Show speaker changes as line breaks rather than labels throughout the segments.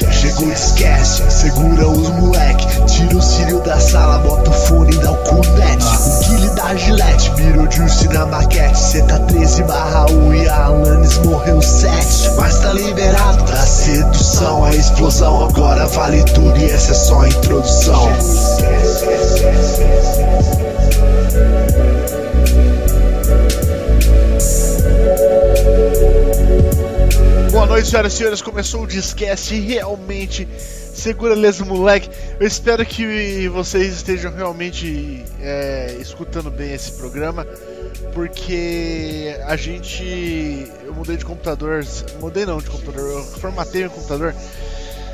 Quem chegou esquece, segura os moleque Tira o cílio da sala, bota o fone e dá o cunete O guile da gilete, mira o juice na maquete Cê tá 13 barra 1 e a Alanis morreu 7 Mas tá liberado pra sedução, é explosão Agora vale tudo e essa é só a introdução
Boa noite, senhoras e senhores. Começou o Discast realmente. Segura les moleque. Eu espero que vocês estejam realmente é, escutando bem esse programa, porque a gente. Eu mudei de computador. Mudei não de computador, eu formatei meu computador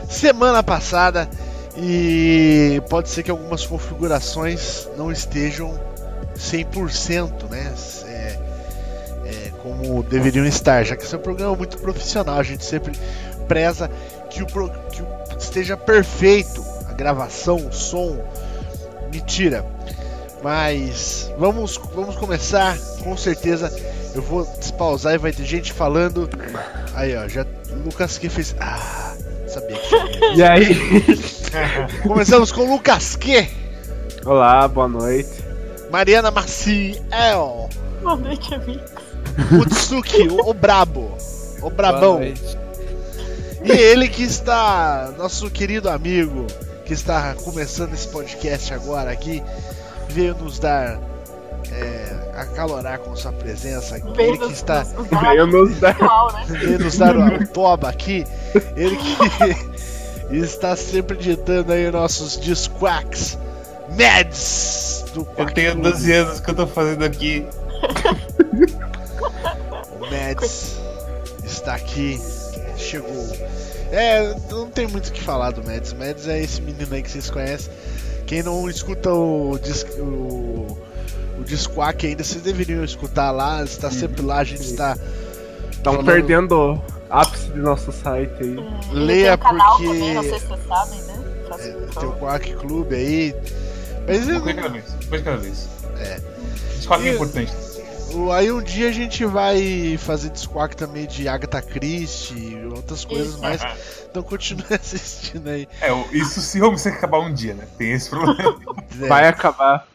semana passada e pode ser que algumas configurações não estejam 100%, né? É, é, como deveriam estar, já que esse é um programa muito profissional, a gente sempre preza que o, pro- que o- esteja perfeito a gravação, o som, mentira. Mas vamos, vamos começar, com certeza eu vou despausar e vai ter gente falando. Aí ó, já o Lucas que fez. Ah, sabia que já ia.
E aí?
Começamos com o Lucas Q,
Olá, boa noite.
Mariana Maciel,
Boa noite, amigo.
Mutsuki, o, o Brabo, o Brabão. E ele que está, nosso querido amigo, que está começando esse podcast agora aqui, veio nos dar, é, acalorar com sua presença aqui. Ele que está,
Eu não sei.
Virtual, né?
veio nos dar uma toba aqui, ele que está sempre ditando aí nossos disquacks, Mads, do
Eu tenho 12 anos o que eu tô fazendo aqui.
O Mads está aqui, chegou. É, não tem muito o que falar do Mads. O Mads é esse menino aí que vocês conhecem. Quem não escuta o dis- o, o Disquack ainda, vocês deveriam escutar lá, está sempre lá, a gente está.
Estão
falando-
perdendo o ápice do nosso site aí.
Leia,
Ele tem um canal
é porque-
também, não sei se vocês sabem, né? Faço-
É,
faço-
tem o Quack Clube aí. Mas
Uma coisa de
é,
cada vez. Uma coisa de cada vez.
É.
Isso quase que é
E-
importante.
o- aí um dia a gente vai fazer Disquack também de Agatha Christie e outras coisas
Isso.
mais. Então continue assistindo aí.
É, o- isso se você acabar um dia, né? Tem esse problema.
É.
Vai acabar.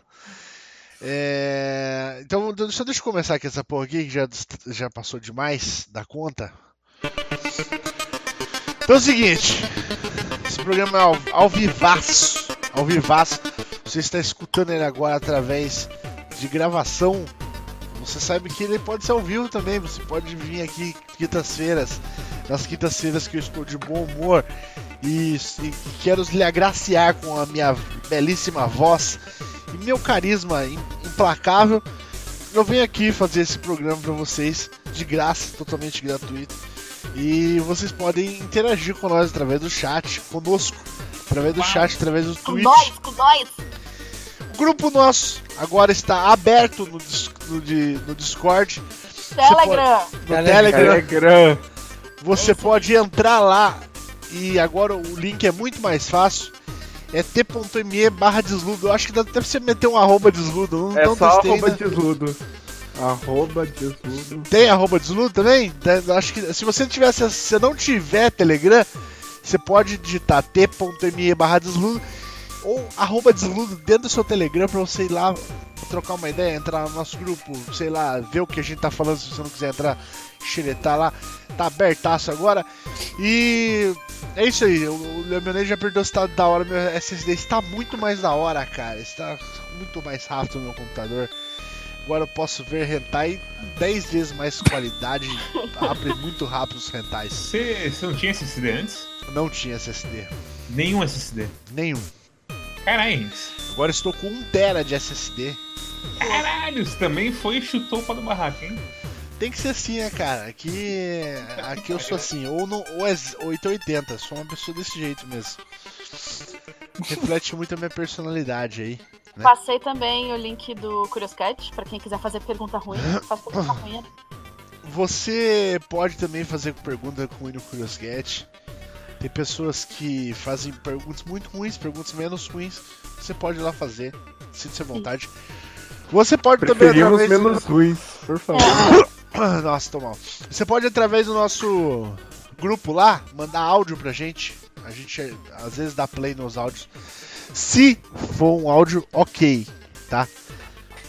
É, Então, d- só deixa eu começar aqui essa porra aqui, que já, des- já passou demais da conta. Então é o seguinte, esse programa é ao, ao vivaço, ao vivaço, você está escutando ele agora através de gravação, você sabe que ele pode ser ao vivo também, você pode vir aqui quintas-feiras, nas quintas-feiras que eu estou de bom humor e, e quero lhe agraciar com a minha belíssima voz e meu carisma im- implacável, eu venho aqui fazer esse programa pra vocês de graça, totalmente gratuito. E vocês podem interagir com nós através do chat, conosco, através do chat, através do
Com
Twitch.
nós, com nós.
O grupo nosso agora está aberto no, dis- no di- no Discord,
Telegram.
no Telegram.
Telegram.
Você pode entrar lá e agora o link é muito mais fácil. É t.me barra desludo. Eu acho que dá até pra você meter um arroba desludo. eu Não,
É
não
só
testei
arroba
ainda.
desludo. Arroba desludo.
Tem arroba desludo também? Tem- Acho que se você tivesse, se você não tiver Telegram, você pode digitar t.me barra desludo ou arroba desludo dentro do seu Telegram pra você ir lá trocar uma ideia, entrar no nosso grupo, sei lá, ver o que a gente tá falando se você não quiser entrar, xeretar lá. Tá abertaço agora. E é isso aí, o- o Lemonade já perdeu o estado da hora, meu SSD está muito mais da hora, cara. Está muito mais rápido no meu computador. Agora eu posso ver hentai 10 vezes mais qualidade, abre muito rápido os rentais.
Você, você não tinha SSD antes?
Não tinha SSD,
Nenhum SSD.
nenhum.
Caralho, Henrique.
Agora estou com 1 tera de SSD.
Caralho, você também foi e chutou para do barraco, hein?
Tem que ser assim, né, cara? Aqui, aqui eu sou assim, ou, não, ou é 880, sou uma pessoa desse jeito mesmo. Reflete muito a minha personalidade aí. né?
Passei também o link do Curioscat, pra quem quiser fazer pergunta ruim. Faz pergunta ruim. né?
Você pode também fazer pergunta com o Hino Curiosquete. Tem pessoas que fazem perguntas muito ruins, perguntas menos ruins. Você pode ir lá fazer, sinta-se à vontade. Você pode
Preferimos
também através.
menos ruins, por favor.
É,
Nossa, tô mal. Você pode através do nosso grupo lá, mandar áudio pra gente. A gente eh, às vezes dá play nos áudios. Se for um áudio ok, tá?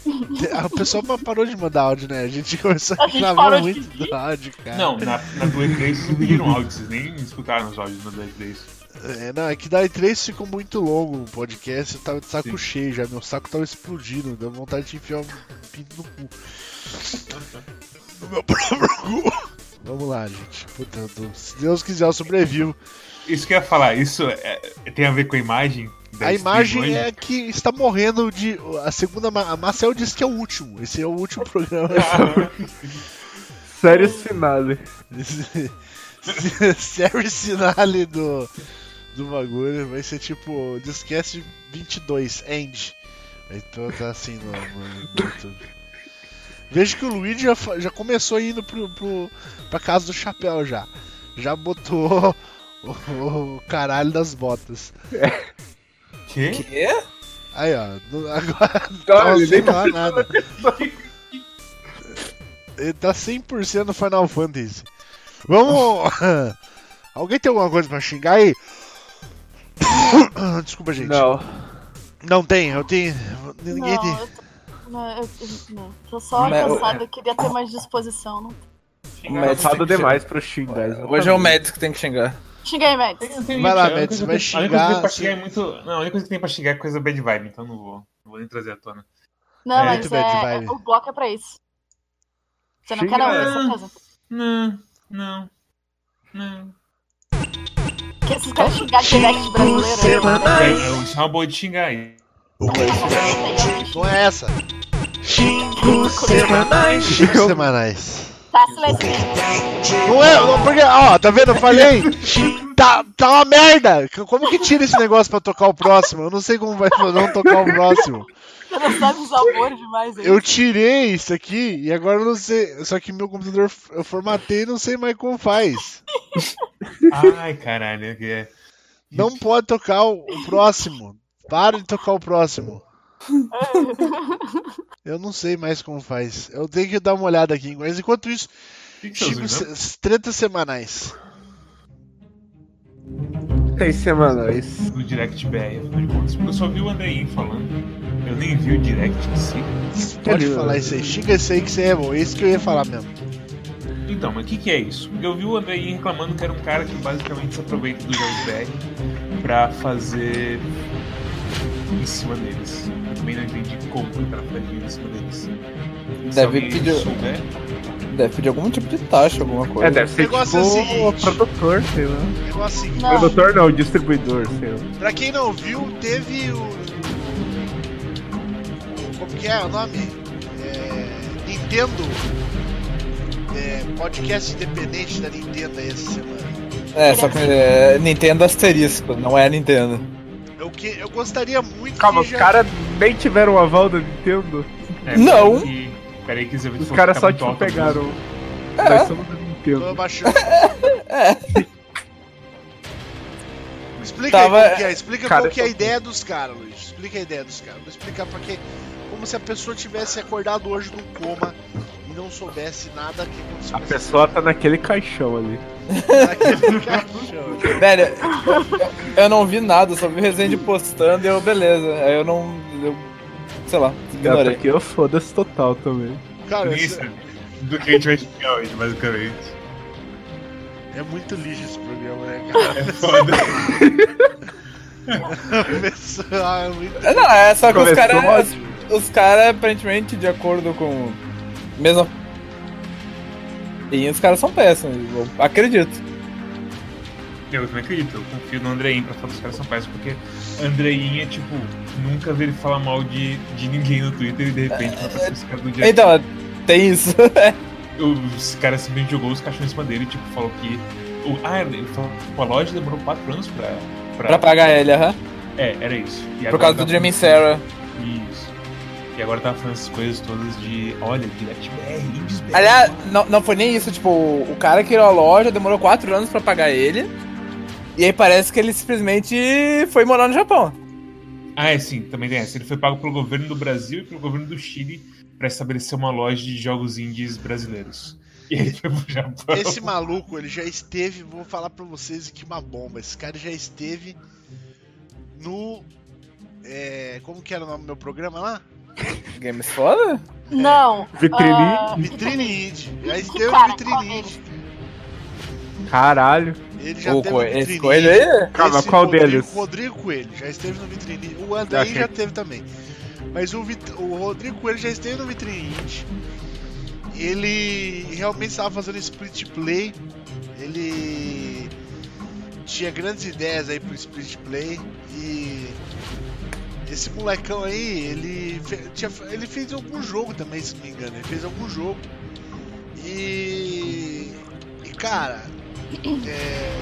O pessoal pa- parou de mandar áudio, né? A gente começou a
A gente
gravar
parou de
muito do áudio, cara.
Não, na, na do E3 vocês pediram áudio, vocês nem escutaram os áudios na do E3.
É, não, é que da E3 ficou muito longo o podcast, eu tava de saco
Sim.
cheio já, meu saco tava explodindo, deu vontade de enfiar um pinto no cu. No meu próprio cu. Vamos lá, gente. Puta, eu tô- se Deus quiser, eu sobrevivo.
Isso que eu ia falar, isso é- tem a ver com a imagem? da
A
stream hoje?
imagem é que está morrendo de. A segunda. ma- A Marcel disse que é o último. Esse é o último programa.
Sério finale.
Sério é sinale do. Do bagulho. Vai ser tipo. Disquece 22, end. Então tá assim no, no- no YouTube. Vejo que o Luigi já, fa- já começou indo pro, pro, pra casa do chapéu já. Já botou o- o caralho das botas.
Quê?
Quê?
Aí, ó. no- Agora não
Tá,
tá
ele
sem
nem tá
falar nada. Ele tá 100% no Final Fantasy. Vamos. Alguém tem alguma coisa pra xingar aí? Desculpa, gente.
Não.
Não tem, eu tenho. Ninguém
não,
tem.
eu tô, não, eu, eu- não, tô só
Mas eu-
cansada, eu queria ter mais disposição. Não...
Mas tem
Fado
que ser-
é demais pro Shin, guys.
Hoje é o médico que tem que xingar.
Xinga aí, Mads.
Tem- tem-
Vai lá,
a única
Mads,
é coisa
vai
que- A
xingar,
única coisa que tem pra
você-
xingar é muito. Não, a única coisa que tem pra xingar é coisa bad vibe, então não vou. Não vou nem trazer à tona.
Não,
É,
mas
muito bad
é,
vibe.
o bloco é pra isso. Você não
Xinga
quer não,
aí.
certeza.
Não, não. Não.
Porque esses caras xingar direct brasileiro. né?
É, é, isso é uma boa de xingar aí.
Não é essa. Xingos semanais.
Tá silenciando.
Não é, não, porque, ó, tá vendo? Eu falei. Tá, tá uma merda. Como que tira esse negócio pra tocar o próximo? Eu não sei como vai não tocar o próximo.
Você não sabe usar o Word demais aí.
Eu tirei isso aqui e agora eu não sei. Só que meu computador f- eu formatei e não sei mais como faz.
Ai, caralho. que é-
Não pode tocar o, o próximo. Para de tocar o próximo.
É.
Eu não sei mais como faz. Eu tenho que dar uma olhada aqui. Mas enquanto isso,
Que que você
Chico,
usa, não?
se- tretas semanais.
Tem semanais.
no Direct BR, afinal de contas. Porque eu só vi o Andreinho falando. Eu nem vi o Direct em si.
Pode
Olha,
falar isso aí. Xinga isso aí que você é bom. É isso que eu ia falar mesmo.
Então, mas o que, que é isso? Porque eu vi o Andreinho reclamando que era um cara que basicamente se aproveita dos jogos BR pra fazer em cima deles. Eu também não entendi como que o cara faria em cima deles. Se
Deve
alguém
pedir-
souber,
Deve pedir algum tipo de taxa, alguma coisa.
É, deve ser tipo
negócio é o seguinte.
produtor, sei lá.
O negócio é o seguinte.
Não.
Produtor não, distribuidor, sei lá.
Pra quem não viu, teve o. Como que é o nome? É... Nintendo. É... Podcast independente da Nintendo aí essa semana.
É, só que é Nintendo asterisco, não é Nintendo.
Eu, que... Eu gostaria muito
Calma,
que
os caras nem tiveram o aval da Nintendo.
é,
Não.
peraí que- Peraí que
Os caras só tipo
né?
pegaram.
É.
Nós somos da Nintendo.
Tô baixando.
É.
Explica
Tava-
aí como que é, explica
Cara,
qual que é a
eu tô-
ideia dos caras, Luiz. Explica a ideia dos caras. Vou explicar pra quem. Como se a pessoa tivesse acordado hoje num coma e não soubesse nada que aconteceu.
A pessoa tá naquele caixão ali.
Velho, eu- eu não vi nada, só vi o Resende postando e eu, beleza. Aí eu não. Eu, sei lá,
É,
ignorei.
porque eu foda-se total também.
Cara,
Isso,
isso
do que a gente vai xingar hoje, basicamente.
é muito lixo esse programa, né, cara?
É foda.
O pessoal é muito
É, Não, é só que os
Começou
caras.
ótimo.
Os caras, aparentemente, de acordo com. Mesmo. E os caras são péssimos, eu acredito.
Eu também acredito, eu confio no Andreinho pra falar dos caras são pais, porque Andreinho é tipo, nunca vi ele falar mal de, de ninguém no Twitter e de repente vai aparecer esse cara do dia.
É, Então, tem isso.
Os caras simplesmente jogou os cachorros em cima dele, tipo, falou que. o- ah, ele falou, tipo, a loja demorou 4 anos pra.
pra pagar ele, aham.
É, era isso. E
Por
agora
causa
tá
do Dreaming
falando-
Sarah.
Isso. E agora tá falando essas coisas todas de. Olha, Direct BR, Indies BR.
Aliás, não, não foi nem isso, tipo, o cara que criou a loja demorou 4 anos pra pagar ele. E aí parece que ele simplesmente foi morar no Japão.
Ah, é sim, também tem essa. Ele foi pago pelo governo do Brasil e pelo governo do Chile pra estabelecer uma loja de jogos indies brasileiros. E aí foi pro Japão.
Esse maluco, ele já esteve, vou falar pra vocês que uma bomba. Esse cara já esteve no. é, como que era o nome do meu programa lá?
Games foda? né?
Não.
É. Vitrine?
ah,
Vitrine Indie. Já esteve no
cara? Qual é?
Vitrine
deles?
Indie.
Caralho.
Ele já
O
teve um no
co esse
Vitrine
coelho é
Indie.
aí?
Calma,
Esse
qual
Rodrigo,
deles?
Rodrigo Coelho já esteve no Vitrine Indie. O
Já
Andrei
achei.
já teve também. Mas o, Vit- o Rodrigo Coelho já esteve no Vitrine Indie. Ele realmente estava fazendo split play. Ele tinha grandes ideias aí pro split play. E esse molecão aí, ele, fe- tinha, ele fez algum jogo também, se não me engano. Ele fez algum jogo. E. E cara. é,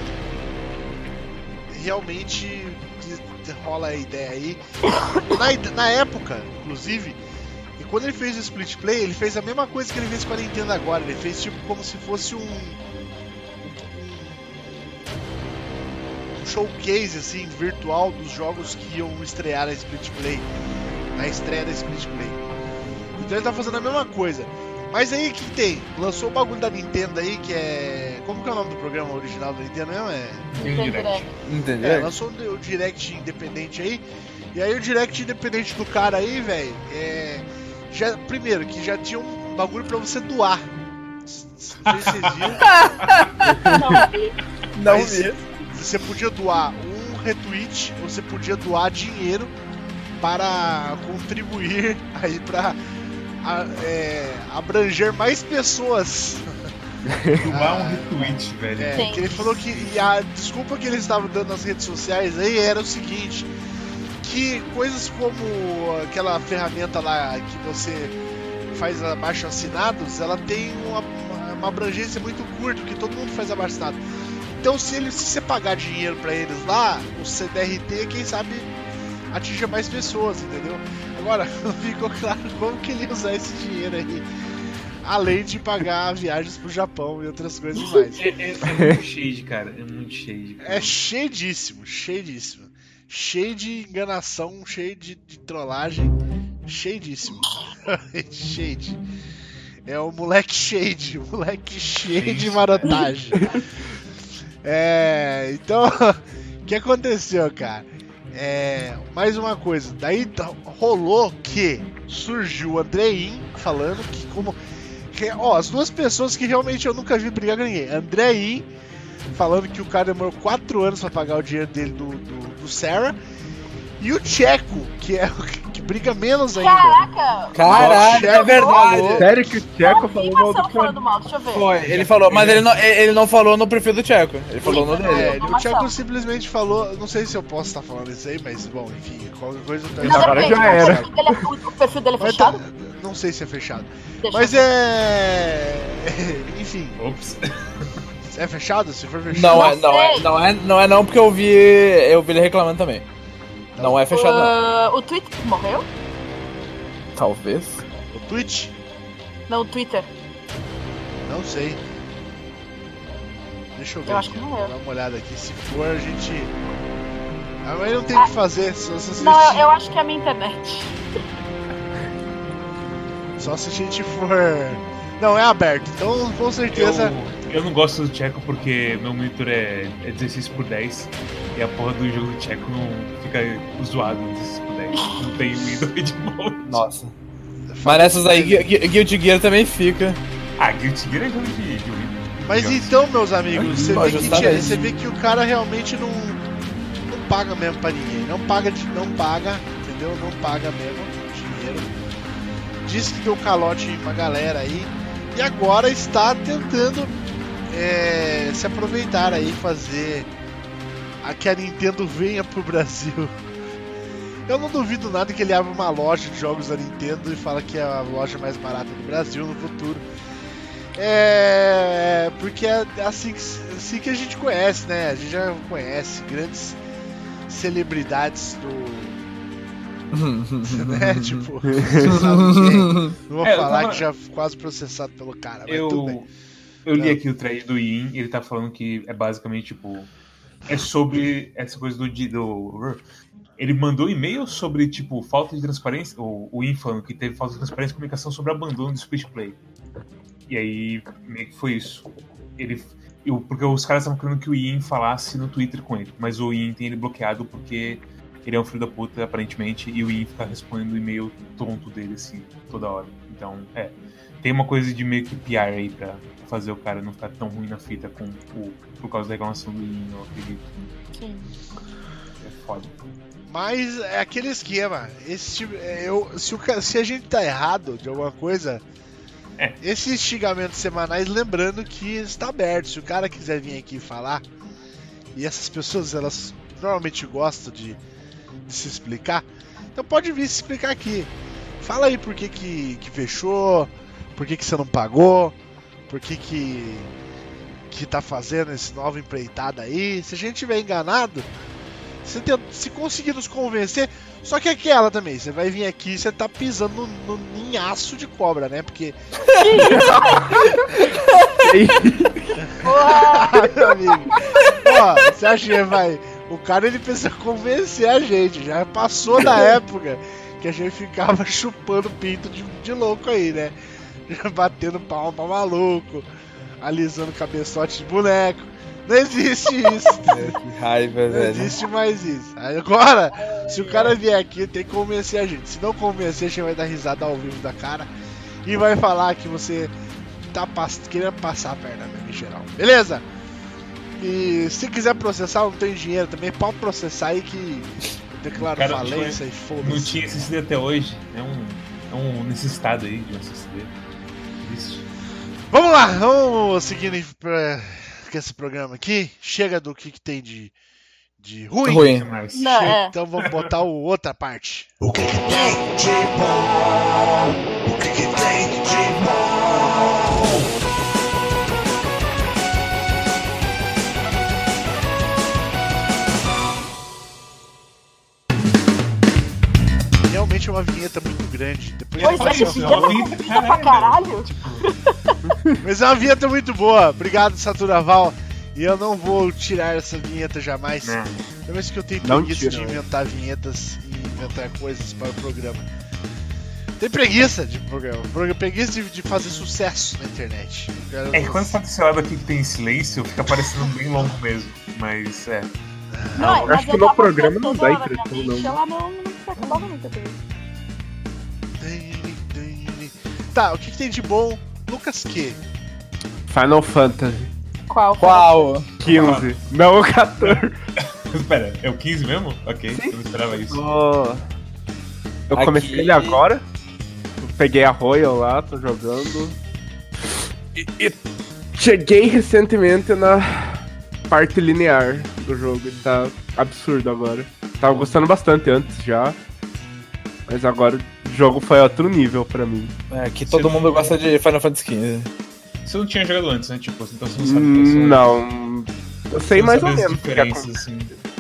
realmente de- de- rola a ideia aí. Na, ide- na época, inclusive, e quando ele fez o split play, ele fez a mesma coisa que ele fez com a Nintendo agora. Ele fez tipo como se fosse um. um- um showcase assim, virtual dos jogos que iam estrear na split play. Na estreia da split play. Então ele tá fazendo a mesma coisa. Mas aí o que tem? Lançou o bagulho da Nintendo aí, que é. Como que é o nome do programa original da Nintendo mesmo? É.
Nintendo Direct.
Entendeu?
É, lançou o Direct Independente aí. E aí o Direct Independente do cara aí, velho, é. Já, primeiro, que já tinha um bagulho pra você doar. Não sei se vocês viram.
Não
É, mas-
vi.
Você podia doar um retweet, ou você podia doar dinheiro para contribuir aí pra a- é, abranger mais pessoas.
Dubar um retweet, velho.
É,
Sim.
que ele falou que e a desculpa que ele estava dando nas redes sociais aí era o seguinte, que coisas como aquela ferramenta lá que você faz abaixo assinados, ela tem uma, uma- uma abrangência muito curta, porque todo mundo faz abaixo assinado. Então se ele se você pagar dinheiro pra eles lá, o CDRT, quem sabe atinja mais pessoas, entendeu? Agora, não ficou claro como que ele ia usar esse dinheiro aí. Além de pagar viagens pro Japão e outras coisas mais.
É, é- é muito shade, cara. É muito shade. cara.
É cheidíssimo, cheidíssimo. Cheio de enganação, cheio de, de trollagem. Cheidíssimo. shade. É o moleque shade, o moleque cheio de
Isso,
marotagem. É, então, o que aconteceu, cara? É, mais uma coisa, daí t- rolou que surgiu o Andrein falando que como. que- ó, as duas pessoas que realmente eu nunca vi brigar com ninguém. Andrein falando que o cara demorou 4 anos pra pagar o dinheiro dele do, do, do Sarah. E o Tcheco, que é o que que briga menos ainda.
Caraca!
Caralho, é
Chefe
verdade.
falou.
Sério que o Tcheco falou
Quem
mal
passou
do
falando
Flamengo?
mal? Deixa eu ver.
Foi, ele falou, mas ele não, ele não falou no perfil do Tcheco. Ele falou no dele.
É, o Tcheco simplesmente falou, não sei se eu posso estar falando isso aí, mas bom, enfim, qualquer coisa eu tô
Não,
Agora
depende,
já
mas
era.
O perfil dele é- o perfil dele é
Mas tá-
fechado?
não sei se é fechado.
Deixa
Mas
eu ver.
é. Enfim,
Ops.
é fechado? Se for fechado.
Não é, não é, não é, não é não, porque eu vi. Eu vi ele reclamando também. Não é fechado não.
Ah, O Twitter morreu?
Talvez.
O Twitch?
Não, o Twitter.
Não sei. Deixa eu ver.
Eu acho que
aqui,
não é.
Vou dar uma olhada aqui. Se for, a gente. Ah, mas não tem o que fazer, só se,
Não,
assistir-
eu acho que é a minha internet.
só se a gente for. Não, é aberto, então com
Eu,
certeza.
eu não gosto do Tcheco porque meu monitor é, é 16 por 10 e a porra do jogo do Tcheco não fica zoado no 16 por 10. Não tem monitor de bom.
Nossa. Mas nessas aí, Gu- Gu- Guilty Gear também fica.
Ah, Guilty Gear é jogo de, de Wii.
Mas
Jogo.
então, meus amigos, você
Ó,
vê, que,
justamente.
você vê que o cara realmente não, não paga mesmo pra ninguém. Não paga, de- não paga, entendeu? Não paga mesmo dinheiro. Diz que deu calote em uma galera aí. E agora está tentando é, se aproveitar aí, fazer a que a Nintendo venha pro Brasil. Eu não duvido nada que ele abra uma loja de jogos da Nintendo e fala que é a loja mais barata do Brasil no futuro. É. Porque é assim que, assim que a gente conhece, né? A gente já conhece grandes celebridades do. né? Tipo, você sabe quem? Não vou
É, eu
falar
tava-
que já fui quase processado pelo cara, mas tudo bem.
Eu, eu li
Não.
aqui o thread do Ian e ele tá falando que é basicamente tipo. É sobre essa coisa do. di- do ele mandou e-mail sobre, tipo, falta de transparência. O, o Ian falando que teve falta de transparência e comunicação sobre abandono do split play. E aí meio que foi isso. Ele. eu- porque os caras estavam querendo que o Ian falasse no Twitter com ele, mas o Ian tem ele bloqueado porque ele é um filho da puta, aparentemente, e o Ian fica respondendo o e-mail tonto dele, assim, toda hora. Então, é. Tem uma coisa de meio que PR aí pra fazer o cara não ficar tão ruim na fita com o, por causa da reclamação do Ian, eu acredito.
Sim.
É foda.
Mas é aquele esquema. Esse, tipo- é, eu, se, o ca- se a gente tá errado de alguma coisa,
É.
esses xingamentos semanais, lembrando que está aberto. Se o cara quiser vir aqui falar, e essas pessoas elas normalmente gostam de, de se explicar, então pode vir se explicar aqui. Fala aí por que, que, que fechou, por que, que você não pagou, por que, que que tá fazendo esse nova empreitada aí. Se a gente tiver enganado, você tenta- se conseguir nos convencer, só que é aquela também, você vai vir aqui e você tá pisando no, no ninhaço de cobra, né? Porque. Ah, meu amigo. Ó, você acha que vai. O cara ele precisa convencer a gente, já passou da época que a gente ficava chupando pinto de, de louco aí, né? Batendo palma pra maluco, alisando cabeçote de boneco. Não existe isso, né?
Que raiva,
Não
velho.
existe mais isso. Aí Agora, se o cara vier aqui, tem que convencer a gente. Se não convencer, a gente vai dar risada ao vivo da cara e vai falar que você tá pass- querendo passar a perna mesmo, em geral. Beleza? E se quiser processar, não tem dinheiro também. Pode processar aí que eu declaro
Cara,
falência e
Não
foda-se.
tinha SSD até hoje. É um, é um necessitado aí de um SSD. Triste.
Vamos lá, vamos seguindo em- pra- com esse programa aqui. Chega do que, que tem de, de ruim.
Ruim.
Até mais.
Não, é.
Então vamos botar o outra parte.
O que, que tem de bom? O que, que tem de bom?
Realmente é uma vinheta muito grande. Depois
Pois
eu
é,
faço
que
uma
Isso, é
fica
uma
com
vida,
pinta pra
caralho.
caralho.
Mas é uma vinheta muito boa. Obrigado, Saturaval. E eu não vou tirar essa vinheta jamais.
Não.
Toda vez que eu tenho
Não
preguiça de
tira,
inventar vinhetas e inventar coisas para o programa. Tem preguiça de programa. Pro- Preguiça de, de fazer sucesso na internet. assim, Eu quero-
É que quando tá desse lado aqui que tem silêncio, fica parecendo bem longo mesmo. Mas é.
Não, é,
acho
mas
que
eu
no
tava
programa não
toda
dá
hora na
entretenção,
mente,
não.
Ela não, não se acabava nunca. também.
Tá, o que, que tem de bom? Lucas Q.
Final Fantasy
Qual?
Qual?
15. Não, 14.
Pera, é o 15 mesmo? Ok, eu não esperava isso.
Eu
Aqui.
comecei ele agora. Eu Peguei a Royal lá, tô jogando. E, e cheguei recentemente na parte linear do jogo. Ele tá absurdo agora. Tava gostando bastante antes já. Mas agora o jogo foi outro nível pra mim.
É, que todo mundo gosta de Final Fantasy XV.
Você não tinha jogado antes, né? Tipo, então você não sabe quais são-
Hum, Não. Eu sei
não
mais ou
sabe as
menos. o que
diferenças,
acontece.
assim.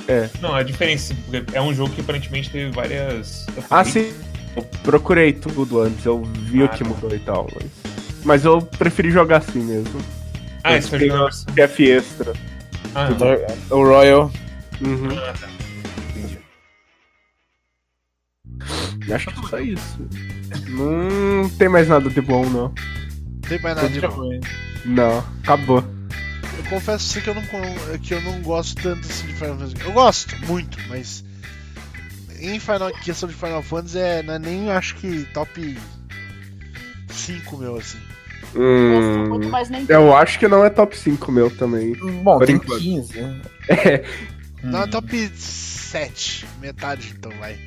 É.
Não, a diferença, porque é um jogo que aparentemente teve várias.
Ah, sim. Eu procurei tudo antes, eu vi
Ah,
o que
tá.
mudou e tal, mas... mas eu preferi jogar assim mesmo.
Ah, esse tá
Tem
jogando a
o
versão.
chefe extra.
Ah, não.
O Royal.
Uhum.
Ah, tá. Entendi.
Acho que só isso. Não tem mais nada de bom, não.
Não tem mais nada Tá de bom.
Não, acabou.
Eu confesso assim que eu não, con- que eu não gosto tanto assim de Final Fantasy. Eu gosto muito, mas em Final, questão de Final Fantasy é, não é nem acho que top 5 meu assim.
Gosto muito,
Hum,
mas nem
eu acho que não é top 5 meu também.
Bom,
Por
tem
enquanto.
15. né?
um-
Não, é
Hum.
top 7, metade então vai.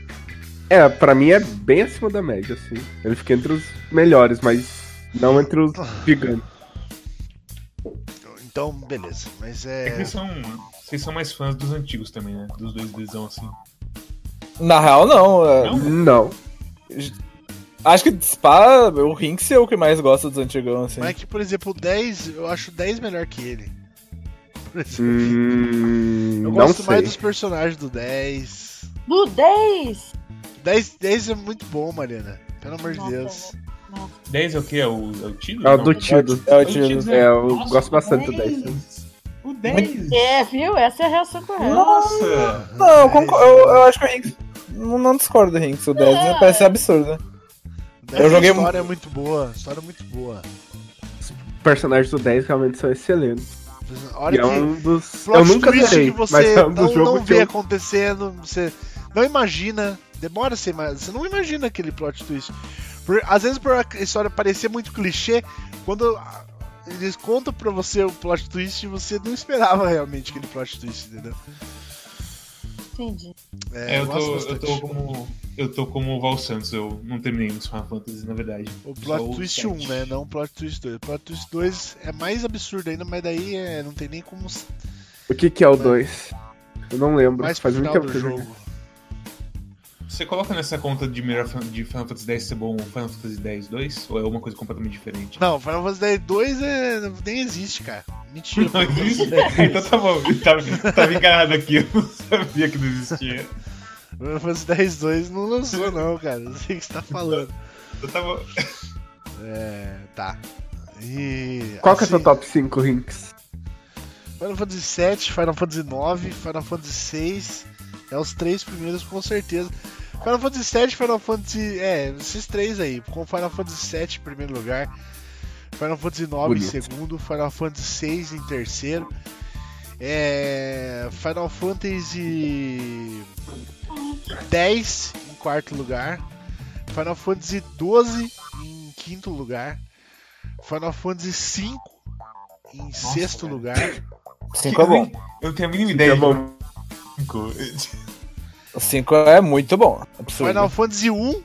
É, pra mim é bem acima da média, assim. Ele fica entre os melhores, mas não entre os gigantes.
Então, beleza. Mas
É que
é.
vocês são, vocês são mais fãs dos antigos também, né? Dos dois dzão assim.
Na real, não. é.
Não?
Não.
Acho que Spa, o Rinks é o que mais gosta dos antigão, assim.
Mas é que, por exemplo, o 10, eu acho o 10 melhor que ele. Por exemplo.
Hum,
eu
não
gosto mais
sei.
dos personagens do 10.
Do 10!
10. 10 é muito bom, Mariana. Pelo amor de
Nossa,
Deus.
10 é o quê? É o, é o Tido?
É o
Não.
do Tido.
É o
É o Tido,
Tido.
né?
É, eu
Nossa,
gosto
o
bastante do
10.
10.
O 10!
É, viu? Essa é a reação correta.
Nossa!
Não, concor- eu, eu acho que o Rinks. Não, não discordo do Rinks, o 10 parece absurdo.
O 10
joguei
a história é muito boa. A história é muito boa.
personagens do 10 realmente são excelentes.
A hora
e é
que-
um dos.
plot
Eu nunca
twist
terei,
que
mas
você
é um
não,
dos jogos
não
que
vê
eu.
acontecendo, você não imagina, demora você, ima- você não imagina aquele plot twist. Por- às vezes por a história parecer muito clichê, quando ah, eles contam pra você o plot twist, você não esperava realmente aquele plot twist, entendeu?
Entendi.
É, eu,
gosto
tô, eu
bastante.
tô como. Eu tô como o Val Santos, eu não terminei no Final Fantasy, na verdade.
O plot
Sou
twist
sete.
1, né? Não o plot twist 2. O plot twist 2 é mais absurdo ainda, mas daí é, não tem nem como s-
O que, que é o 2? Eu não lembro.
mais pro
Faz muito
final
tempo
do
que eu joguei.
jogo.
Você coloca nessa conta de, melhor, fan- de Final Fantasy X ser bom ou Final Fantasy X 2? Ou é uma coisa completamente diferente?
Não, Final Fantasy 2 é, nem existe, cara. Mentira.
Não existe? então tá bom, eu tava, eu tava enganado aqui, eu não sabia que não existia.
Final Fantasy 10 2 não lançou, não, cara. Não sei o que você tá falando.
Então tá bom.
É. Tá. E.
Qual que é o
assim,
teu top 5, Rinks?
Final Fantasy 7, Final Fantasy 9, Final Fantasy 6. É os três primeiros com certeza. Final Fantasy 7, Final Fantasy. É, esses três aí. Com Final Fantasy 7 em primeiro lugar. Final Fantasy 9 em
Bonito.
segundo. Final Fantasy 6 em terceiro. É. Final Fantasy 10 em quarto lugar. Final Fantasy 12 em quinto lugar. Final Fantasy 5 em sexto
cara.
lugar.
Cinco é bom.
Eu não tenho a mínima ideia
é bom.
de cinco.
O 5 é muito bom. Absurdo.
né?
Final Fantasy 1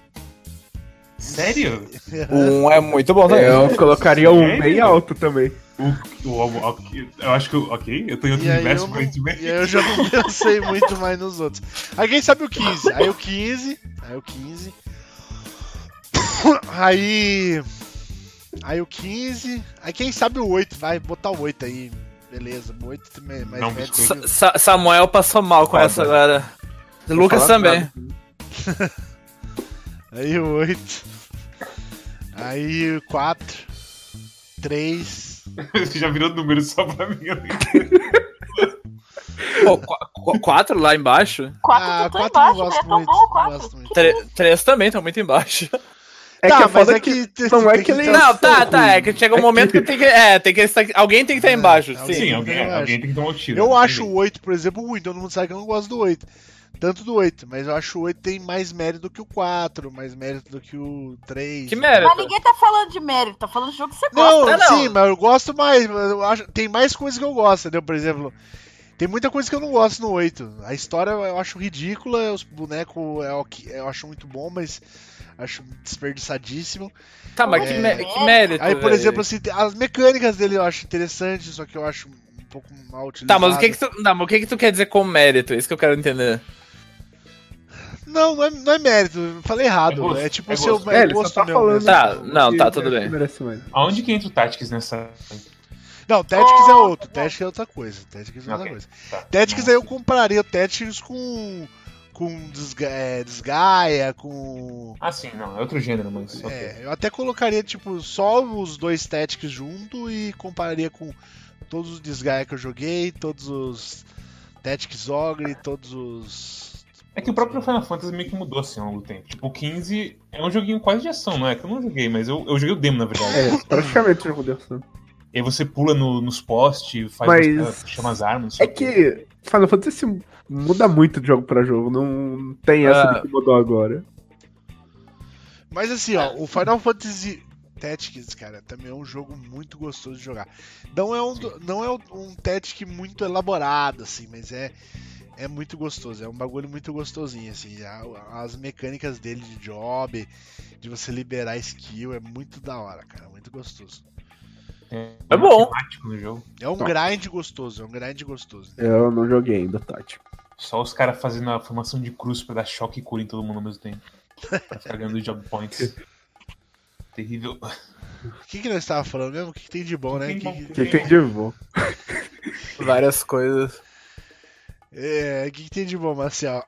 Sério?
O 1 é muito bom também.
Eu colocaria um bem
Sério?
alto também.
O, o, o- ok, eu acho que. eu- Ok, eu tô em outro
E aí
universo,
eu não-
aparentemente.
E aí eu já não pensei muito mais nos outros. Aí quem sabe o 15. Aí o 15. Aí o 15. Aí. Aí o 15. Aí quem sabe o 8. Vai botar o 8 aí. Beleza, o 8 também é mais
Não,
médio.
biscoito.
que o-
Sa- Samuel passou mal com
Foda.
essa agora.
Vou
Lucas
falar
também.
nada.
Aí o 8. Aí o 4. 3.
já virou número só pra mim. eu nem-
Pô, qu- qu- quatro lá embaixo?
Quatro
Ah,
ah, tô
quatro eu
embaixo,
não
mas
gosto
é tão
muito,
bom o
não
quatro.
gosto
Que
muito.
que
Tre- três também estão muito embaixo.
É
Tá,
que a
mas
foda
é
é que.
que tem-
Não é
tem
que
que
ele.
ter- um
Não, tá, tá. É que chega um momento que tem que. É, tem que estar, alguém tem que estar embaixo.
alguém-
Sim.
Sim, alguém,
eu acho.
alguém tem que tomar um tiro.
Eu
não
acho
tem
o 8, por exemplo, ruim, todo mundo sabe que eu não gosto do 8. Tanto do 8, mas eu acho o 8 tem mais mérito do que o 4, mais mérito do que o 3.
Que
Mas
merda.
ninguém tá falando de mérito, tá falando de jogo que você
Não,
gosta.
não.
sim, mas eu gosto mais, mas eu acho, tem mais coisas que eu gosto, entendeu? Por exemplo, tem muita coisa que eu não gosto no 8. A história eu acho ridícula, os bonecos é o que- eu acho muito bom, mas acho desperdiçadíssimo.
Tá, mas que, mé-
né?
que mérito.
Aí, por
velho.
exemplo, assim, as mecânicas dele eu acho interessante, só que eu acho um pouco mal utilizado.
Tá, mas o que que tu, não, mas o que que tu quer dizer com mérito? Isso que eu quero entender.
Não, não é, não é mérito, eu falei errado.
É gosto,
É, tipo
é
o seu
gosto.
é
É, ele só
gosto
tá
meu.
falando. é,
né?
Tá, não, tá, tudo bem.
Merece mais.
Aonde que entra o Tactics nessa.
Não, Tactics é outro, Tactics é outra coisa. Tactics é outra
tá. Ok.
coisa.
Tá.
Tactics aí eu compraria o Tactics com. com desga, é, Desgaia, com.
Ah, sim, não, é outro gênero, mas. ok.
É, eu até colocaria, tipo, só os dois Tactics junto e compararia com todos os Desgaia que eu joguei, todos os Tactics Ogre, todos os.
É que o próprio Final Fantasy meio que mudou assim ao longo do tempo. Tipo, o 15 é um joguinho quase de ação, não é? Que eu não joguei, mas eu, eu joguei o demo, na verdade.
É, praticamente jogo de ação.
E aí você pula no- nos postes, faz
Mas-
umas- chama as armas. não sei
É
o quê.
que Final Fantasy muda muito de jogo pra jogo, não tem essa
Ah.
de que mudou agora.
Mas assim, ó, o Final Fantasy Tactics, cara, também é um jogo muito gostoso de jogar. Não é um, do- não é um Tactic muito elaborado, assim, mas é, é muito gostoso. É um bagulho muito gostosinho, assim. A- as mecânicas dele de job, de você liberar skill, é muito da hora, cara. Muito gostoso.
Tem
É bom.
matemático no jogo.
É um
Tá.
grind gostoso, é um grind gostoso.
Eu não joguei ainda, tá, tipo, Tati.
Só os caras fazendo a formação de cruz pra dar choque e cura em todo mundo ao mesmo tempo. Pra ficar ganhando job points. Terrível.
O que, que nós estávamos falando mesmo? O que, que tem de bom, né?
Tem
Que-
bom.
que-
O que tem de bom?
Várias coisas.
é, o que, que tem de bom, Marcial?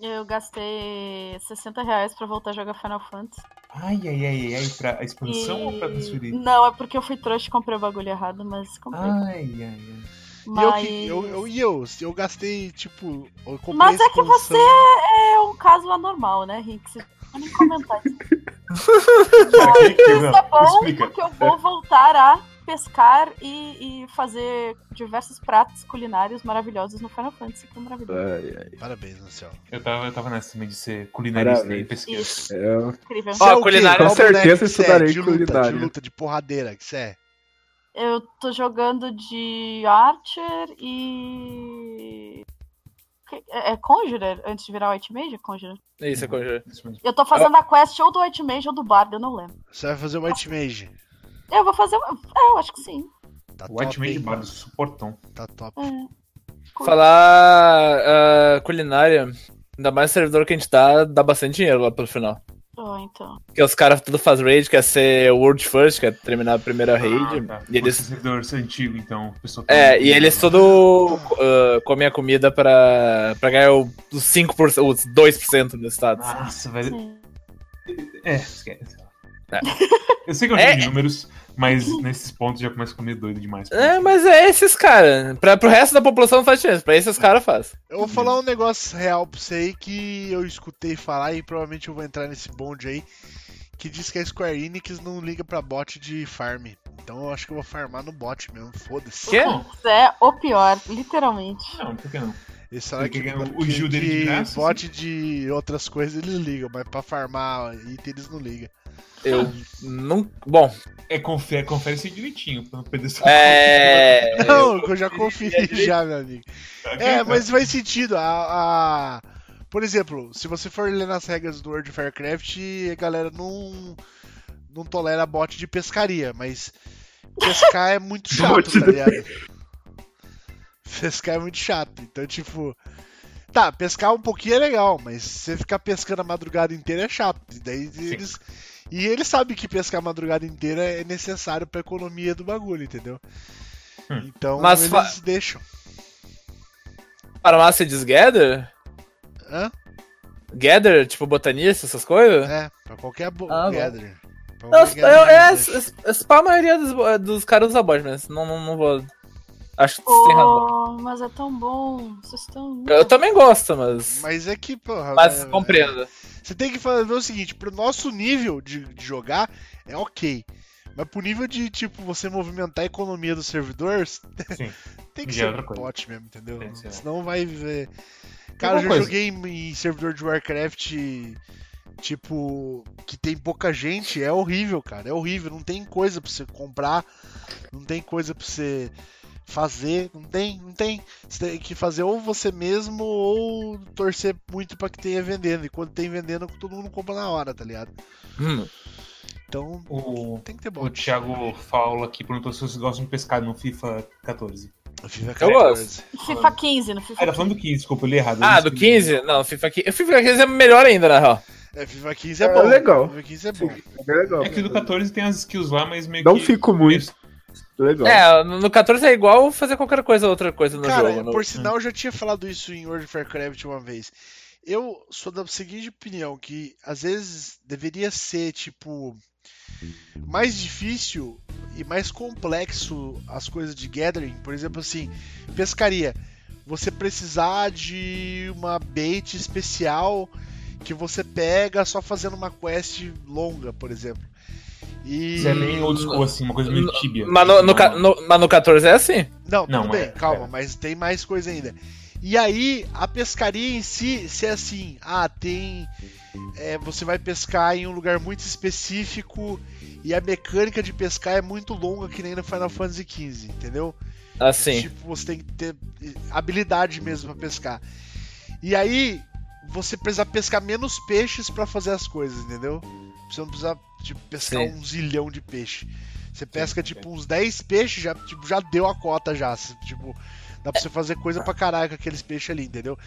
Eu gastei 60 reais pra voltar a jogar Final Fantasy.
Ai, ai, ai, ai, ai, pra a
E-
expansão ou pra transferir?
Não, é porque eu fui trouxa e comprei o bagulho errado, mas comprei.
Ai, ai,
Ah,
ai.
E eu,
mas...
que- eu, eu, e eu, eu gastei, tipo. Eu comprei
Mas é que
expansão.
você é um caso anormal, né, Rick? Você não pode nem comentar isso.
Pra que que- não,
Isso é bom
explica.
porque eu vou voltar a pescar e, e fazer diversos pratos culinários maravilhosos no Final Fantasy, que é maravilhoso.
Ai, ai.
Parabéns, Ancião.
Eu tava, eu tava nessa também de ser culinarista e
Parabéns.
pesquisa.
Isso,
Eu-
incrível.
Você é o quê?
culinária-
Qual
Com certeza
boneco que você é?
estudarei
de luta,
culinária.
De luta, de porradeira, que você é.
Eu tô jogando de Archer e. que- É é Conjurer? Antes de virar White Mage? É Conjurer?
É isso, é conjuro.
Isso mesmo.
Eu tô fazendo a quest ou do White Mage ou do Bard, eu não lembro.
Você vai fazer White Mage.
Eu vou fazer. uma- É, eu acho que sim.
Tá
O White
top,
Mage
hein?
Bardo, suportão.
Tá top.
Falar ah, culinária, ainda mais servidor que a gente tá, dá bastante dinheiro lá pelo final.
Ou então.
Porque os caras tudo faz raid, quer ser world first, quer terminar a primeira raid.
Ah, tá.
E eles
Você é servidor antigo, então. o pessoal tá-
É, e eles todo uh, comem a comida pra, pra ganhar o- os 5%, os 2% do status.
Nossa, velho.
Sim.
É, esquece.
É.
Eu sei que eu
É.
sei de números, mas nesses pontos já começa a comer doido demais.
É, mas é esses caras. Pra- Pro resto da população não faz diferença, pra esses caras faz.
Eu vou falar um negócio real pra você aí que eu escutei falar e provavelmente eu vou entrar nesse bonde aí. Que diz que a Square Enix não liga pra bot de farm. Então eu acho que eu vou farmar no bot mesmo, foda-se.
Quê?
Não,
Isso é o pior, literalmente.
não, por que não?
Esse salário
Porque
que,
o- o Gil dele de graça, assim?
bot de outras coisas eles ligam, mas pra farmar item eles não ligam.
Eu não. Bom,
É, confere, confere se direitinho, pra não perder sua
é.
Não, que eu já conferi já, meu amigo. É, mas faz sentido. A, a- Por exemplo, se você for ler nas regras do World of Warcraft, a galera não, não tolera bot de pescaria, mas pescar é muito chato,
Bote
tá
de
ligado? Pescar é muito chato, então tipo. Tá, pescar um pouquinho é legal, mas você ficar pescando a madrugada inteira é chato. E daí eles. E ele sabe que pescar a madrugada inteira é necessário pra economia do bagulho, entendeu?
Hum.
Então
Mas
eles
fa-
deixam.
Farmácia diz gather?
Hã?
Gather, tipo botanista, essas coisas?
É, pra qualquer bo...
Ah, bom.
gathering. Pra
Não,
qualquer
eu, é,
gathering, né?
é, spa a maioria dos, bo- dos caras usa bot, mas não, não, não vou. Acho que você tem razão.
Oh, mas é tão bom. Vocês estão.
Eu também gosto, mas. é.
Mas é que, porra.
Mas
né,
compreendo.
Você tem que fazer o seguinte: pro nosso nível de, de jogar, é ok. Mas pro nível de, tipo, você movimentar a economia do servidor,
Sim.
tem que ser
Já é outra coisa.
bot mesmo, entendeu?
Tem que ser. né?
Senão vai ver. Cara, eu já
coisa.
joguei em em servidor de Warcraft, tipo, que tem pouca gente, é horrível, cara. É horrível. Não tem coisa pra você comprar, não tem coisa pra você fazer, não tem, não tem. Você tem que fazer ou você mesmo ou torcer muito pra que tenha vendendo. E quando tem vendendo, todo mundo compra na hora, tá ligado?
Hum.
Então,
O,
tem que ter
o
bot.
Thiago Faula aqui perguntou se vocês gostam de pescar no FIFA 14.
é
Eu gosto.
FIFA 15, no
Ah,
FIFA
era falando do 15, desculpa, eu li errado.
Ah, do 15? Não, FIFA 15. FIFA 15 é melhor ainda, na real.
É, FIFA 15 é
É
bom.
legal.
FIFA 15 é bom.
É legal.
É que do 14 tem as skills lá, mas meio
Não
que. é,
fico muito. Legal.
É, no no 14 é igual fazer qualquer coisa, outra coisa no
Cara, é
jogo. no- Hum.
por sinal, eu já tinha falado isso em World of Warcraft uma vez. Eu sou da seguinte opinião, que às vezes deveria ser, tipo, mais difícil e mais complexo as coisas de Gathering. Por exemplo, assim, pescaria. Você precisar de uma bait especial que você pega só fazendo uma quest longa, por exemplo. E...
Isso é meio old school, assim, uma coisa meio tíbia.
Mas no, no, ca-
Não-
no- mas no 14 é assim?
Não,
Não,
tudo
mas-
bem, calma,
é.
mas tem mais coisa ainda. E aí, a pescaria em si, se é assim, ah, tem. é, você vai pescar em um lugar muito específico e a mecânica de pescar é muito longa, que nem no Final Fantasy XV, entendeu?
Assim.
Tipo, você tem que ter habilidade mesmo pra pescar. E aí, você precisa pescar menos peixes pra fazer as coisas, entendeu? Você não precisa tipo, pescar
Sim.
um zilhão de peixe. Você pesca,
sim.
tipo, uns 10 peixes, já, tipo, já deu a cota já. Você, Tipo, dá pra você fazer coisa pra caralho com aqueles peixes ali, entendeu?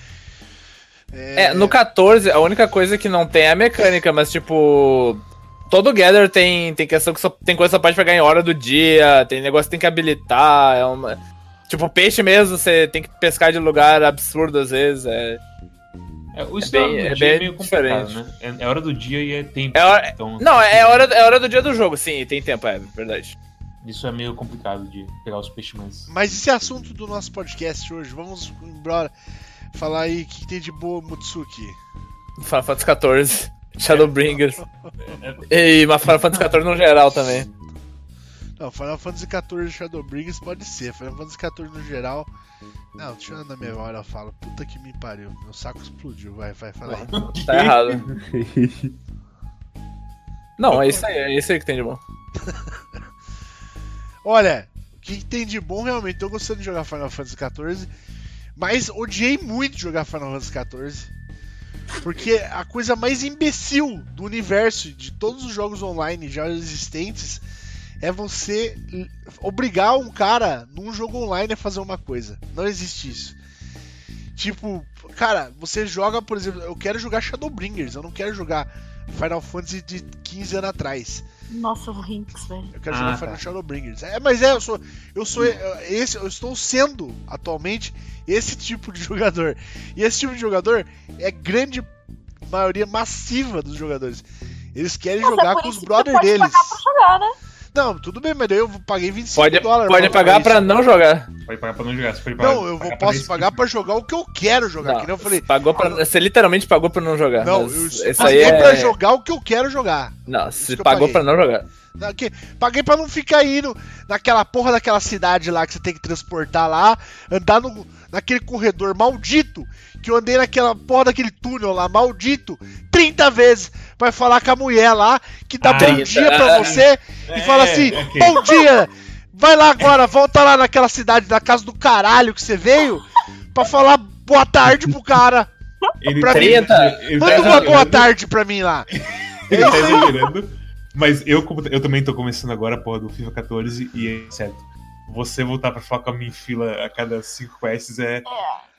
É, no 14, a única coisa que não tem é a mecânica, mas tipo. Todo Gather tem, tem questão que só tem coisa que só pode pegar em hora do dia, tem negócio que tem que habilitar, é uma. Tipo, peixe mesmo, você tem que pescar de lugar absurdo às vezes. É,
É, o
bem-
estado
é
do dia é
bem
meio complicado,
diferente.
né? É, é hora do dia e é tempo.
É hora-
então,
Não, é hora, é hora do dia do jogo, sim, tem tempo, é verdade.
Isso é meio complicado de pegar os peixes mais.
Mas esse é assunto do nosso podcast hoje. Vamos embora falar aí o que que tem de boa, Mutsuki.
Final Fantasy 14. Shadowbringers. e mas Final Fantasy XIV no geral também.
Não, Final Fantasy XIV e Shadowbringers pode ser. Final Fantasy XIV no geral. Não, deixa eu na memória, eu falo. Puta que me pariu. Meu saco explodiu. Vai, vai, fala aí.
Tá errado. Não, é isso aí, é isso aí que tem de bom.
Olha, o que tem de bom realmente? Tô gostando de jogar Final Fantasy XIV. Mas odiei muito jogar Final Fantasy XIV. Porque a coisa mais imbecil do universo, de todos os jogos online já existentes, é você l- obrigar um cara num jogo online a fazer uma coisa. Não existe isso. Tipo, cara, você joga, por exemplo, eu quero jogar Shadowbringers, eu não quero jogar Final Fantasy de 15 anos atrás.
Nossa, o Rinks, velho.
Eu quero
Ah,
jogar
tá.
Final Shadowbringers. É, mas é, eu sou. Eu sou. eu- Esse, eu estou sendo atualmente esse tipo de jogador. E esse tipo de jogador é grande maioria massiva dos jogadores. Eles querem
Mas é
jogar
por
com os
isso que
brothers
tu pode
deles.
pagar pra jogar, né?
Não, tudo bem, mas daí eu paguei 25
Pode,
dólares.
pode pagar pra não jogar.
Pode pagar pra não jogar. Você pode pagar,
Não, eu vou,
pagar
posso
pra
pagar pra jogar o que eu quero jogar.
Não,
que nem eu falei. Ah,
Pagou pra, você literalmente pagou pra não jogar.
Não,
mas
eu
isso aí
paguei
é.
pra jogar o que eu quero jogar.
Não,
isso
se
que eu
pagou
paguei.
pra não jogar.
Na- que- paguei pra não ficar indo naquela porra daquela cidade lá que você tem que transportar lá, andar no, naquele corredor maldito, que eu andei naquela porra daquele túnel lá, maldito, 30 vezes, vai falar com a mulher lá, que dá
Ah,
bom
30.
dia pra você, e
É,
fala assim,
ok.
bom dia, vai lá agora, volta lá naquela cidade, na casa do caralho que você veio, pra falar boa tarde pro cara,
Ele
pra
tá-
mim-
ele tá
manda uma boa
exagerando.
tarde pra mim lá.
Ele tá exagerando. Mas eu, como- eu também tô começando agora a porra do FIFA 14 e é certo. Você voltar pra falar com a minha fila a cada 5 quests é,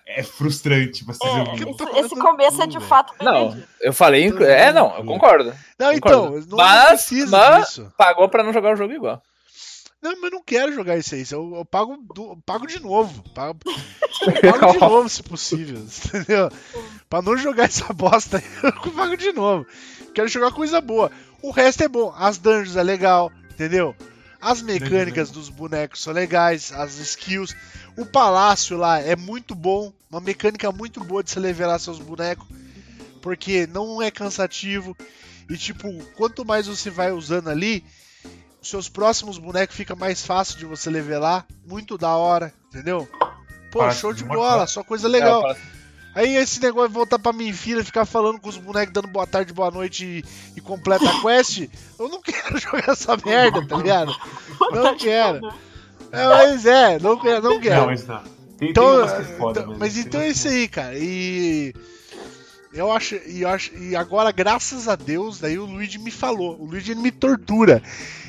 É.
é frustrante. Vocês
é,
ouvindo.
esse, esse começo é de fato bem
Não,
medido.
eu falei. inclu- É, não, eu concordo.
Não, então,
Concordo.
não
Mas-
precisa
mas-
disso.
Pagou pra não jogar o jogo igual.
Não, mas eu não quero jogar isso aí. isso Eu, eu pago, do- eu pago de novo. Pago, eu pago de novo, se possível. Entendeu? Pra não jogar essa bosta, aí, eu pago de novo. Quero jogar coisa boa. O resto é bom. As dungeons é legal, entendeu? As mecânicas dos bonecos são legais, as skills. O palácio lá é muito bom. Uma mecânica muito boa de você levelar seus bonecos. Porque não é cansativo. E tipo, quanto mais você vai usando ali, os seus próximos bonecos fica mais fácil de você levelar. Muito da hora, entendeu? Pô,
Palácio
show de
muito
bola,
bom.
só coisa legal.
É, eu falo-
Aí esse negócio de voltar pra minha filha, ficar falando com os bonecos, dando boa tarde, boa noite e, e completa a quest, eu não quero jogar essa merda, tá ligado? Não quero. É, mas é, não quero, não
Não,
quero.
mas não. Tem,
Então,
tem umas que é foda,
então-
mesmo.
mas
Tem
então é
umas
isso aí, cara. E eu acho, e eu acho, e agora graças a Deus, daí o Luigi me falou. O Luigi ele me tortura.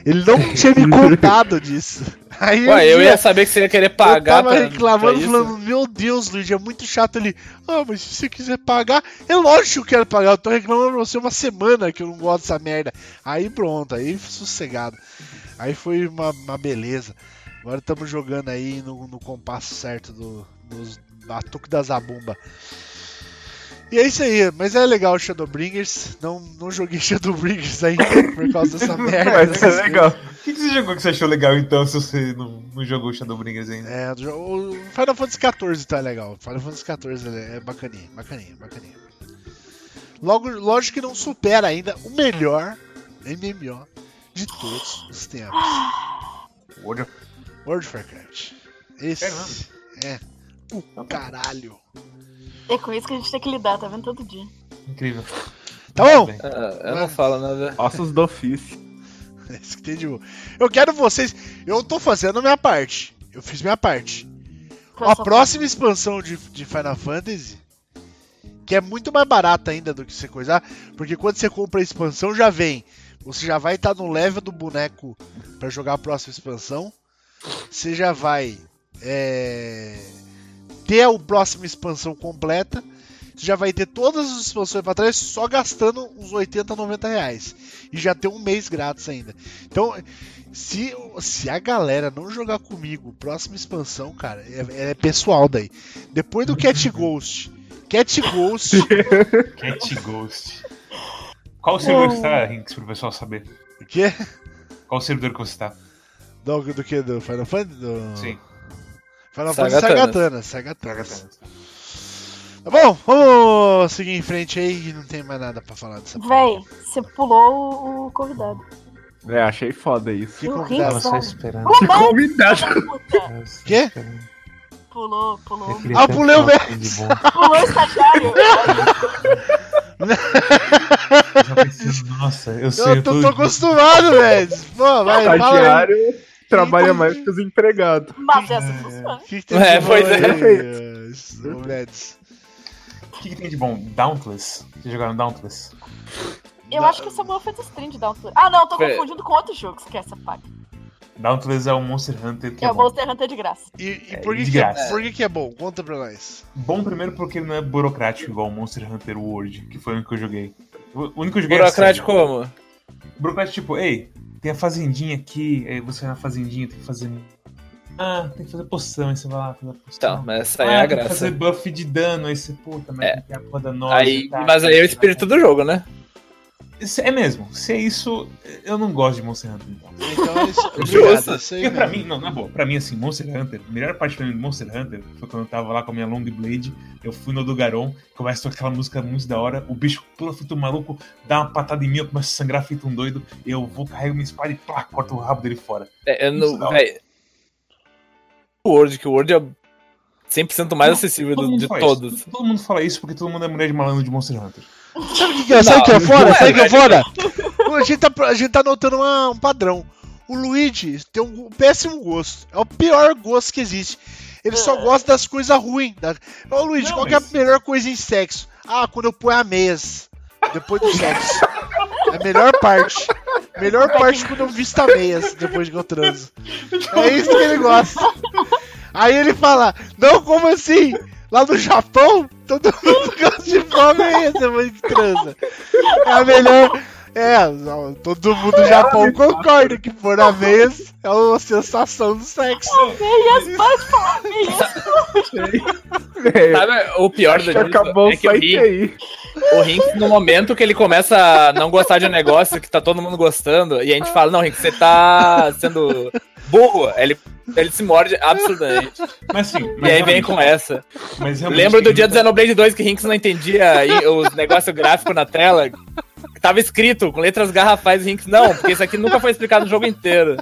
Ele não tinha me contado disso. Aí um
Ué, eu
dia-
ia saber que você ia querer
eu
pagar
tava
pra- pra
reclamando,
isso.
falando, meu Deus, Luigi, é muito chato ele. Ah, mas se você quiser pagar, é lógico que eu quero pagar. Eu tô reclamando pra você uma semana que eu não gosto dessa merda. Aí pronto, aí sossegado. Aí foi uma, uma beleza. Agora estamos jogando aí no, no compasso certo do, dos batuque da zabumba. E é isso aí, mas é legal o Shadowbringers. Não, não joguei Shadowbringers ainda por causa dessa merda. né?
Mas é
dessas
legal.
O que, que você jogou que você achou legal então, se você não, não jogou Shadowbringers ainda?
É, do jo- o Final Fantasy XIV tá legal. Final Fantasy XIV é é bacaninha, bacaninha, bacaninha. Logo, lógico que não supera ainda o melhor MMO de todos os tempos.
World of-
World of Warcraft. Esse
É mesmo?
é o caralho.
É com isso que a gente tem que lidar, tá vendo todo dia.
Incrível.
Tá bom?
Bem,
Ah, Eu não falo nada.
Ossos do ofício.
Esse que tem de boa. Eu quero vocês. Eu tô fazendo a minha parte. Eu fiz minha parte.
Pra
A
só-
próxima expansão de, de Final Fantasy, que é muito mais barata ainda do que você coisar, porque quando você compra a expansão já vem. Você já vai estar no level do boneco pra jogar a próxima expansão. Você já vai é, ter a próxima expansão completa. Você já vai ter todas as expansões pra trás só gastando uns 80, 90 reais. E já tem um mês grátis ainda. Então, se, se a galera não jogar comigo, próxima expansão, cara, é, é pessoal daí. Depois do Cat Ghost. Cat Ghost.
Cat Ghost. Qual o servidor que você tá, Rinks, pro pessoal saber?
o quê?
Qual o servidor que você tá?
é Do, do que? Do Final Fantasy? Do...
Sim.
Final Fantasy Sagatana. Sagatana. Tá bom, vamos seguir em frente aí, não tem mais nada pra falar dessa
Véi, você pulou o convidado.
É, achei foda isso.
Que
o
convidado?
Rickson.
esperando.
Pulou,
Que convidado.
puta.
Tá Quê?
Pulou, pulou.
Ah, eu pulei o
Pulou o estagiário.
Nossa, eu sei.
Eu tô, tô acostumado, velho. Pô, vai,
Tá
fala aí.
Estagiário trabalha mais que os empregados.
Mas essa funciona.
O que, que tem
É,
de
pois
bom
é.
aí, eh, ô, Mads?
O que, que tem de bom? Dauntless. Vocês jogaram Dauntless?
Eu acho que o Samuel fez o stream de Downtour. Ah, não, eu tô
Pera-
confundindo com outro jogo. Esquece essa parte.
Dauntless é um Monster Hunter que
Tá
É
é
o
bom.
Monster Hunter de graça.
E, e
É,
por, que
de
que é,
graça.
por que que é bom? Conta pra nós.
Bom primeiro porque ele não é burocrático igual o Monster Hunter World, que foi o único que eu joguei. O único que eu joguei é
Burocrático
sério.
como?
Burocrático, tipo, ei, tem a fazendinha aqui, aí você vai na fazendinha, tem que fazer. Ah, tem que fazer poção, aí você vai lá fazer poção.
Tá, mas essa
Ah,
aí é a
tem que
graça.
fazer buff de dano, aí você, puta, mas
É.
tem que ter a porra da nossa.
Aí,
tá,
mas aí é o
tá,
espírito
tá.
do jogo, né?
Isso- É mesmo, se é isso, eu não gosto de Monster Hunter. Então.
Então é isso. Obrigado,
Justo.
é isso aí
Porque pra
mesmo.
Né?
mim, não, na boa, pra mim assim, Monster Hunter, a melhor parte pra mim do Monster Hunter foi quando eu tava lá com a minha Long Blade, eu fui no do Garon, começa a tocar aquela música muito da hora, o bicho pula feito um maluco, dá uma patada em mim, eu começo a sangrar feito um doido, eu vou, carrego minha espada e plá, corto o rabo dele fora.
É, eu
Isso
não.
não.
Véi, o Word, que o Word é 100% mais acessível
Todo
do-
mundo
de
fala
todos.
Isso. Todo mundo fala isso porque todo mundo é mulher de malandro de Monster Hunter.
Sabe o que, que é? Sabe o que é
Não,
foda?
não é,
Sabe o que é
velho.
foda? A gente tá, a gente tá notando uma- um padrão. O Luigi tem um péssimo gosto. É o pior gosto que existe. Ele só gosta das coisas ruins. Da... Ô Luigi,
É. Não,
qual que é a
mas-
melhor coisa em sexo? Ah, quando eu ponho a meias. Depois do sexo. É a melhor parte. Melhor parte quando eu visto a meias depois que eu transo. É isso que ele gosta. Aí ele fala, não, como assim? Lá no Japão, todo mundo gosta de fome aí, depois que transa. É a melhor. É, não, todo mundo do Japão concorda que por a vez é uma sensação do sexo.
Meias, pode falar meias.
É,
Sabe, o pior
acho
do
que acabou
é
o
que o
site
Rin,
aí.
o Rinks, no momento que ele começa a não gostar de um negócio que tá todo mundo gostando, e a gente fala, não, Rinks, você tá sendo burro. Aí Ele, ele se morde absurdamente.
Mas sim,
E aí vem com essa.
mas realmente
Lembro do
tem
dia do
muita-
Xenoblade 2 que Rinks não entendia e- os negócios gráficos na tela. Tava escrito com letras garrafais Rinks, não, porque isso aqui nunca foi explicado no jogo inteiro.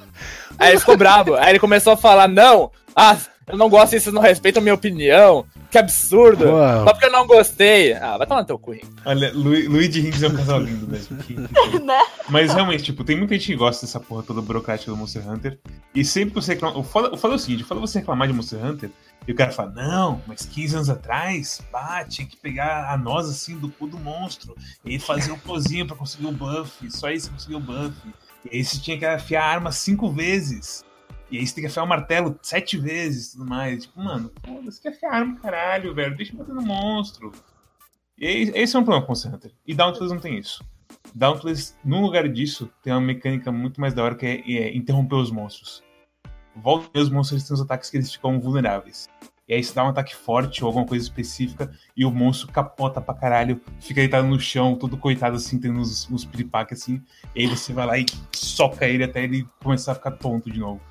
Aí ele ficou brabo. Aí ele começou a falar, não, ah, eu não gosto e vocês não respeitam a minha opinião. Que absurdo.
Uau.
Só porque eu não gostei. Ah, vai tomar no teu cu, Rinks.
Olha, Lu- Luigi Hinds é um casal lindo mesmo. que- que coisa.
Né?
Mas realmente, tipo, tem muita gente que gosta dessa porra toda burocrática do Monster Hunter. E sempre que você reclama. O foda, o foda é o seguinte: o foda é você reclamar de Monster Hunter e o cara fala, não, mas 15 anos atrás, pá, tinha que pegar a noz assim do cu do monstro e fazer um pozinho pra conseguir o buff. Só aí você conseguiu o buff. E aí você tinha que afiar a arma cinco vezes. E aí você tem que afiar o martelo sete vezes e tudo mais. Tipo, mano, foda-se que afiar a arma, caralho, velho. Deixa eu bater no monstro. E aí- esse é um problema com Monster Hunter. E Dauntless não tem isso. Dauntless, no lugar disso, tem uma mecânica muito mais da hora que é, é interromper os monstros. Volta e os monstros têm os ataques que eles ficam vulneráveis. E aí você dá um ataque forte ou alguma coisa específica e o monstro capota pra caralho, fica deitado no chão, todo coitado assim, tendo uns, uns piripaques assim. E aí você vai lá e soca ele até ele começar a ficar tonto de novo.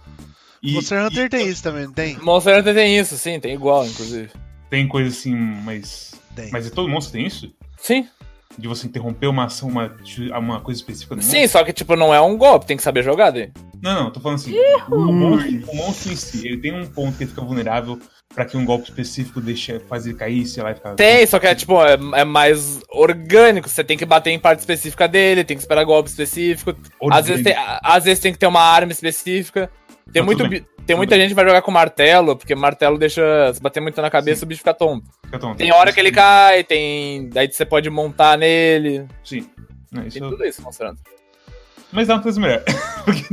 E,
Monster é Hunter tem isso também, não tem?
Monster Hunter tem isso, sim, tem igual, inclusive.
e tem coisa assim, mas.
Tem.
Mas é todo monstro tem isso?
Sim,
De você interromper uma ação, uma, uma coisa específica do monstro?
sim, só que tipo, não é um golpe, tem que saber jogar daí.
Não, não, eu tô falando assim. O monstro, o monstro em si, ele tem um ponto que ele fica vulnerável pra que um golpe específico deixe, faz ele cair, sei lá, e ficar.
Tem, só que é tipo, é, é mais orgânico, você tem que bater em parte específica dele, tem que esperar golpe específico,
Orgânico.
Às vezes, tem, a- às vezes tem que ter uma arma específica. Tem,
Mas
muito,
tudo
bi-
bem,
tem muita gente que vai jogar com martelo, porque martelo deixa. Se bater muito na cabeça, o bicho fica tonto.
Fica assim. tonto.
Tem hora que ele cai, tem. Daí você pode montar nele.
Sim. Não, isso-
Tem tudo isso mostrando.
Mas dá uma coisa melhor. Porque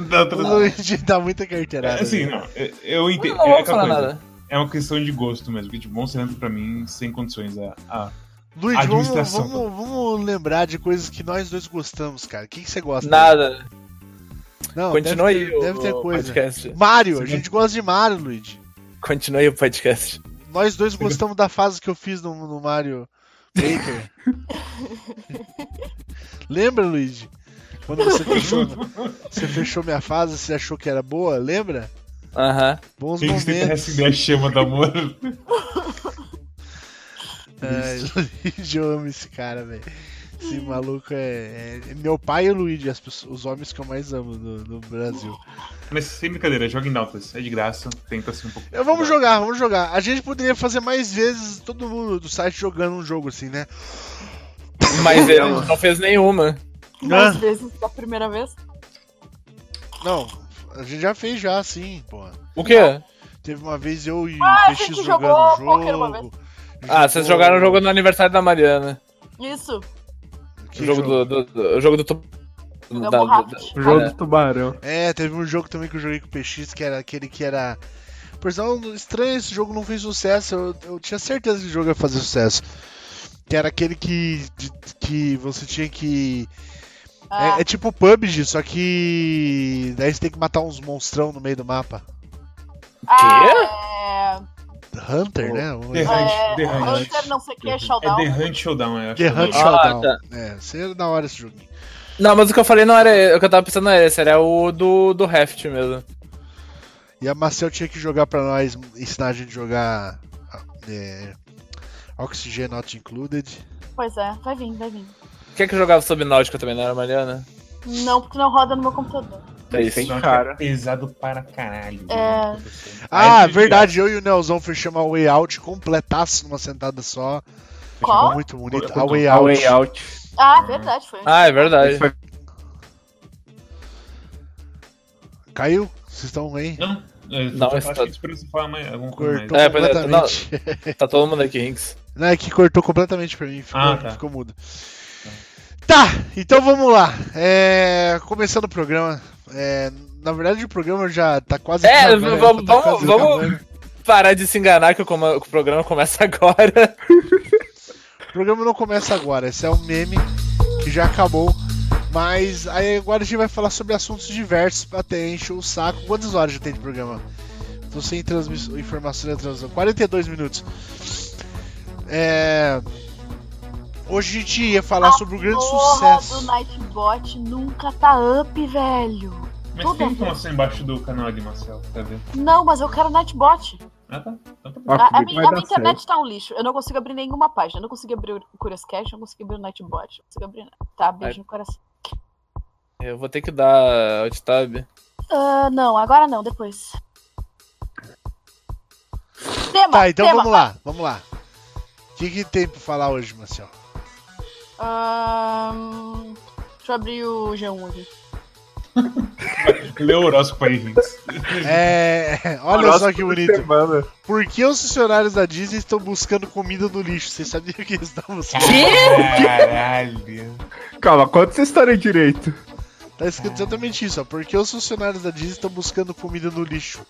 dá uma
O
coisa...
Luigi dá muita carteirada.
Assim,
né?
não, eu- eu
Eu
entendo.
não
é,
vou
aquela
falar
coisa,
nada.
é uma questão de gosto mesmo. Que, tipo, Monster Hunter pra mim, sem condições. é, ah. A, a-
Luigi, vamos,
administração.
vamos- vamos lembrar de coisas que nós dois gostamos, cara. O que, que você gosta?
Nada.
Não,
Continua
deve,
aí
ter-
o,
deve ter
o
coisa.
podcast.
Mario, a gente gosta de Mario, Luigi.
Continua aí o podcast.
Nós dois gostamos da fase que eu fiz no, no Mario Maker. Lembra, Luigi? Quando você fechou, você fechou minha fase, você achou que era boa, lembra?
Aham.
Bons
tem que sempre
momentos.
reacender a chama do amor.
Ai, Luigi, eu amo esse cara, velho. Esse maluco é, é- Meu pai e o Luigi, as pessoas- os homens que eu mais amo no, no Brasil.
Mas sem brincadeira, joga em Nautilus. É de graça, tenta ser um pouco.
Eu, vamos jogar, vamos jogar. A gente poderia fazer mais vezes todo mundo do site jogando um jogo assim, né?
Mas ele não fez nenhuma.
Ah.
Mais vezes da primeira vez.
Não, a gente já fez já, sim, porra.
O quê?
Teve uma vez eu e
Ah, a
o PX
gente
jogando
jogou
um jogo.
poker uma vez.
Ah, vocês jogaram o jogo no aniversário da Mariana.
Isso.
Que
O jogo do, do, do- o jogo do tu-
Jogamos
da-
Raft.
O jogo
É.
do tubarão.
É, teve um jogo também que eu joguei com o PX, que era aquele que era. Por sinal, estranho, esse jogo não fez sucesso. Eu, eu tinha certeza que o jogo ia fazer sucesso. Que era aquele que. de- que você tinha que.
Ah,
É, é tipo PUBG, só que. Daí você tem que matar uns monstrão no meio do mapa.
ah,
Hunter, né? Alguma
The
coisa assim.
Hunt, The
é...
Hunt.
Hunter não sei o que, é
É
Showdown.
The Hunt Showdown, eu acho.
The Hunt
Ah,
Showdown.
tá.
É, seria da hora esse joguinho.
Não, mas o que eu falei não era. O que eu tava pensando não era esse, era o do, do Raft mesmo.
E a Marcel tinha que jogar pra nós, ensinar a gente a jogar. É, Oxygen Not Included.
Pois é, vai vir, vai vir.
Quem é que jogava Subnáutica também, não era a Mariana?
Não, porque não roda no meu computador.
É isso.
Showdown
cara.
é pesado para caralho. né?
É.
Ah, verdade, eu e o Nelzão fechamos a Way Out completasse numa sentada só. Ficou
Qual?
muito bonito.
Qual?
A Way
A
Out.
Way Out.
Ah, verdade, foi.
Ah, é verdade.
Isso foi-
Caiu? Vocês estão aí?
Não, eu
é
Não,
acho
isso
que
tá-
eles precisam falar mais, alguma coisa mais.
Cortou
É, pois é,
completamente.
Tá todo mundo aqui, Rinks.
Não, é que cortou completamente pra mim, ficou,
Ah, tá.
ficou mudo. Tá, então vamos lá. É, começando o programa. É, na verdade, o programa já tá quase.
É,
acabando, né?
vamos-
Tá
vamos-
quase
vamos-
acabando.
Parar de se enganar que o, coma- que o programa começa agora.
O programa não começa agora, esse é um meme que já acabou. Mas aí agora a gente vai falar sobre assuntos diversos até encher o saco. Quantas horas já tem de programa? Tô sem transmiss- informação da transmissão. 42 minutos. É... Hoje a gente ia falar sobre o grande
Porra
sucesso.
do Nightbot nunca tá up, velho.
Mas tem informação embaixo do canal ali, Marcelo, tá vendo?
Não, mas eu quero Nightbot.
Ah, tá. Então tá bom.
Ó,
A, a
Felipe,
minha,
vai
a minha
dar
internet tá um lixo. Eu não consigo abrir nenhuma página. Eu não consigo abrir o Curioscast, eu não consigo abrir o Nightbot. Eu não consigo abrir nada.
É.
Tá, beijo no coração.
Eu vou ter que dar alt tab.
Ah, não, agora não, depois. Tema,
Tá, então
tema.
vamos lá, vamos lá. O que, que tem pra falar hoje, Marcel?
Ahn, deixa eu abrir o G1 aqui.
Lê o horóscopo aí, Rinks.
É, olha só
Próximo
que
da
bonito.
semana.
Por que os funcionários da Disney estão buscando comida no lixo? Vocês sabiam que eles estavam buscando?
Caralho.
Calma, conta essa história direito.
Tá escrito exatamente isso, ó. Por que os funcionários da Disney estão buscando comida no lixo?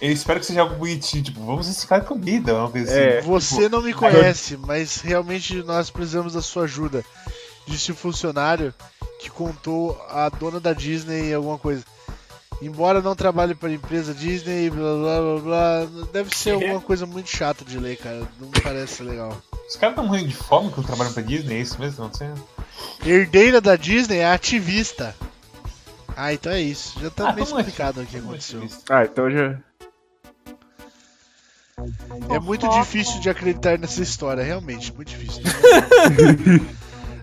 Eu espero que seja algo bonitinho, tipo, vamos esticar comida, uma coisa assim.
É.
Você não me conhece, mas realmente nós precisamos da sua ajuda. Disse o funcionário que contou a dona da Disney alguma coisa. Embora não trabalhe para a empresa Disney, blá blá blá blá. Deve
É.
ser alguma coisa muito chata de ler, cara. Não parece legal.
Os caras estão morrendo de fome quando trabalham pra Disney, é isso mesmo? Não sei.
Herdeira da Disney é ativista. Ah, então é isso. Já tá
Ah,
bem
então é-
explicado o que aconteceu.
Ah, então já.
É muito difícil de acreditar nessa história, realmente, muito difícil.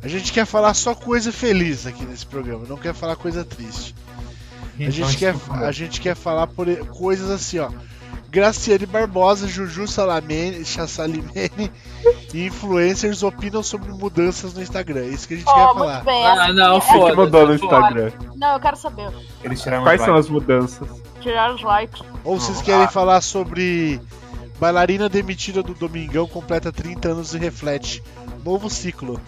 A gente quer falar só coisa feliz aqui nesse programa, não quer falar coisa triste. Então, A gente quer, a gente quer falar por e- coisas assim, ó. Graciane Barbosa, Juju Salamene, Chassalimene e influencers opinam sobre mudanças no Instagram. É isso que a gente
Ó,
quer
muito
falar.
bem.
Ah,
essa-
não,
O que
foda-se.
mudou no
foda-se.
Instagram?
Não, eu quero saber.
Eles tiraram
Quais
as
são
lives.
as mudanças?
Tirar os likes.
Ou vocês
Ah.
querem falar sobre bailarina demitida do Domingão completa 30 anos e reflete. Novo ciclo.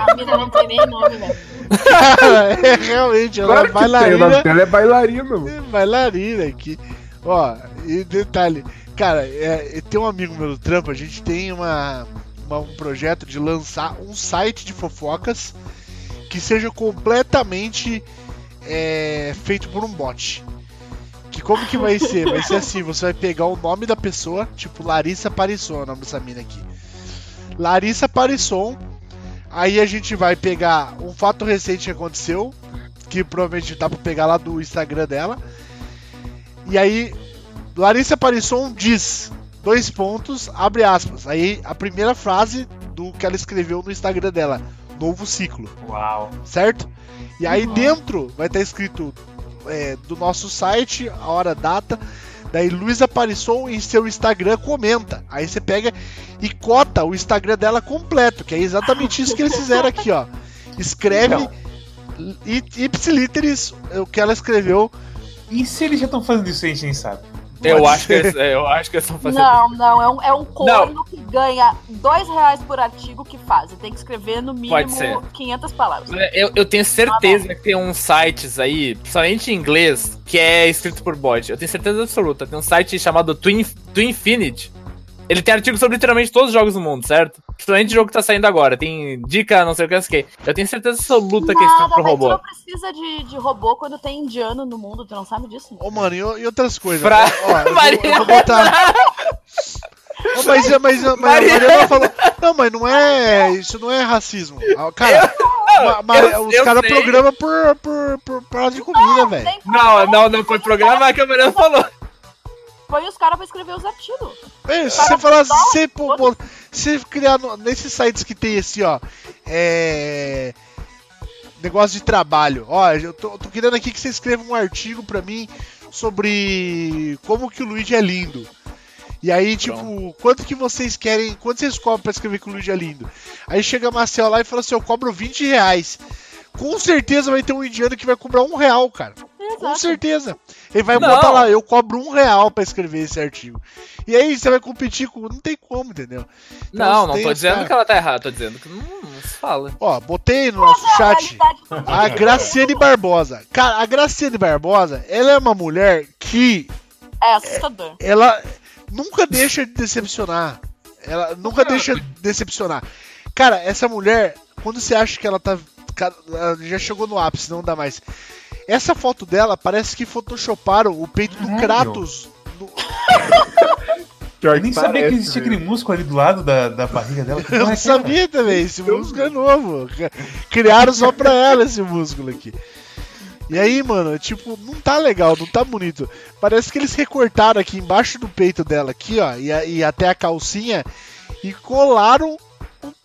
A mina não tem nem nome, né? velho.
Cara, é, realmente, ela
Claro
é
que tem, o nome
bailarina.
dela é bailarino. mano.
É bailarina aqui. Ó, e detalhe, cara, é, tem um amigo meu do trampo, a gente tem uma, uma- um projeto de lançar um site de fofocas que seja completamente é, feito por um bot. Que como que vai ser? Vai ser assim, você vai pegar o nome da pessoa, tipo Larissa Parisson, é o nome dessa mina aqui. Larissa Parisson. Aí a gente vai pegar um fato recente que aconteceu, que provavelmente dá pra pegar lá do Instagram dela. E aí, Larissa Parisson diz: dois pontos, abre aspas. Aí a primeira frase do que ela escreveu no Instagram dela, novo ciclo,
Uau.
certo? E aí
Uhum.
dentro vai estar escrito é, do nosso site, a hora, a data. Daí Luiz Aparissou em seu Instagram comenta. Aí você pega e cota o Instagram dela completo, que é exatamente isso que eles fizeram aqui, ó. Escreve
Então.
i- ipsilíteres é o que ela escreveu.
E se eles já estão fazendo isso, a gente nem sabe.
Eu
Pode
acho, que eles, é, eu acho que eles estão fazendo.
Não, não, é um, é um corno que ganha dois reais por artigo que faz. E tem que escrever no mínimo
Pode ser.
500 palavras.
É, Eu, eu tenho certeza que tem uns sites aí, principalmente em inglês, que é escrito por bot. Eu tenho certeza absoluta. Tem um site chamado Twin, Twinfinity. Ele tem artigos sobre literalmente todos os jogos do mundo, certo? Principalmente o jogo que tá saindo agora. Tem dica, não sei o que, não sei o que. Eu tenho certeza absoluta que é escrito
Nada,
por
mas tu
robô.
não precisa de, de robô quando tem indiano no mundo, tu não sabe disso? né?
Ô, mano, e, o- e outras coisas.
Fra-
Ó, ó, eu, vou, eu
Maria
vou botar. Ô, mas, é, mas, mas, mas
Maria-
a Mariana falou. Não, mas não é. Isso não é racismo. Ah, Cara, ma- ma-
eu-
os
eu
caras
sei.
programam por, por, por prato de comida, velho.
Tem-
Não, não, não foi programa que a Mariana falou.
Põe os caras pra escrever os artigos.
Ei, Se você falar, se, pô, pô, se criar no- nesses sites que tem esse, ó, é. Negócio de trabalho. Ó, eu tô, tô querendo aqui que você escreva um artigo pra mim sobre como que o Luigi é lindo. E aí, tipo, quanto que vocês querem, quanto vocês cobram pra escrever que o Luigi é lindo? Aí chega a Marcel lá e fala assim, eu cobro 20 reais. Com certeza vai ter um indiano que vai cobrar um real, cara. Com
Exato.
certeza. Ele vai
Não.
botar lá, eu cobro um real pra escrever esse artigo. E aí você vai competir com. Não tem como, entendeu? Então,
Não, não
tem
tô
os
dizendo
caras-
que ela tá errada, tô dizendo que não, não se fala.
Ó, botei no nosso
A
chat
realidade do mundo.
a Graciane Barbosa. Cara, a Graciane Barbosa, ela é uma mulher que
É assustador.
ela nunca deixa de decepcionar. Ela nunca deixa de decepcionar. Cara, essa mulher, quando você acha que ela tá. cara, ela Já chegou no ápice, não dá mais. Essa foto dela parece que photoshoparam o peito do
Caralho.
Kratos. no-
Pior
Eu nem sabia que
parece,
existia
velho.
aquele músculo ali do lado da, da barriga dela. Que
Eu
porra é
não
aquela?
sabia também, esse
Então-
músculo é novo. Criaram só pra ela esse músculo aqui. E aí, mano, tipo, não tá legal, não tá bonito. Parece que eles recortaram aqui embaixo do peito dela, aqui, ó, e, a- e até a calcinha, e colaram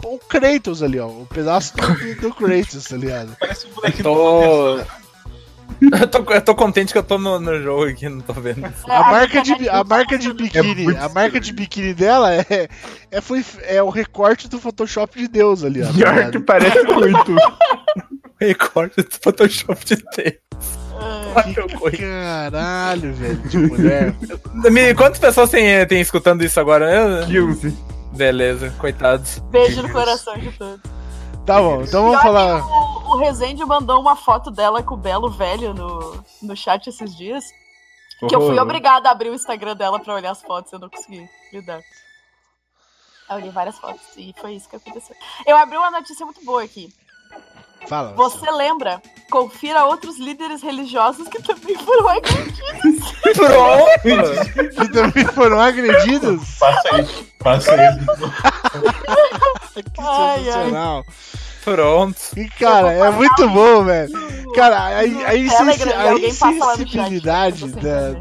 o, o Kratos ali, ó. O pedaço do, do Kratos, tá ligado?
Parece um bonequinho.
Tô. eu, tô eu tô contente que eu tô no, no jogo aqui, não tô vendo.
É,
A marca de, bi-
realidade
a
do
marca de
mundo.
É
biquíni,
muito
a marca de biquíni dela é, é, foi, é o recorte do Photoshop de Deus ali, ó. tá
Pior
ligado?
que parece muito.
Recorte do Photoshop de ter.
é um,
Caralho, velho, de mulher.
Me, quantas pessoas tem, tem escutando isso agora mesmo?
15.
Beleza, coitados.
é, Beijo no coração de todos.
Tá bom, então vamos
E
falar.
O, o Rezende mandou uma foto dela com o Belo Velho no, no chat esses dias. Que eu fui
Oh.
obrigada a abrir o Instagram dela pra olhar as fotos, eu não consegui lidar. Eu olhei várias fotos e foi isso que aconteceu. Eu abri uma notícia muito boa aqui.
Fala.
um Você lembra? Confira outros líderes religiosos que também foram agredidos.
Pronto!
Que também foram agredidos?
Passa aí, passa aí.
Que
Ai, ai.
sensacional.
Pronto.
E, cara, é muito
um
bom, velho. Cara, a, a, a insensi-
Telegram, e
a
é alguém passa lá no chat.
insensibilidade
Eu tô sem
da.
fazer.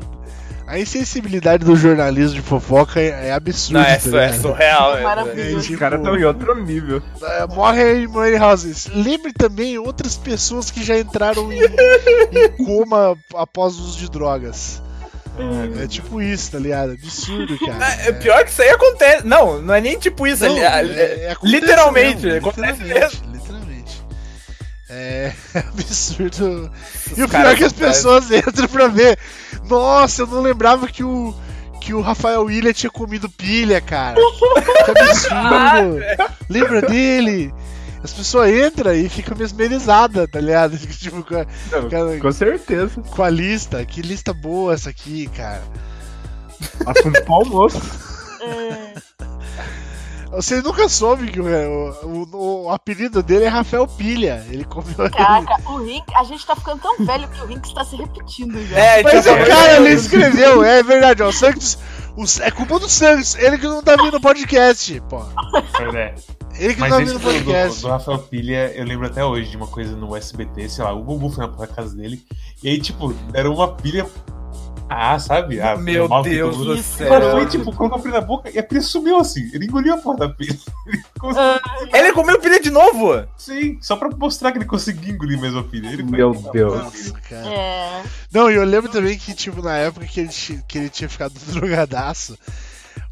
A insensibilidade do jornalismo de fofoca é, é absurda.
Não, é, su- é
né?
surreal. é-
Maravilha.
É,
Os
tipo,
caras estão em outro nível.
é, Morre aí, Money Houses. Lembre também outras pessoas que já entraram em, em coma após o uso de drogas. É tipo isso, tá ligado? Absurdo, cara.
é- é Pior que isso aí acontece. Não, não é nem tipo isso.
Não,
ali- ali-
é- é- acontece
literalmente,
mesmo,
acontece
literalmente, literalmente. É absurdo. E o pior
caras
é que as
acontecem.
pessoas entram pra ver. Nossa, eu não lembrava que o que o Rafael Willian tinha comido pilha, cara. Que absurdo. Lembra dele? As pessoas entram e ficam mesmerizadas, tá ligado? Fica, Tipo, com a,
Não,
Cara-
com certeza.
com a lista. Que lista boa essa aqui, cara.
Assunto pro almoço.
É,
Você nunca soube que o, o- o- o apelido dele é Rafael Pilha. Ele comeu.
Caraca, o Rink, a gente tá ficando tão velho que o Rink está se repetindo já.
É,
Mas
tipo,
o cara ali escreveu, é verdade, ó. O Santos. o S- é culpa do Santos, ele que não tá vindo no podcast, pô.
É.
Ele que não
Mas
tá vindo
esse
no
do, do,
podcast.
do Rafael Pilha, eu lembro até hoje de uma coisa no SBT, sei lá, o Gugu foi na pra casa dele, e aí, tipo, deram uma pilha Ah, sabe? Ah,
Meu
normal que
Deus
todo
do
mundo-
céu.
Mas foi tipo, quando eu abri na boca, e a pilha sumiu assim. Ele engoliu a porra da pilha. Ele conseguiu,
Ele comeu pilha de novo?
sim, só pra mostrar que ele conseguiu engolir mesmo a pilha. Ele
Meu Deus.
Nossa, cara.
É.
Não, e eu lembro também que, tipo, na época que ele, ti- que ele tinha ficado drogadaço,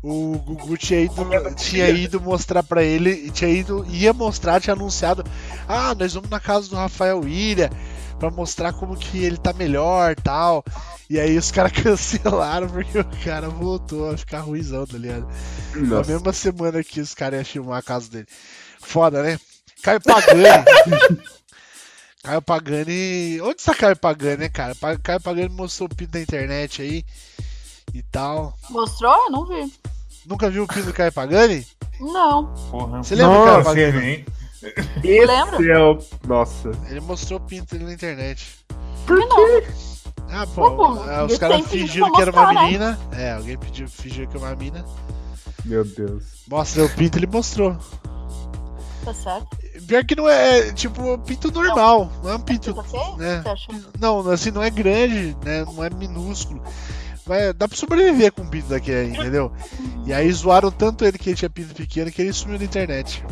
o Gugu tinha ido, tinha ido mostrar pra ele, tinha ido, ia mostrar, tinha anunciado, ah, nós vamos na casa do Rafael Ilha pra mostrar como que ele tá melhor tal. E aí os caras cancelaram porque o cara voltou a ficar ruizão, tá ligado? Na
Nossa.
mesma semana que os caras iam filmar a casa dele. Foda, né? Caio Pagani. Caio Pagani. Onde está Caio Pagani, né, cara? Pa- Caio Pagani mostrou o pino da internet aí e tal.
Mostrou? Eu não vi.
Nunca viu o pino do Caio Pagani?
Não.
Porra.
Você lembra,
Nossa,
cara, Fábio?
ele, hein?
Esse é o... Nossa.
Ele mostrou o pino dele na internet.
Por
quê?
Ah, pô.
Como?
ah, Os
Ele
caras
tem pedido
fingiram
pra
que era uma
mostrar, né?
menina. É, alguém pediu, fingiu que era uma menina.
Meu Deus.
Mostra o pinto, ele mostrou.
Tá certo?
Pior que não é, é, tipo, um pinto normal. Não é um pinto
Tá ok?
né?
Você acha?
Não, assim, não é grande, né? Não é minúsculo. Mas dá pra sobreviver com um pinto daquele aí, entendeu? E aí zoaram tanto ele que ele tinha pinto pequeno que ele sumiu da internet.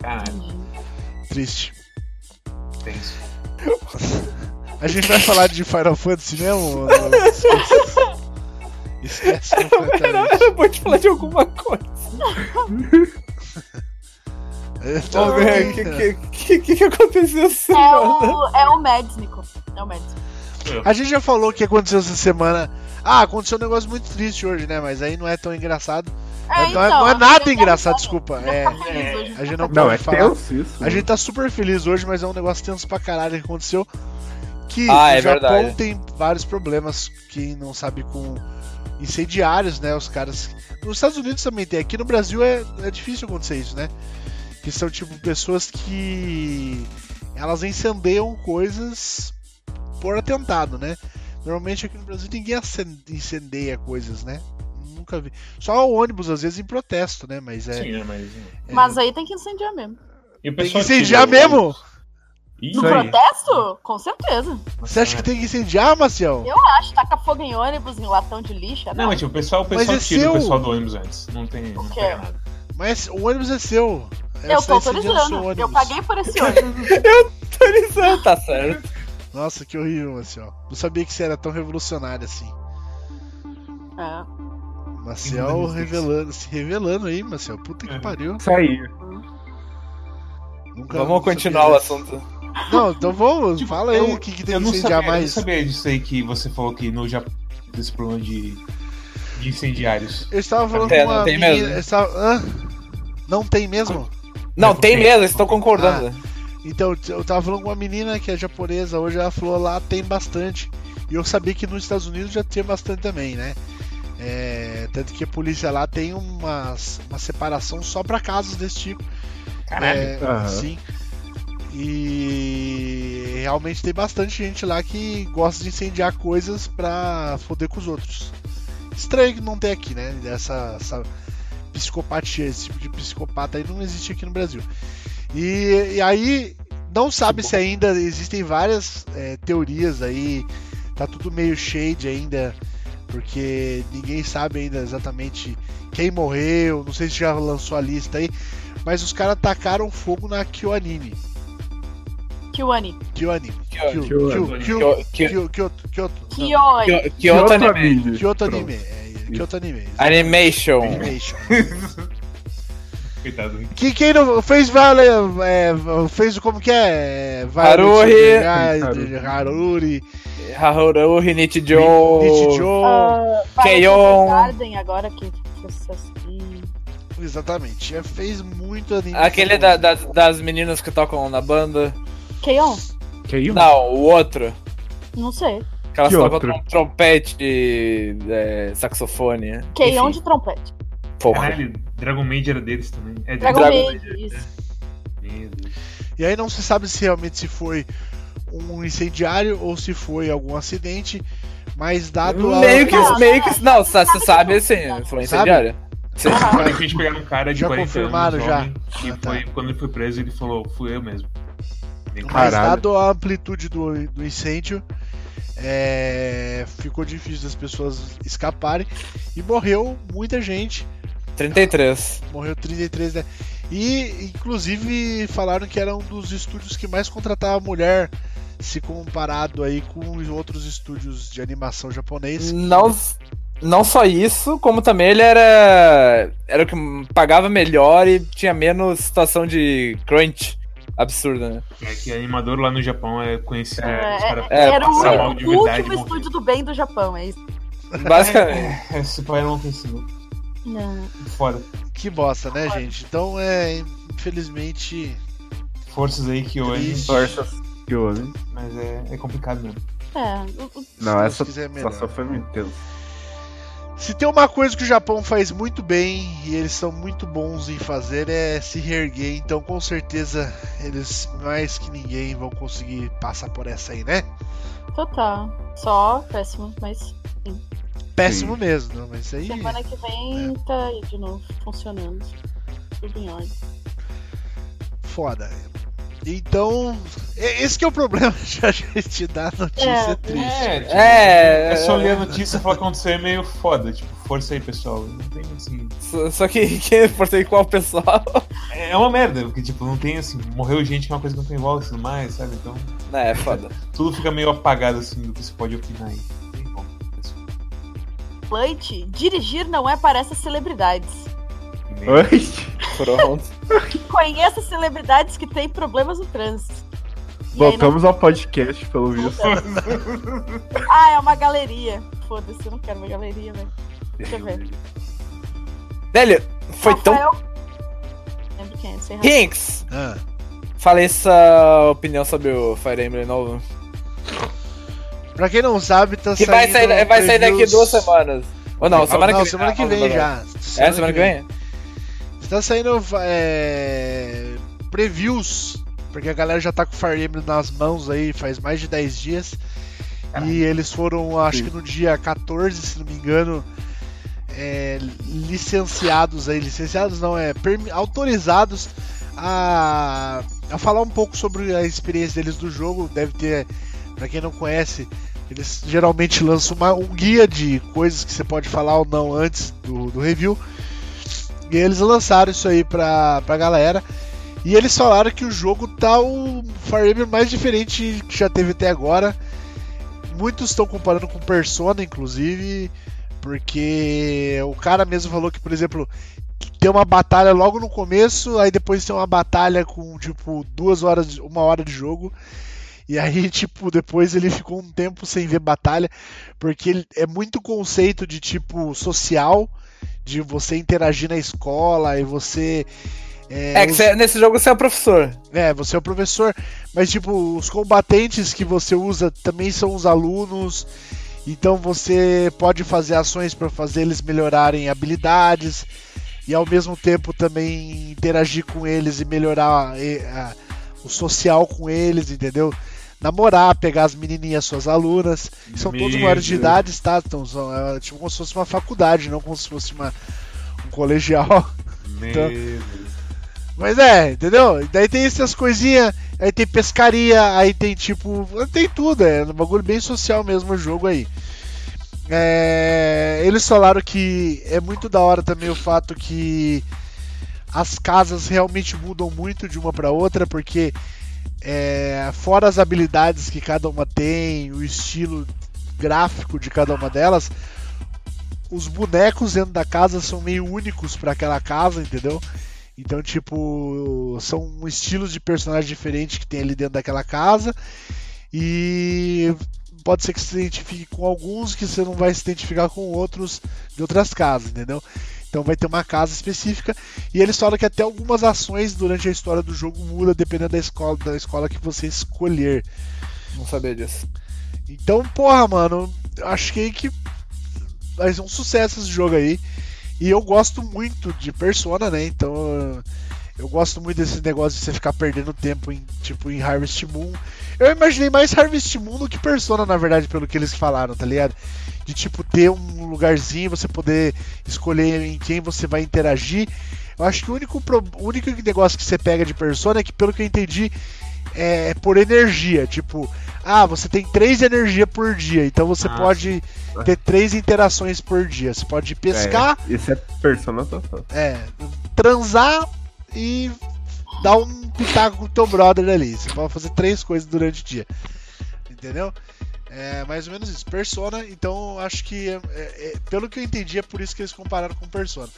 Caralho,
Triste.
É
tenso.
A gente vai falar de Final Fantasy mesmo? ou não? Esquece. Esquece completamente.
Eu vou te falar de alguma coisa.
Eu tô-
Ô, velho, que, que, que, que aconteceu assim,
É o, é o Mads, Nico. É o Mads.
A gente já falou o que aconteceu essa semana. Ah, aconteceu um negócio muito triste hoje, né? Mas aí não é tão engraçado.
É,
não, é,
então,
não é
a
nada
gente
engraçado,
tá-
desculpa.
a
É,
gente tá feliz hoje,
a gente
tá
não
Não,
pode
é
falar.
tenso isso.
A gente tá super feliz hoje, mas é um negócio tenso pra caralho que aconteceu. Que
Ah,
o
é
Japão
verdade.
tem vários problemas, quem não sabe, com incendiários, né? Os caras. Nos Estados Unidos também tem. Aqui no Brasil é, é difícil acontecer isso, né? Que são tipo pessoas que. Elas incendiam coisas por atentado, né? Normalmente aqui no Brasil ninguém acen- incendeia coisas, né? Nunca vi. Só o ônibus, às vezes, em protesto, né? Mas é.
Sim, né, mas...
é-
Mas aí tem que incendiar mesmo.
E
Tem
o
que
pessoal tipo,
incendiar
tira-
mesmo?
Ih,
No
Isso aí.
protesto? Com certeza.
Você acha que tem que incendiar, Marcel?
Eu acho, taca fogo em ônibus, em latão de né? lixo.
Não,
Não,
mas tipo, o pessoal, o
Mas
pessoal
é
tira
seu.
o pessoal do ônibus antes. Não tem, não
quê?
pega nada.
Mas o ônibus é seu. É,
eu
você
tô
tá incendiando seu
autorizando. Eu
ônibus.
paguei por esse ônibus.
Autorizando, tá certo.
Nossa, que horrível, Maciel. Não sabia que você era tão revolucionário assim.
É.
Maciel
Infelizmente.
revelando, se revelando aí, Maciel. Puta que
É.
pariu.
Isso aí.
Nunca
Vamos
nunca
continuar
sabia
o assunto.
disso. Não, então vamos.
Tipo,
fala aí
eu-
o que, que tem
Eu
que
não
incendiar
sabia, eu não
mais. Eu,
sabia disso aí que você falou que no Japão tem esse problema de, de incendiários.
estava falando
É,
com
não
uma
tem
menina.
mesmo.
eu estava- Hã? Não tem mesmo?
Não,
Não,
tem
tem.
mesmo, estou concordando.
Então, eu tava falando com uma menina que é japonesa, hoje ela falou lá tem bastante. E eu sabia que nos Estados Unidos já tinha bastante também, né? É, tanto que a polícia lá tem umas, uma separação só pra casos desse tipo.
Caralho.
É,
Aham.
Sim. E realmente tem bastante gente lá que gosta de incendiar coisas pra foder com os outros. Estranho que não tem aqui, né? Essa, essa psicopatia, esse tipo de psicopata aí não existe aqui no Brasil. E, e aí, não sabe se ainda existem várias é, teorias aí, tá tudo meio shade ainda, porque ninguém sabe ainda exatamente quem morreu, não sei se já lançou a lista aí, mas os caras tacaram fogo na Kyoanime.
Kiwani.
Kyoanime.
Kyo-
Kyo-
Kyoanime.
Kyo-
Que- que-
Kyo- Kyoto. Kyoto. não,
Kioi.
que- Que outro anime?
anime.
Kyoto
Pronto.
Anime. é, Kyoto Anime.
Animation.
Animation.
Coitado.
Que quem não fez vale é, fez o como que é
Haruhi.
Ah, Haruri Haruri
Haruhi Nichijou.
Nichijou
Ah. Keion.
Garden agora que que sucesso. Ih,
exatamente é, fez muito anime
Aquele da- da- das meninas que tocam na banda.
Keion?
Que isso?
Não, o outro.
Não sei.
Que elas
Que
tocam
outro?
trom- trompete e é, saxofone.
Keion
Enfim,
de trompete.
porra.
Caralho, Dragon Maid era deles também. É
Dragon
Dragon
Maid, isso.
Meu Deus.
E aí não se sabe se realmente se foi um incendiário ou se foi algum acidente, mas dado a-
Meio que, assim,
Não,
meio que. Não, sa-
sabe Ah.
você sabe
que-
assim, foi incendiário. Sim.
Olha, a gente pegar um cara de
Já
40
confirmaram,
anos,
já.
homem,
Ah,
E
tá.
foi, quando ele foi preso, ele falou, fui eu mesmo. Nem
mas
Caralho.
dado a amplitude do, do incêndio, é, ficou difícil das pessoas escaparem e morreu muita gente.
33.
Morreu 33, né? E inclusive falaram que era um dos estúdios que mais contratava mulher se comparado aí com outros estúdios de animação japonês.
Não, não só isso, como também ele era era o que pagava melhor e tinha menos situação de crunch absurda, né?
É que animador lá no Japão é conhecido.
É,
os caras
é, era o,
passam mal de
único- o
verdade,
último
morrer.
estúdio do bem do Japão, é isso.
Basicamente.
É, Esse pai não conseguiu.
Não.
Foda.
Que bosta, né, gente? Então é infelizmente
Forças aí que hoje.
Triste.
Forças que homem.
Mas é, é complicado mesmo.
É, o- o-
né? Não,
Deus
essa tá
quiser, é melhor.
situação foi muito tensa.
Se tem uma coisa que o Japão faz muito bem e eles são muito bons em fazer é se reerguer, então com certeza eles mais que ninguém vão conseguir passar por essa aí, né?
total. Então tá. Só péssimo, mas
Péssimo mesmo, não, mas isso aí.
semana que vem tá aí de novo, funcionando. Tudo em ordem.
Foda. Então, é- esse que é o problema de né? a gente dar notícia
É,
triste.
tipo,
É,
é só ler a notícia e falar que aconteceu é meio foda. Tipo, força aí, pessoal. Não tem assim.
Só, só que quem forcei qual pessoal?
É uma merda, porque, tipo, não tem assim. Morreu gente que é uma coisa que não tem volta e tudo mais, sabe? Então,
É, é foda.
tudo fica meio apagado assim do que se pode opinar aí. Não tem como.
Leite, dirigir não é para essas celebridades.
Nem-
Oi?
Pronto.
Conheça celebridades que têm problemas no trânsito. E aí não-
Voltamos ao podcast, pelo visto.
Ah, é uma galeria. Foda-se, eu não quero uma galeria, velho. Deixa eu ver.
Velho, foi tão.
Rafael... Lembro quem é, sei lá.
Hinks!
Ah,
Falei essa opinião sobre o Fire Emblem novo.
pra quem não sabe, tá
Que
saindo.
vai sair, vai sair daqui
previews-
duas semanas. Ou não, semana
não,
que vem.
semana que
Ah,
vem
não, não, não.
já.
É, semana que vem?
Tá saindo é, previews, porque a galera já tá com o Fire Emblem nas mãos aí faz mais de 10 dias. E eles foram, acho
Sim.
que no dia 14, se não me engano, é, licenciados aí, licenciados não, é permi- autorizados a, a falar um pouco sobre a experiência deles do jogo. Deve ter, pra quem não conhece, eles geralmente lançam uma- um guia de coisas que você pode falar ou não antes do, do review. E eles lançaram isso aí pra, pra galera. E eles falaram que o jogo tá o Fire Emblem mais diferente que já teve até agora. Muitos estão comparando com Persona, inclusive, porque o cara mesmo falou que, por exemplo, tem uma batalha logo no começo, aí depois tem uma batalha com tipo duas horas, uma hora de jogo. E aí, tipo, depois ele ficou um tempo sem ver batalha, porque ele- é muito conceito de tipo social, de você interagir na escola e você.
É que
os-
cê- nesse jogo você é o professor.
é, você é o professor, mas tipo, os combatentes que você usa também são os alunos. Então você pode fazer ações para fazer eles melhorarem habilidades e ao mesmo tempo também interagir com eles e melhorar eh, a- o social com eles, entendeu? Namorar, pegar as menininhas, suas alunas, que são todos
Meu
maiores de
Deus.
idade, tá? Então, são, é, tipo como se fosse uma faculdade, não como se fosse uma, um colegial.
Meu
Tá.
Deus.
Mas é, entendeu? Daí tem essas coisinhas, aí tem pescaria, aí tem tipo. Tem tudo, é um bagulho bem social mesmo o jogo aí. É, eles falaram que é muito da hora também o fato que as casas realmente mudam muito de uma para outra, porque é, fora as habilidades que cada uma tem, o estilo gráfico de cada uma delas, os bonecos dentro da casa são meio únicos para aquela casa, entendeu? Então, tipo, são estilos de personagem diferentes que tem ali dentro daquela casa. E pode ser que se identifique com alguns que você não vai se identificar com outros de outras casas, entendeu? Então vai ter uma casa específica. E eles falam que até algumas ações durante a história do jogo muda dependendo da escola, da escola que você escolher.
Não sabia disso.
Então, porra, mano, achei que vai ser um sucesso esse jogo aí. E eu gosto muito de Persona, né? Então, eu- eu gosto muito desse negócio de você ficar perdendo tempo em, tipo, em Harvest Moon. Eu imaginei mais Harvest Moon do que Persona, na verdade, pelo que eles falaram, tá ligado? De, tipo, ter um lugarzinho, você poder escolher em quem você vai interagir. Eu acho que o único, pro- o único negócio que você pega de Persona é que, pelo que eu entendi, é por energia. Tipo, Ah, você tem 3 de energia por dia, então você
Ah.
pode ter 3 interações por dia. Você pode pescar,
É, Isso é persona total.
é, transar e dar um pitaco com o teu brother ali. Você pode fazer três coisas durante o dia. Entendeu? É mais ou menos isso. Persona, então acho que. é- é- é- pelo que eu entendi, é por isso que eles compararam com Persona.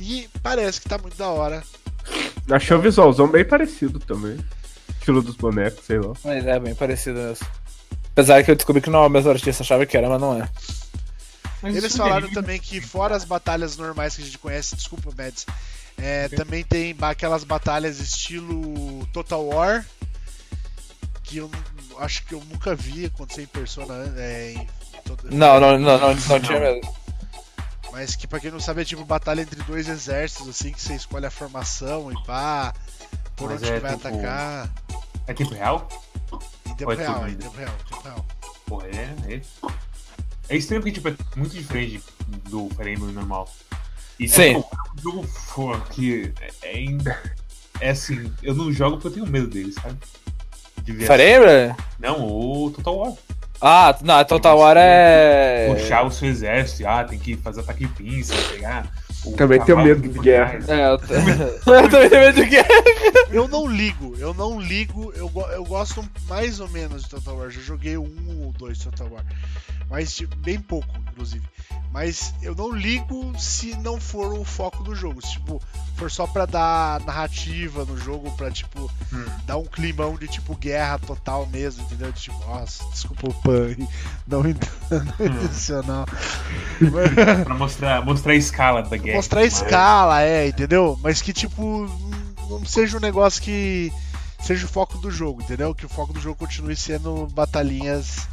E parece que tá muito da hora.
Achei o visualzão bem parecido também. Estilo dos bonecos, sei lá.
Mas é bem parecido mesmo. Apesar que eu descobri que não é o mesmo artista, achava que era, mas não é.
Mas
Eles
isso é um
falaram
daí-
também que fora as batalhas normais que a gente conhece, desculpa, Mads, é, também tem ba- aquelas batalhas estilo Total War, que eu não- acho que eu nunca vi acontecer em Persona. É, em Total-
Não, não, não, não, não tinha mesmo.
Mas que pra quem não sabe é tipo batalha entre dois exércitos, assim, que você escolhe a formação e pá, por
Mas
onde
é
que vai
tipo-
atacar.
É tempo real?
Em tempo
Pode ser
real, em
ainda.
tempo real, em tempo real.
Porra, é. É, é estranho porque, tipo, é muito diferente do Fire Emblem normal. E
Sim.
tipo, é um jogo pô, que é, é, in- é assim, eu não jogo porque eu tenho medo dele, sabe? De ver assim,
Fire Emblem?
Não, o Total War.
Ah, não, Total War é.
Puxar o seu exército, ah, tem que fazer ataque de pinça, pegar. o
Também tenho
cavalo
medo de
por
guerra.
trás.
É, eu, t- eu também tenho medo de quê?
Eu não ligo, eu não ligo, eu, go- eu gosto mais ou menos de Total War. Já joguei um ou dois Total War. Mas tipo, bem pouco, inclusive. Mas eu não ligo se não for o foco do jogo. Se tipo, for só pra dar narrativa no jogo, pra tipo,
Hum.
dar um climão de tipo guerra total mesmo, entendeu? De, tipo, nossa, desculpa o pan, não intencional. Mas-
né, Pra mostrar, mostrar a escala da guerra.
mostrar a escala, é, entendeu? Mas que, tipo, não- não seja um negócio que seja o foco do jogo, entendeu? Que o foco do jogo continue sendo batalhinhas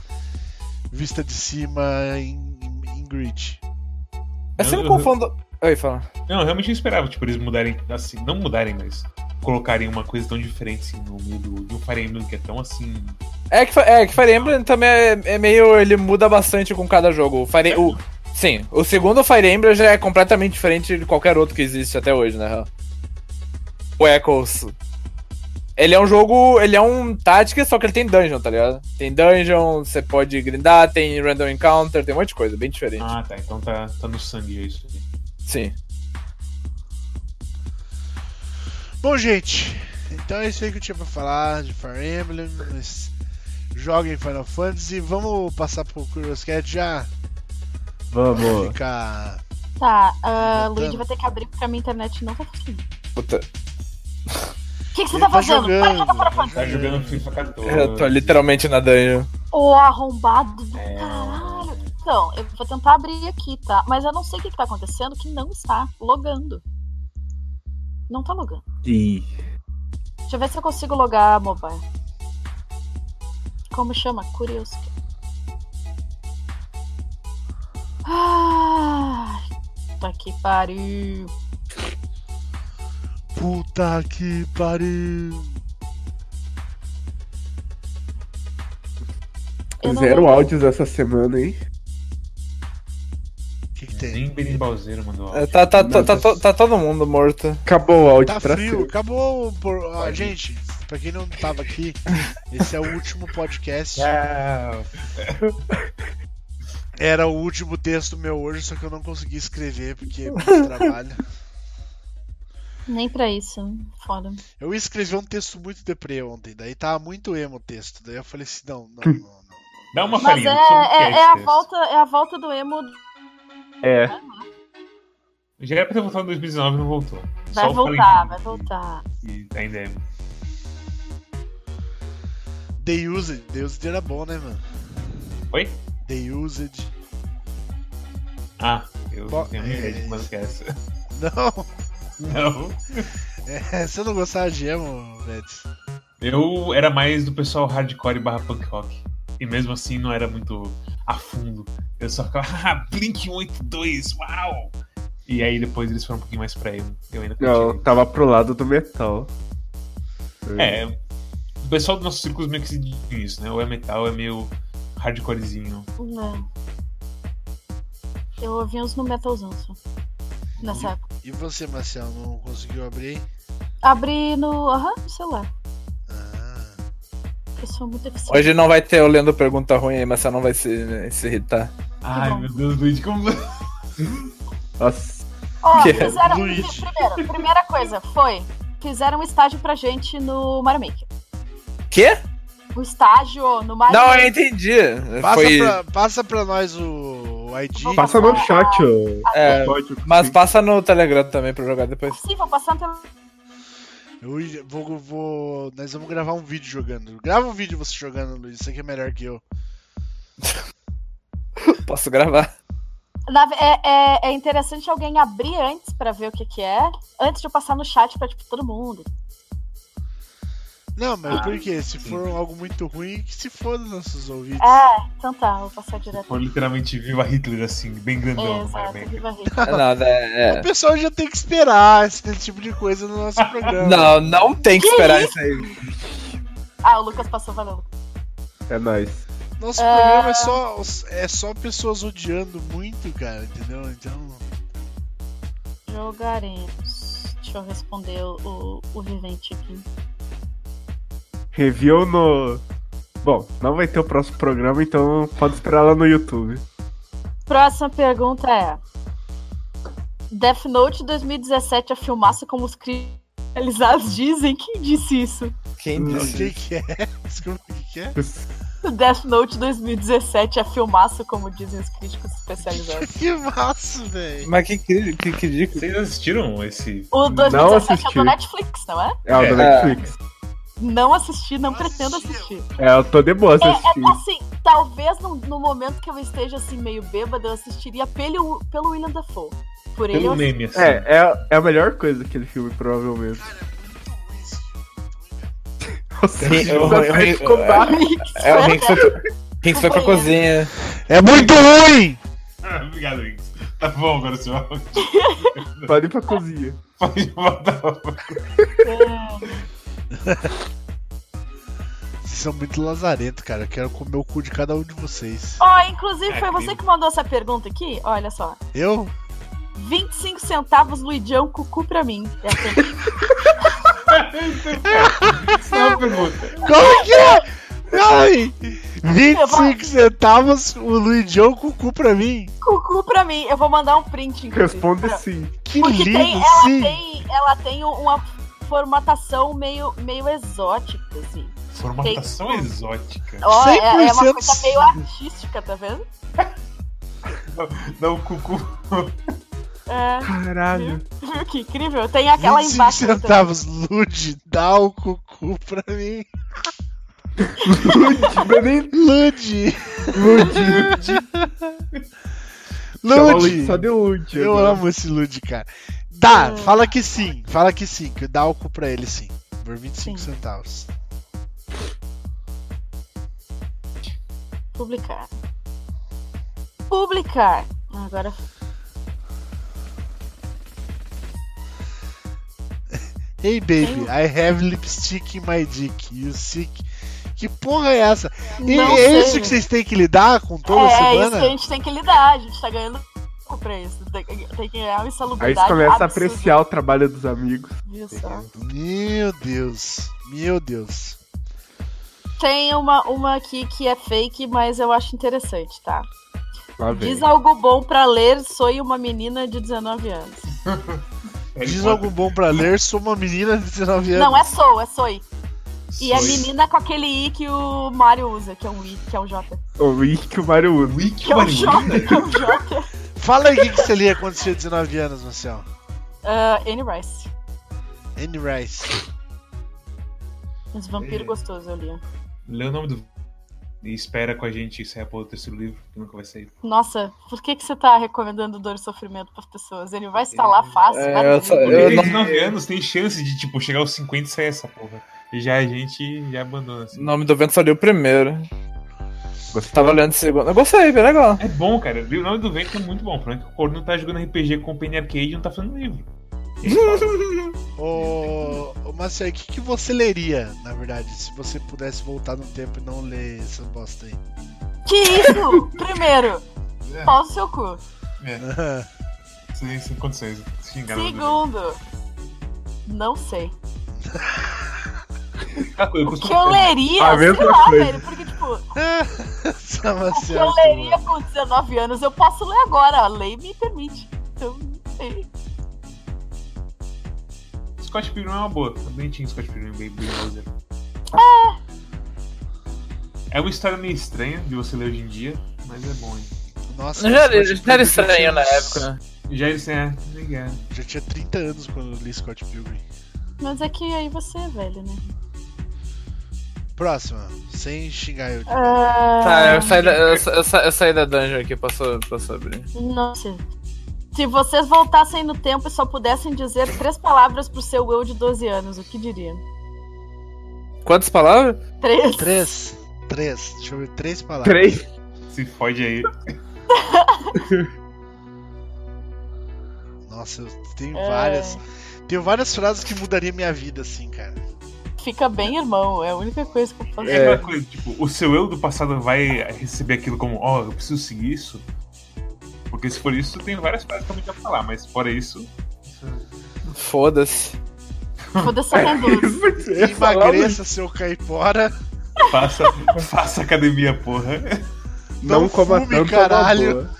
vista de cima em, em, em grid.
Eu sempre confundo. Oi, fala.
Não, eu realmente não esperava, tipo, eles mudarem, assim, não mudarem, mas colocarem uma coisa tão diferente, assim, no meio do, de um Fire Emblem que é tão, assim...
É que, fa- é que Fire Emblem também é, é meio. Ele muda bastante com cada jogo. O Fire, o, sim, o segundo Fire Emblem já é completamente diferente de qualquer outro que existe até hoje, na real. O Echoes. Ele é um jogo. Ele é um tática, só que ele tem dungeon, tá ligado? Tem dungeon, você pode grindar, tem random encounter, tem um monte de coisa, bem diferente.
Ah, tá, então tá, tá no sangue é isso. aí.
Sim.
Bom, gente, então é isso aí que eu tinha pra falar de Fire Emblem. Mas... Joguem Final Fantasy. Vamos passar pro Curious Cat já?
Vamos.
Ficar.
Tá, ah,
Voltando.
Luigi vai ter que abrir porque a minha internet não tá funcionando.
Puta,
O que, que você
Ele
tá fazendo?
Tá jogando FIFA 14.
Hum. É, eu tô literalmente na dungeon.
Ô, arrombado do
É.
caralho. Então, eu vou tentar abrir aqui, tá? Mas eu não sei o que, que tá acontecendo que não está logando. Não tá logando.
Ih.
Deixa eu ver se eu consigo logar mobile. Como chama? Curioso. Ah, tá que pariu.
Puta que pariu.
Eu não
Zero
lembro.
áudios essa semana, hein?
O que, que tem?
Nem Berimbauzeiro mandou
É,
áudio.
Tá, tá, tá, tá, tá- tá todo mundo morto.
Acabou o áudio
Tá
pra
frio,
sempre.
acabou. Por... ó, gente, pra quem não tava aqui, esse é o último podcast.
É.
É.
Tchau.
Era o último texto meu hoje, só que eu não consegui escrever porque é muito trabalho.
Nem pra isso. Foda.
Eu ia escrever um texto muito deprê ontem, daí tava muito emo o texto. Daí eu falei assim: não, não, não. não.
Dá uma
Mas é,
farinha, você Tá não quer
é, é a
esse texto.
volta, é a volta do emo.
É.
Já era pra ter voltado em 2019 e não voltou.
Vai
Só o
voltar,
Fire Emblem
vai voltar.
que Ainda é...
The Used, The Used era bom, né, mano?
Oi?
The Used.
Ah, eu
Bo-
tenho minha ideia
é.
de uma essa.
Hum.
Não,
Não.
é, você não gostava de emo, Mads?
Eu era mais do pessoal hardcore barra punk rock. E mesmo assim não era muito a fundo. Eu só ficava, ah, Blink 182, uau! E aí depois eles foram um pouquinho mais pra emo. Eu ainda
Não,
continuei.
tava pro lado do metal.
É, o pessoal do nosso círculo meio que se diz isso, né? Ou é metal, ou é meio hardcorezinho.
Não. É. Eu ouvi uns no metalzão só. Nessa época.
E você, Marcelo, não conseguiu abrir?
Abri no. Aham, no celular.
Ah,
Porque pessoa muito eficiente.
Hoje não vai ter o Leandro pergunta ruim aí, mas você não vai se, se irritar.
Ai,
bom.
meu Deus, Luigi, como.
Nossa.
Ó,
Que é
fizeram.
Luigi.
Primeiro, primeira coisa foi: fizeram um estágio pra gente no Mario Maker.
Quê?
O estágio no Mario
Não, eu
Maker.
entendi.
Passa,
Foi,
pra, passa pra nós o o ID.
Vou
Passa no chat, ô.
é,
Pode,
mas passa no Telegram também pra jogar depois.
Sim, vou É passar pelo.
Eu ia- vou, vou- Nós vamos gravar um vídeo jogando. Grava um vídeo você jogando, Luiz. Isso aqui é melhor que eu.
Posso gravar.
Na- é, é- é interessante alguém abrir antes pra ver o que, que é, antes de eu passar no chat pra tipo, todo mundo.
Não, mas por quê? Se for algo muito ruim, que se foda nossos ouvidos.
É, então tá, vou passar direto.
Foi literalmente viva Hitler, assim, bem grandão.
Exato,
Mario Maker.
viva Rita.
Não, é,
O pessoal já tem que esperar esse tipo de coisa no nosso programa.
não, não tem que
Que
esperar isso aí.
Ah, o Lucas passou, valeu. Lucas.
É nóis.
Nosso programa é só, é só pessoas odiando muito, cara, entendeu? Então.
Jogaremos. Deixa eu responder o, o vivente aqui.
Review no. Bom, não vai ter o próximo programa, então pode esperar lá no YouTube.
Próxima pergunta é: Death Note 2017 é filmaço como os criminalizados dizem? Quem disse isso?
Quem
O
disse?
que, que é? Desculpa, o que, que é?
Death Note 2017 é filmaço como dizem os críticos especializados.
Que massa, velho.
Mas que, que, que, que dica?
Vocês assistiram esse.
O 2017 é
assisti.
do Netflix, não é?
É o do
É.
Netflix.
Não assisti, não
Não
pretendo
assisti.
assistir.
É, eu tô de boa
É,
assistindo.
é assim, talvez no, no momento que eu esteja assim meio bêbada, eu assistiria pelo, pelo William Dafoe. Por ele, eu
Pelo
assisti-
meme, assim.
É, é, é a melhor coisa daquele filme, provavelmente. Nossa,
Sim, eu- eu-
vai
eu-
ficou barro.
É o Rinks foi, Rinks foi pra
Banheiro.
cozinha.
É muito ruim!
Obrigado, Wix. Tá bom agora, senhor.
Pode ir pra cozinha.
Pode botar.
Vocês são muito lazarento, cara. Eu quero comer o cu de cada um de vocês.
Ó, inclusive foi
É,
você
crime.
que mandou essa pergunta aqui? Olha só.
Eu?
25 centavos, Luidião, cucu pra mim. É assim.
Só uma pergunta.
Como que é? Ai! 25 centavos, o Luidião com o cu pra mim.
cucu pra mim. Eu vou mandar um print, inclusive.
Responde
pra-
sim.
Que
Porque
lindo,
tem, ela,
sim!
tem, ela tem uma formatação meio, meio exótica, assim.
Formatação exótica.
Ó, é, é uma
100%
coisa meio artística, tá vendo?
Não, cucu.
É,
Caralho.
viu que incrível? Tem aquela
25
embaixo. também.
centavos, Lude, dá o cucu pra mim.
Não é nem
Lude!
Lud. Chama Lud,
Lude!
Só de Lud.
Eu
agora.
amo esse Lude, cara. Dá,
Hum.
fala que sim, fala que sim, que dá o cu pra ele sim. Por 25
Sim.
centavos.
Publicar. Publicar. Agora.
Hey baby,
Tem-
I have lipstick in my dick. You sick. Que porra é essa? E
não
é
sei.
isso que vocês têm que lidar com toda
É, é isso
semana?
que a gente tem que lidar. A gente tá ganhando pouco pra isso. Tem, tem que ganhar uma
Aí
insalubridade.
você começa a
absurda,
apreciar o trabalho dos amigos.
viu só?
Meu Deus, meu Deus.
Tem uma, uma aqui que é fake, mas eu acho interessante, tá?
Lá
Diz
vem.
algo bom pra ler, sou uma menina de 19 anos.
É
Harry
Diz
Potter.
algo bom pra ler, sou uma menina de 19 anos.
Não, é sou, é soi. E é
Sois.
menina com aquele i que o Mario usa, que é um i, que é um j.
O Rick que o Mario usa.
Wiki
Que é um
Marina.
j, que é um j.
Fala aí o que, que você lia quando tinha 19 anos, Marcel.
Ah, Anne Rice.
Anne Rice.
Uns vampiros gostosos eu li.
Lê o nome do. E espera com a gente é encerrar pelo terceiro livro, que nunca vai sair.
Nossa, por que, que você tá recomendando dor e sofrimento pras pessoas? Ele vai instalar fácil,
É,
vai
eu
dormir.
só-
Porque
eu-
tem
não-
19 anos tem chance de, tipo, chegar aos 50 e sair essa porra. E já a gente já abandona,
O
assim.
nome do vento só deu primeiro.
Gostou?
Tava olhando o segundo. Eu gostei, bem legal.
É bom, cara. O nome do vento é muito bom. O problema é que o Coro não tá jogando RPG com o Penny Arcade e não tá fazendo livro.
Ô, ô Marcel, o que, que você leria, na verdade, se você pudesse voltar no tempo e não ler essa bosta aí?
Que isso? Primeiro,
É.
pau no seu cu.
Sem, sem condições. Se enganaram do
Segundo, não sei.
Eu
Que eu leria,
A
sei
mesma
lá,
coisa.
velho. Porque, tipo,
Essa
o que
maciota,
eu leria
mano.
com 19 anos, eu posso ler agora. A lei me permite. Então, não sei.
Scott Pilgrim é uma boa. É bonitinho Scott Pilgrim, bem bem browser. É uma história meio estranha de você ler hoje em dia, mas é bom, hein?
Nossa,
Já,
Scott
já era
Pilgrim tinha
estranho na
uns-
época, né?
Já isso é, legal.
Já tinha 30 anos quando eu li Scott Pilgrim.
Mas é que aí você é velho, né?
Próxima, sem xingar eu.
Ah,
Tá, eu saí, da, eu, sa- eu sa- eu saí da dungeon aqui pra, so, pra sobre.
Nossa. Se vocês voltassem no tempo e só pudessem dizer três palavras pro seu eu de 12 anos, o que diria?
Quantas palavras?
Três.
Três. Três. Deixa eu ver. Três palavras.
Três.
Se fode aí.
Nossa, eu tenho
É.
várias. Tenho várias frases que mudariam minha vida, assim, cara.
Fica bem, irmão. É a única coisa que eu posso
É, aquela coisa, tipo, o seu eu do passado vai receber aquilo como, ó, eu preciso seguir isso. Porque se for isso, tem várias frases que eu não quero falar, mas fora isso.
Foda-se.
Foda-se só tem duas.
Emagreça, seu caipora.
Faça, faça academia, porra.
Não,
Não
coma
fume,
tanto,
caralho.
é uma boa.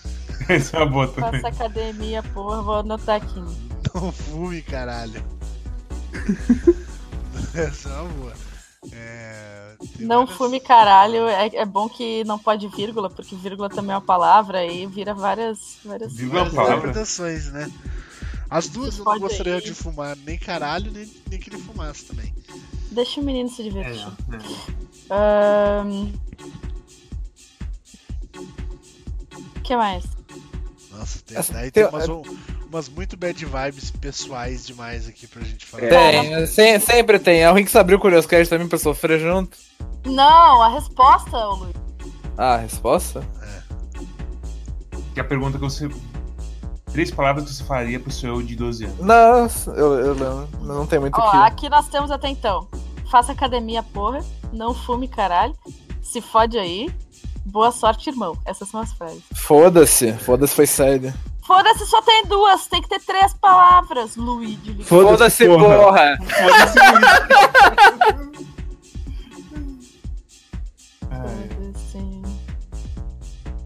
Essa é uma boa também.
Faça academia, porra. Vou anotar aqui.
Não fume, caralho. Essa é uma boa. É, tem
Não
várias-
fume caralho. É, é bom que não pode vírgula, porque vírgula também é uma palavra e vira várias. várias...
Vírgula é uma
Várias
palavra.
interpretações, né? As duas eu não
Pode
gostaria
ir.
de fumar, nem caralho, nem, nem que ele fumasse também.
Deixa o menino se
É,
divertir.
é.
Ahn. O que mais?
Nossa, tem,
Essa-
daí tem,
tem-
umas, um, umas muito bad vibes pessoais demais aqui pra
É.
gente
É.
falar.
Tem, né? se- sempre tem. É ruim que você abriu o Curioscat também pra sofrer junto.
Não, a resposta, ô Luiz.
Ah, a resposta?
Que é a pergunta que você. Três palavras que você falaria pro seu eu de 12 anos.
Não, eu, eu lembro. Não tem muito o
Ó,
que.
aqui nós temos até então. Faça academia, porra. Não fume, caralho. Se fode aí. Boa sorte, irmão. Essas são as frases.
Foda-se. Foda-se foi saída.
Foda-se, só tem duas. Tem que ter três palavras, Luigi.
Foda-se, porra.
Foda-se Ai,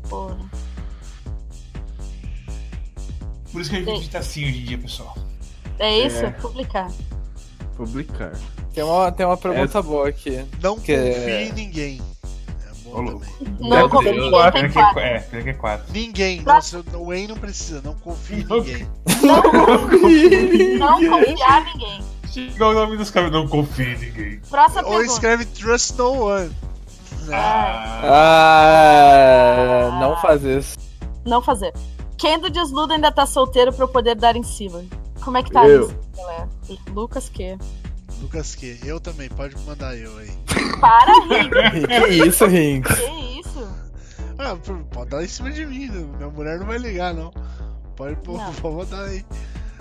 Foda-se. Porra.
Por isso que a gente tá assim hoje em dia, pessoal.
É isso?
É.
Publicar.
Publicar.
Tem uma, tem uma pergunta boa aqui.
Não
Que-
confie em ninguém. É bom
Ô, louco.
também.
Não
Deve ter
confia em ninguém,
quatro.
tem
Pena que é qu-
quatro.
É, pena que é quatro.
Ninguém.
Pra-
Nossa, o Wayne não precisa, não confie em
Não
ninguém.
Não confiar em ninguém.
Igual o nome dos caras, não confia em ninguém.
Próxima
Ou
pergunta. É,
escreve Trust No One.
Ah,
Ah, não faz isso.
Não fazer. Quem do desludo ainda tá solteiro pra eu poder dar em cima? Como é que tá
Eu.
isso, galera? Lucas que?
Lucas Q, eu também, pode mandar eu aí.
Para, Rick,
Que isso, Rinks?
que é isso?
Ah, pô, pode dar em cima de mim, né? minha mulher não vai ligar, não. Pode, pô,
Não.
pode mandar aí.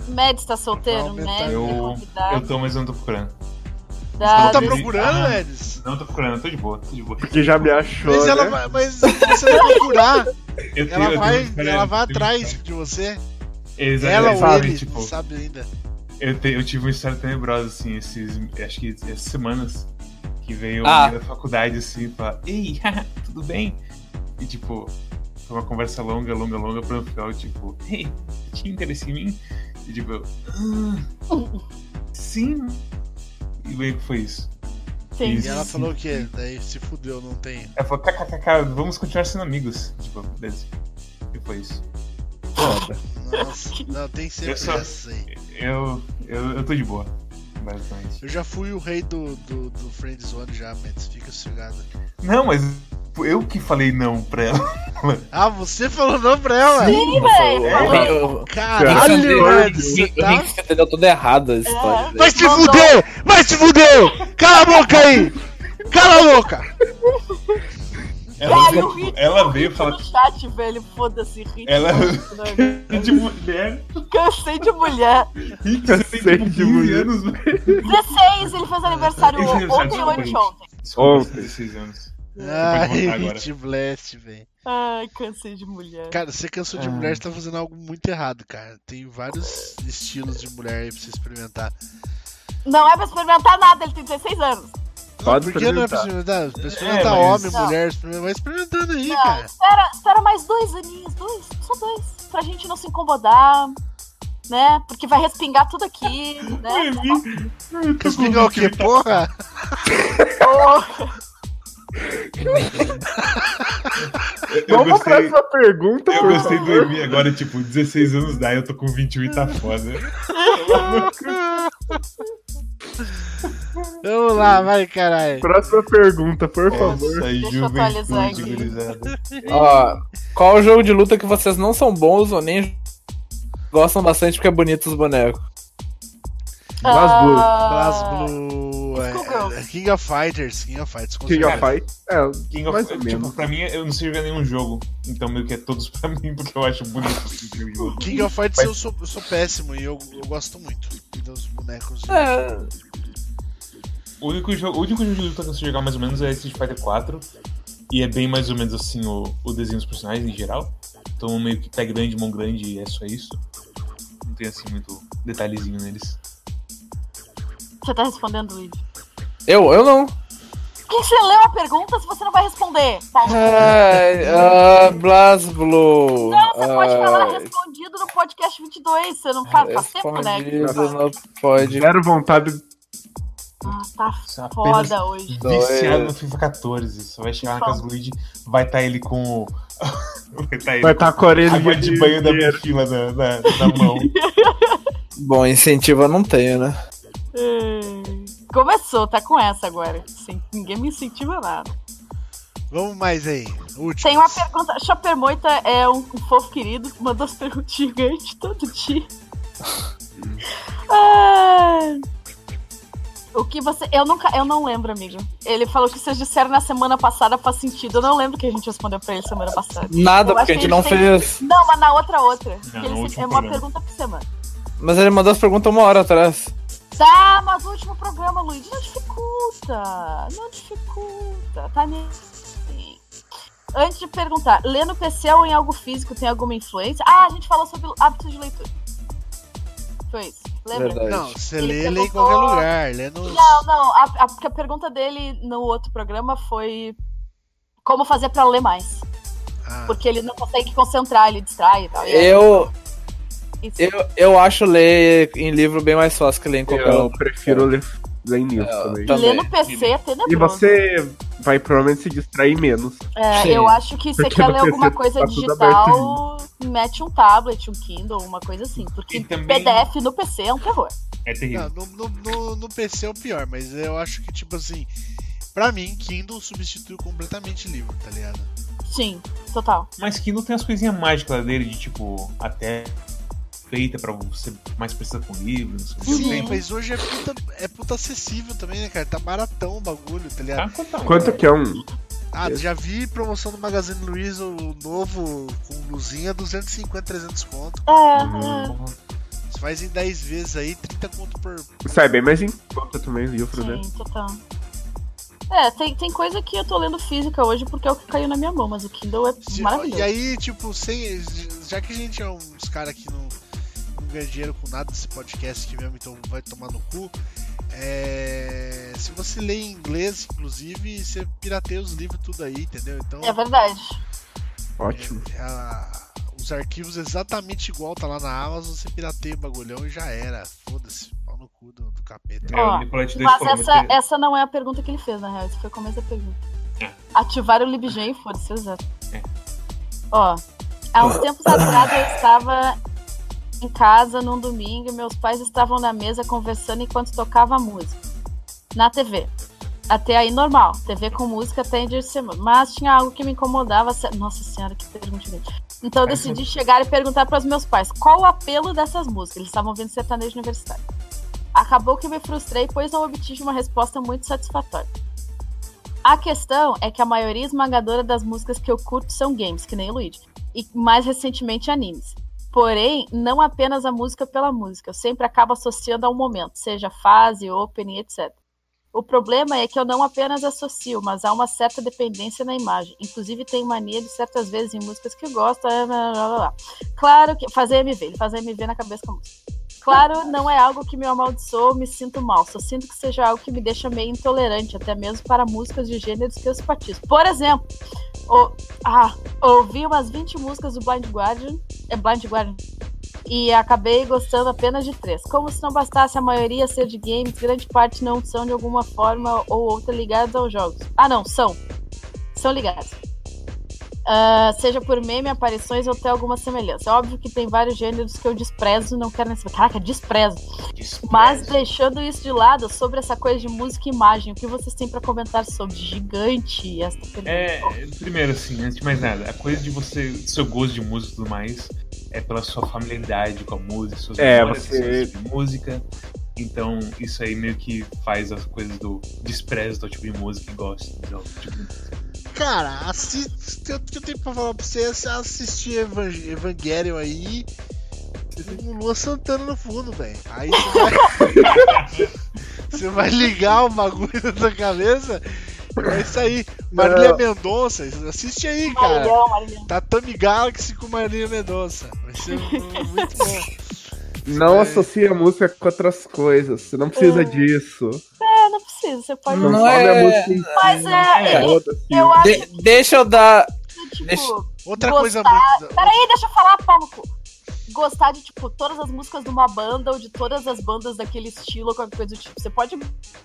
Mads tá solteiro?
Vou aumentar.
Mads é
Eu- eu
convidado.
tô, mas eu não tô procurando.
Não
Da-
tá
dele-
procurando,
Ah.
Elis?
Não tô procurando, eu tô de boa, tô de boa.
Porque já me achou.
Mas ela
né?
vai. Mas se você não procurar,
Eu tenho-
ela
eu
vai,
tenho- peraí,
ela vai
eu tenho-
atrás de você.
Eles,
Ela
eles
ou
sabem,
ele,
tipo,
não sabe ainda.
eu, te- eu tive uma história tenebrosa, assim, esses, acho que essas semanas, que veio
Ah.
alguém da faculdade, assim, e fala, ei, tudo bem? E, tipo, foi uma conversa longa, longa, longa, pra no final, tipo, ei, tinha interesse em mim? E, tipo, eu, "Ah, sim. E meio que foi isso.
Sim.
Isso.
E ela falou o quê? Daí se fudeu, não tem.
Ela falou, kkkk, vamos continuar sendo amigos. Tipo, beleza. E foi isso.
Nossa, não, tem sempre
Eu só-
essa aí.
Eu, eu, eu tô de boa, basicamente.
Eu já fui o rei do, do, do Friendzone já, Mads, fica sossegado.
Não, mas eu que falei não pra ela.
Ah, você falou não pra ela?
Sim, velho.
É,
falou.
O
Caralho,
Caralho,
Mads, você tá
Rinks entendeu tudo errado a história.
Vai se
Mandou.
fuder! Vai se fuder! Cala a boca aí! Cala a boca!
Ela,
Velho, o
veio,
Rick
ela
tá
veio
rindo
falar.
no chat, velho. Foda-se, Rick.
Ela-
Foda-se.
De mulher.
né? Cansei de mulher.
Rick, você tem tipo
de
15
mulher.
anos, velho.
16, ele fez aniversário
Esse aniversário
ontem
de
ou antes de
ontem.
ontem.
Desculpa,
Ontem.
16 anos. Pode voltar
Ai,
agora.
Hit Blast, velho.
Ai, cansei de mulher.
Cara, você cansou de
Ah.
mulher, você tá fazendo algo muito errado, cara. Tem vários estilos de mulher aí pra você experimentar.
Não é pra experimentar nada, ele tem 16 anos.
Pode
Por que não é pra
experimentar.
experimentar? Pra experimentar
mas-
homem,
Não.
mulher, experimenta- vai experimentando aí,
Não,
cara.
espera, espera mais dois aninhos, dois, só dois. Pra gente não se incomodar, né? Porque vai respingar tudo aqui, né?
Quer
é
explicar o que, porra?
Eu
Vamos pra
gostei,
próxima pergunta,
eu
por
gostei do
favor.
Emi agora, tipo, 16 anos dá, eu tô com 21 e tá foda.
Vamos lá, vai, caralho.
Próxima pergunta, por favor.
Essa
eu atualizar
É, juventude,
aqui.
gurizada.
Ó, qual o jogo de luta que vocês não são bons ou nem gostam bastante porque é bonito os bonecos?
Blasblue.
Ah,
Blasblue. é,
Skullgirls.
é, King of Fighters. King of Fighters. com
King
certeza.
of Fight. É,
King of,
Mais ou
tipo,
menos.
pra mim, eu não sei jogar nenhum jogo. Então, meio que é todos pra mim, porque eu acho bonito esse tipo de jogo.
King of Fighters
Mas-
eu sou, eu sou péssimo e eu, eu gosto muito dos bonecos.
É,
O único jogo, o único jogo de luta que eu sei jogar mais ou menos é Street Fighter 4. E é bem mais ou menos assim o, o desenho dos personagens em geral. Então meio que pé grande, mão grande e é só isso. Não tem assim muito detalhezinho neles.
Você tá respondendo, Luigi.
eu, eu não.
Quem você leu a pergunta se você não vai responder? tá? Paulo?
Ai, ah, BlazBlue.
Não, você pode falar
Ai,
respondido no podcast 22. Você
Ah,
não faz, faz tempo, né? que você
Respondido
fala.
no pod.
tiveram vontade.
Ah, tá
Isso é apenas
foda hoje.
viciado no FIFA 14. Só vai chegar na casa do Luigi, vai estar ele com o. vai estar ele
Vai estar com a
com a
orelha
água de banho da mochila na, na, na mão.
Bom, incentivo eu não tenho, né?
Hum, Começou, tá com essa agora. Sim, ninguém me incentiva nada.
Vamos mais aí. Último.
Tem uma pergunta. Chopper Moita é um, um fofo querido que mandou as perguntas gigantes todo dia. Ah, o que você. Eu nunca. Eu não lembro, amigo. Ele falou que vocês disseram na semana passada faz sentido. Eu não lembro que a gente respondeu pra ele semana passada.
Nada,
Eu acho
porque a gente
que
não
ele tem-
fez.
Não, mas na outra, outra. Que
no
ele se-
último
é uma
programa.
pergunta por semana.
Mas ele mandou as perguntas uma hora atrás.
Tá, mas o último programa, Luiz, não dificulta. Não dificulta. Tá nem. Antes de perguntar, ler no PC ou em algo físico tem alguma influência? Ah, a gente falou sobre hábitos de leitura. Foi isso, lembra?
Verdade.
Não, você
Ele
lê ele em
perguntou-
qualquer lugar. Lê no.
Não, não, a, a- porque a pergunta dele no outro programa foi como fazer pra ler mais.
Ah,
Tá.
Porque ele não consegue concentrar, ele distrai e tal. E é
Eu,
isso.
eu, eu acho ler em livro bem mais fácil que ler em qualquer um.
Eu
outro.
prefiro ler, ler em livro
É,
também.
tá-
ler
também.
no PC é
E
tenebroso.
você vai provavelmente se distrair menos.
É,
Sim.
eu acho que se você
Porque
quer
no
ler
PC
alguma
tá
coisa
tudo
digital, mete um tablet, um Kindle, uma coisa assim. Porque
E também-
PDF no PC é um terror.
É terrível.
não, no, no, no- no PC é o pior, mas eu acho que, tipo assim. Pra mim, Kindle substitui completamente livro, tá ligado?
Sim, total.
Mas Kindle tem as coisinhas mágicas lá dele, de tipo, até feita pra você mais precisar com livro, não sei o que.
Sim,
Tem-
mas hoje é puta, é puta acessível também, né, cara? Tá baratão o bagulho, tá ligado?
Ah, quanto,
Quanto que é um.
Ah, já vi promoção do Magazine Luiza, o novo com luzinha, 250, 300 conto.
É,
Você faz em 10 vezes aí, 30 conto por.
Sai bem mais em conta também, livro, né?
sim, total. É, tem, tem coisa que eu tô lendo física hoje porque é o que caiu na minha mão, mas o Kindle é
Se-
maravilhoso.
E aí, tipo, sem, já que a gente é uns caras que não, não ganha dinheiro com nada desse podcast aqui mesmo, então vai tomar no cu. é, se você lê em inglês, inclusive, você pirateia os livros tudo aí, entendeu? Então, é,
É verdade.
Ótimo.
a- os arquivos exatamente igual tá lá na Amazon, você pirateia o bagulhão e já era. Foda-se, pau no cu do, do capeta.
É,
Ó,
o Nicolai te deu
Mas
esse
essa,
problema.
essa não é a pergunta que ele fez, na real. Isso foi o começo da pergunta. Ativar o LibGen, foda-se, exato.
É.
Ó, há uns tempos atrás eu estava em casa num domingo e meus pais estavam na mesa conversando enquanto tocava música. Na TV. Até aí normal. TV com música até em dia de semana. Mas tinha algo que me incomodava. se- Nossa senhora, que pergunta dele. Então eu decidi chegar e perguntar para os meus pais qual o apelo dessas músicas. Eles estavam vendo sertanejo universitário. Acabou que me frustrei, pois não obtive uma resposta muito satisfatória. A questão é que a maioria esmagadora das músicas que eu curto são games, que nem o Luigi, e mais recentemente animes. Porém, não apenas a música pela música, eu sempre acabo associando a um momento, seja fase, opening, etc. O problema é que eu não apenas associo, mas há uma certa dependência na imagem. Inclusive, tenho mania de certas vezes em músicas que eu gosto. ah, blá, blá, blá, blá. Claro que. Fazer MV, ele faz MV na cabeça com a música. Claro, não é algo que me amaldiçoou ou me sinto mal. Só sinto que seja algo que me deixa meio intolerante, até mesmo para músicas de gêneros que eu simpatizo. Por exemplo, o- ah, ouvi umas 20 músicas do Blind Guardian. É Blind Guardian. E acabei gostando apenas de três. Como se não bastasse a maioria ser de games, grande parte não são de alguma forma ou outra ligados aos jogos. Ah, não, são. São ligados. Ah, seja por meme, aparições ou até alguma semelhança. É óbvio que tem vários gêneros que eu desprezo, não quero nem saber. Caraca, desprezo. Mas
É.
deixando isso de lado, sobre essa coisa de música e imagem, o que vocês têm pra comentar sobre gigante? Essa pergunta?
É, primeiro assim, antes de mais nada, a coisa de você, seu gosto de música e tudo mais, é pela sua familiaridade com a música, suas
É,
memórias,
você-
suas tipos de música. Então, isso aí meio que faz as coisas do desprezo do tipo de música e gosto do tipo de música.
Cara, assiste, o que eu tenho pra falar pra você é se assistir Evan- Evangelion aí. Com o Luan Santana no fundo, velho. Aí você vai. você vai ligar o bagulho na sua cabeça. É isso aí. Marília Mendonça, assiste aí, cara.
Marilhão, Marilhão.
Tatami Galaxy com Marília Mendonça. Vai ser um muito bom.
Não associa a música com outras coisas. Você não precisa disso.
É, não precisa, você pode.
Não
Consome
é-
a música em si.
Mas é,
É,
Foda-se.
eu acho
De- deixa eu dar.
que, tipo.
deixa-
Outra coisa
Gostar-
muito.
Peraí, deixa eu falar, Paulo. cu. Gostar de, tipo, todas as músicas de uma banda ou de todas as bandas daquele estilo ou qualquer coisa do tipo. Você pode.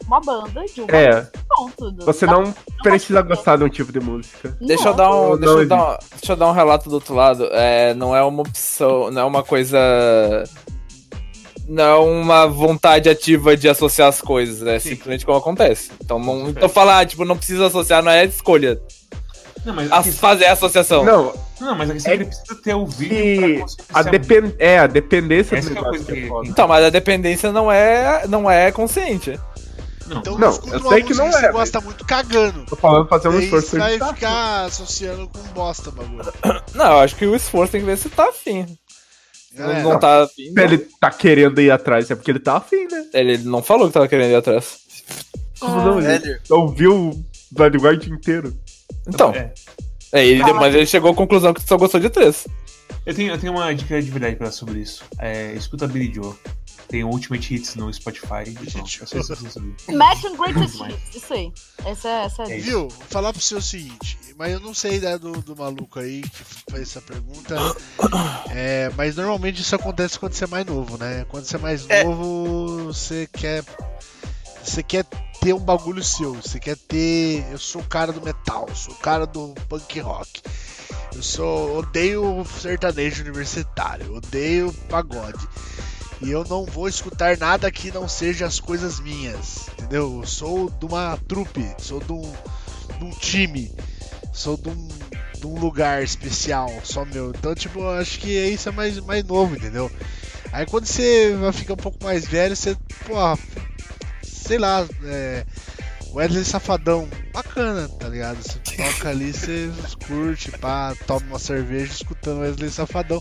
Uma banda de um
É,
ponto.
você não precisa gostar de um tipo de música.
Deixa eu dar um.
Não,
Deixa eu
não
dar, um- deixa eu dar um relato do outro lado. É, não é uma opção. Não é uma coisa. Não é uma vontade ativa de associar as coisas. É
Sim.
simplesmente como acontece. Então, não, então falar, tipo, não precisa associar, não é escolha.
Não, mas a
As-
questão,
fazer a associação.
Não,
não, mas a questão é que precisa ter ouvido pra
que
conseguir
a,
se
depen- é, a dependência
Essa
do
que é a
negócio
coisa
que é
que-
foda.
Então, mas a dependência não é, não é consciente.
Não,
Então
Não,
escuta
eu
uma
sei que
música
não é,
Você
velho.
gosta muito cagando.
Tô falando fazer um
Daí
esforço
você vai
de-
ficar associando com bosta, bagulho.
Não, eu acho que o esforço tem que ver se tá afim. Se
É.
não tá afim.
Se ele tá querendo ir atrás, é porque ele tá afim, né?
Ele não falou que tava querendo ir atrás.
Tipo,
Ah,
não, ele
Velho.
ouviu o bodyguard inteiro.
Então.
É.
É, ele, mas ele chegou à conclusão que só gostou de três.
Eu tenho, eu tenho uma dica de verdade pra dar sobre isso. É, escuta Billy Joe. Tem Ultimate Hits no Spotify. Pronto, é só isso que você sabe.
Match and Greatest Hits, isso aí. Essa, essa é a
É
dica.
isso.
Viu? Vou falar pro seu o seguinte, mas eu não sei né, do, do maluco aí que fez essa pergunta. É, mas normalmente isso acontece quando você é mais novo, né? Quando você é mais novo, você quer. Você quer ter um bagulho seu. Você quer ter. Eu sou o cara do metal, eu sou o cara do punk rock. Eu sou. odeio sertanejo universitário, eu odeio pagode. E eu não vou escutar nada que não seja as coisas minhas, entendeu? Eu sou de uma trupe, sou de um de um time, sou de um, de um lugar especial, só meu. Então, tipo, eu acho que isso é mais, mais novo, entendeu? Aí quando você vai ficar um pouco mais velho, você, porra, sei lá, é. Wesley Safadão, bacana, tá ligado? Você toca ali, você curte, pá, toma uma cerveja escutando Wesley Safadão.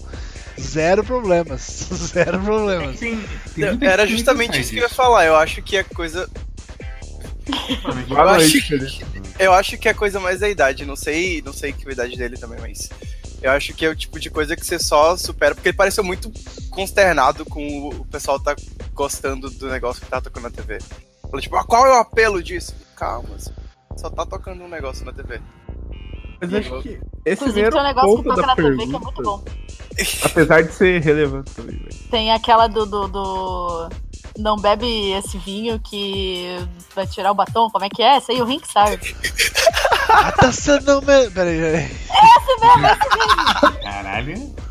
Zero problemas, zero problemas.
Tem, tem
Não,
muita
Era
gente que
justamente
faz
isso que eu ia falar. Eu acho que a coisa.
Mano,
Boa
acho
noite, né?
Eu acho que é a coisa mais da idade. Não sei, não sei que idade dele também, mas. Eu acho que é o tipo de coisa que você só supera. Porque ele pareceu muito consternado com o- o pessoal tá gostando do negócio que tá tocando na TV. Falou, tipo, ah, qual é o apelo disso? Calma, só tá tocando um negócio na TV.
Mas acho que esse
Inclusive,
primeiro
tem um negócio que
ponto
toca
da
na TV que é muito
pergunta,
bom.
apesar de ser relevante também, velho.
Tem aquela do, do, do- Não bebe esse vinho que vai tirar o batom, como é que é? Essa aí o Rink sabe.
Ataça não me. tá Peraí, peraí.
Caralho.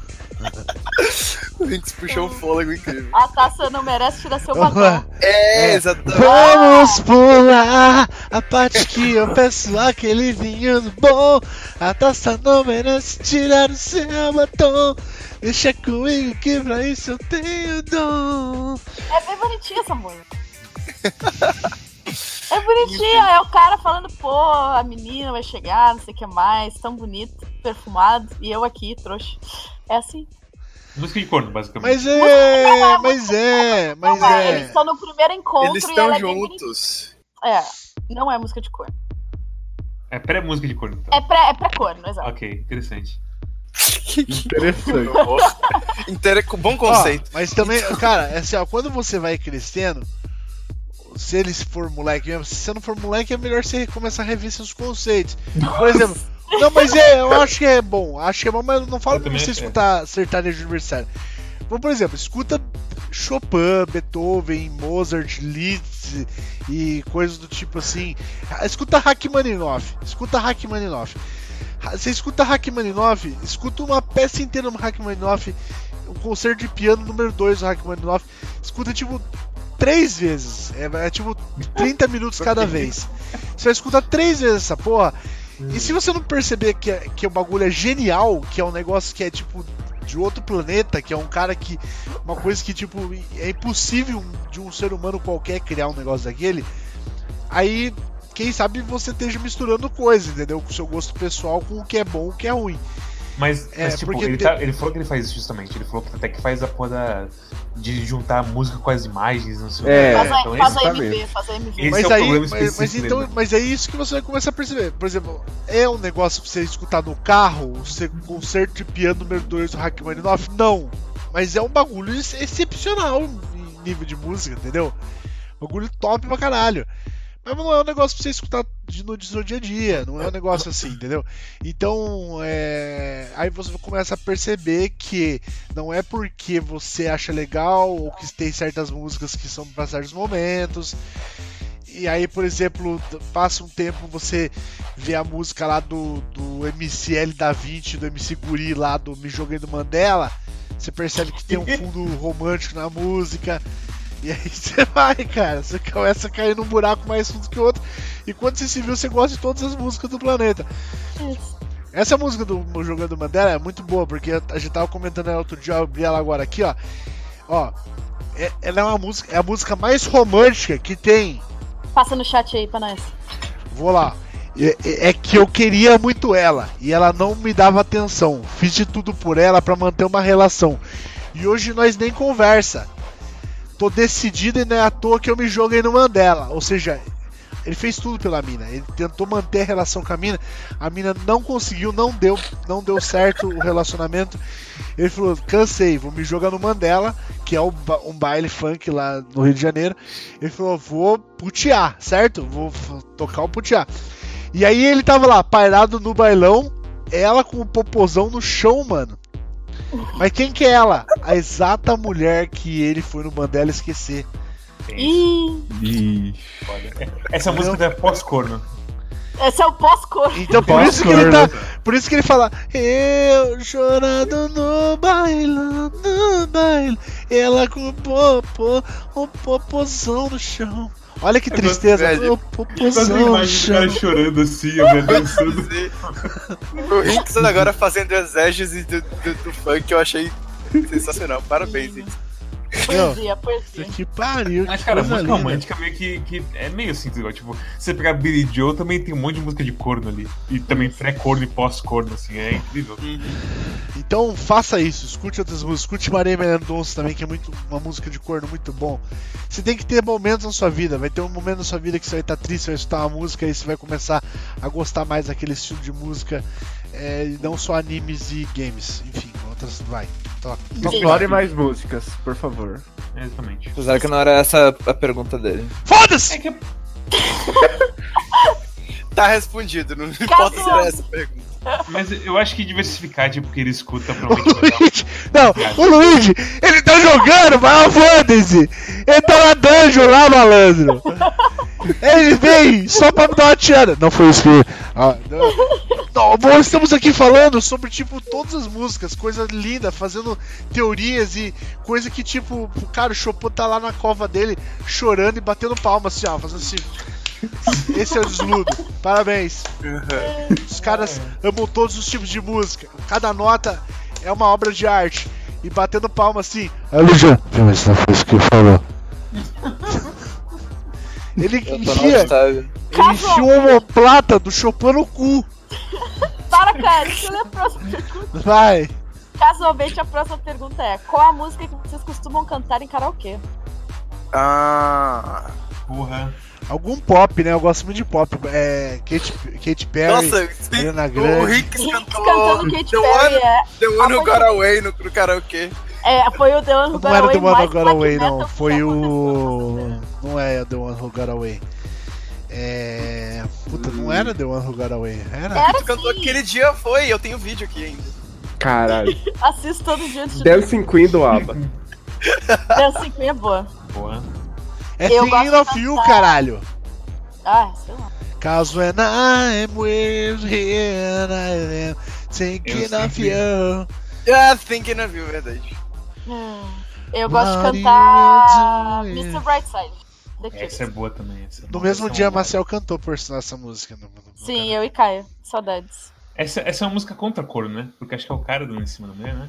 O Vinx puxou o fôlego incrível.
A taça não merece tirar seu batom.
É, exatamente.
Vamos pular a parte que eu peço aquele vinho bom. A taça não merece tirar o seu batom. Deixa comigo que pra isso eu tenho dom.
É bem bonitinha essa música. É bonitinha, é o cara falando, pô, a menina vai chegar, não sei o que mais, tão bonito, perfumado, e eu aqui, trouxa. É assim.
Música de corno, basicamente.
Mas é, mas é, mas
Não é, Eles
é.
estão no primeiro encontro
Eles
e ela
estão
é bem bonitinha.
juntos.
É, não é música de cor.
É pré-música de corno, então.
É pré- é pré-corno, exato.
Ok, interessante.
Interessante.
Inter... Bom conceito.
Ó, mas também,
então-
cara, é assim, ó, quando você vai crescendo, se ele for moleque mesmo, se você não for moleque, é melhor você começar a rever seus conceitos. Por exemplo, não, mas é, eu acho que é bom, acho que é bom, mas não falo
Eu
pra
também é.
você
achei.
escutar sertanejo universitário. Bom, por exemplo, escuta Chopin, Beethoven, Mozart, Liszt e coisas do tipo assim. Ah, Escuta Rachmaninoff, escuta Rachmaninoff. Ra- Você escuta Rachmaninoff, escuta uma peça inteira do Rachmaninoff, um concerto de piano número 2 do Rachmaninoff, escuta tipo três vezes, é, é tipo 30 minutos cada vez. Você vai escutar três vezes essa porra. E se você não perceber que, é- que o bagulho é genial, que é um negócio que é tipo de outro planeta, que é um cara que. Uma coisa que, tipo, é impossível de um ser humano qualquer criar um negócio daquele, aí quem sabe você esteja misturando coisas, entendeu? Com o seu gosto pessoal, com o que é bom, o que é ruim.
Mas,
É,
mas, tipo,
porque
ele,
te-
tá- ele falou que ele faz isso justamente. Ele falou que até que faz a porra da- de juntar a música com as imagens, não sei
É,
o
Faz
que.
a,
então,
faz
esse-
aí.
MV, faz a MV.
Esse
mas
é o
aí,
problema
mas, mas
específico
então,
dele. né?
mas é isso que você vai começar a perceber. Por exemplo, é um negócio pra você escutar no carro, o seu concerto de piano número 2 do Rachmaninoff? Não. Mas é um bagulho ex- excepcional em nível de música, entendeu? Bagulho top pra caralho. Mas não é um negócio pra você escutar de- no, seu dia a dia, não é um negócio assim, entendeu? Então, é, aí você começa a perceber que não é porque você acha legal ou que tem certas músicas que são pra certos momentos. E aí, por exemplo, t- passa um tempo você vê a música lá do, do MCL da 20, do MC Guri lá do Me Joguei do Mandela, você percebe que tem um fundo romântico na música. E aí você vai, cara, você começa a cair num buraco mais fundo que o outro. E quando você se viu, você gosta de todas as músicas do planeta. Essa música do Mo- Jogando Mandela é muito boa, porque a gente tava comentando ela outro dia, eu abri ela agora aqui, ó. Ó, é- ela é uma música, é a música mais romântica que tem.
Passa no chat aí pra nós.
Vou lá. É, é- é que eu queria muito ela e ela não me dava atenção. Fiz de tudo por ela pra manter uma relação. E hoje nós nem conversa. Tô decidido e não é à toa que eu me joguei no Mandela. Ou seja, ele fez tudo pela mina. Ele tentou manter a relação com a mina. A mina não conseguiu, não deu, não deu certo o relacionamento. Ele falou: cansei, vou me jogar no Mandela, que é o ba- um baile funk lá no Rio de Janeiro. Ele falou: vou putear, certo? Vou f- tocar o putear. E aí ele tava lá, parado no bailão, ela com o popozão no chão, mano. Mas quem que é ela? A exata mulher que ele foi no Mandela esquecer.
Ih,
Ih.
Essa música é pós-corno.
esse é o pós-cor.
Então por isso que ele tá.
né?
Por isso que ele fala. Eu chorando no bailão, no bailão. Ela com o popô, o popozão no chão. Olha que tristeza,
velho.
o
Fazendo
popozão no
imagem do
chão.
cara chorando assim, a mulher dançando.
O Rickson agora fazendo exégesis do, do, do funk, eu achei sensacional. Parabéns, Rickson.
Poesia, poesia.
Que pariu,
Mas,
que
cara,
coisa
música é
linda.
romântica meio que, que é meio assim, tá ligado? tipo, você pegar Billy Joe também tem um monte de música de corno ali. E também pré-corno e pós-corno, assim, é incrível.
Então faça isso, escute outras músicas, escute Maria Mendonça também, que é muito, uma música de corno muito bom. Você tem que ter momentos na sua vida, vai ter um momento na sua vida que você vai estar triste, você vai escutar uma música e você vai começar a gostar mais daquele estilo de música, é, e não só animes e games, enfim, outras vai. To- toca lá.
Explore mais músicas, por favor.
É, Exatamente.
Apesar que não era essa a pergunta dele.
Foda-se!
Tá respondido, não importa se era essa a pergunta.
Mas eu acho que diversificar, tipo, que ele escuta
O
provavelmente.
Luigi, não, o Luigi, ele tá jogando Final Fantasy! Ele tá na dungeon lá, malandro! Ele vem só pra me dar uma tirada! Não foi isso que. Ah, não. Não, bom, estamos aqui falando sobre, tipo, todas as músicas, coisa linda, fazendo teorias e coisa que, tipo, o cara, o Chopin tá lá na cova dele chorando e batendo palma, assim, ó, fazendo assim. Esse é o desludo. Parabéns.
Uhum.
Os caras amam todos os tipos de música. Cada nota é uma obra de arte. E batendo palma assim. Olha já. Mas não foi isso que ele falou. Ele
Tá
Eu tô no
enfia,
Octavio.
ele enfia o homoplata do Chopin no cu.
Para, cara, isso é a próxima pergunta.
Vai.
Casualmente, a próxima pergunta é: qual a música que vocês costumam cantar em karaokê?
Ah.
tipo, Porra.
assim. Algum pop, né? Eu gosto muito de pop. É, Kate, Kate Perry,
Nossa, sim,
Ariana
o
Grande.
Hicks
Hicks
cantou
cantando Katy
The
Perry,
One,
é.
The One Who
Ah, foi-
Got Away no, no karaokê.
É, foi o The One Who Got
Não era
Away
The One
mais
Who Got
black
Away,
metal
não.
que
Foi
já
o.
aconteceu.
Não é The One Who Got Away. É. Puta, não era The One Who Got Away. Era?
Era
Tu cantou
sim.
aquele dia, foi, eu tenho vídeo aqui ainda.
Caralho.
Assisto todo dia antes de
Dancing Queen do ABBA.
Dancing Queen é boa.
Boa.
É
Eu
Thinking
gosto de
of You,
dançar.
caralho. é
Ah, sei lá.
Cause when I'm with you, I am thinking
Eu
of
sempre-
you.
Ah, Thinking of You, verdade.
Hum. Eu gosto
What
de cantar
do you do?
Mr. Brightside. The Cure.
Essa é boa também. Essa é
No
uma
mesmo
versão
dia,
boa.
Marcel cantou por sinal essa música. No, no- no
um Sim,
cara.
eu e Caio. Saudades.
Essa, essa é uma música contra coro, né? Porque acho que é o cara dando em cima da mulher, né?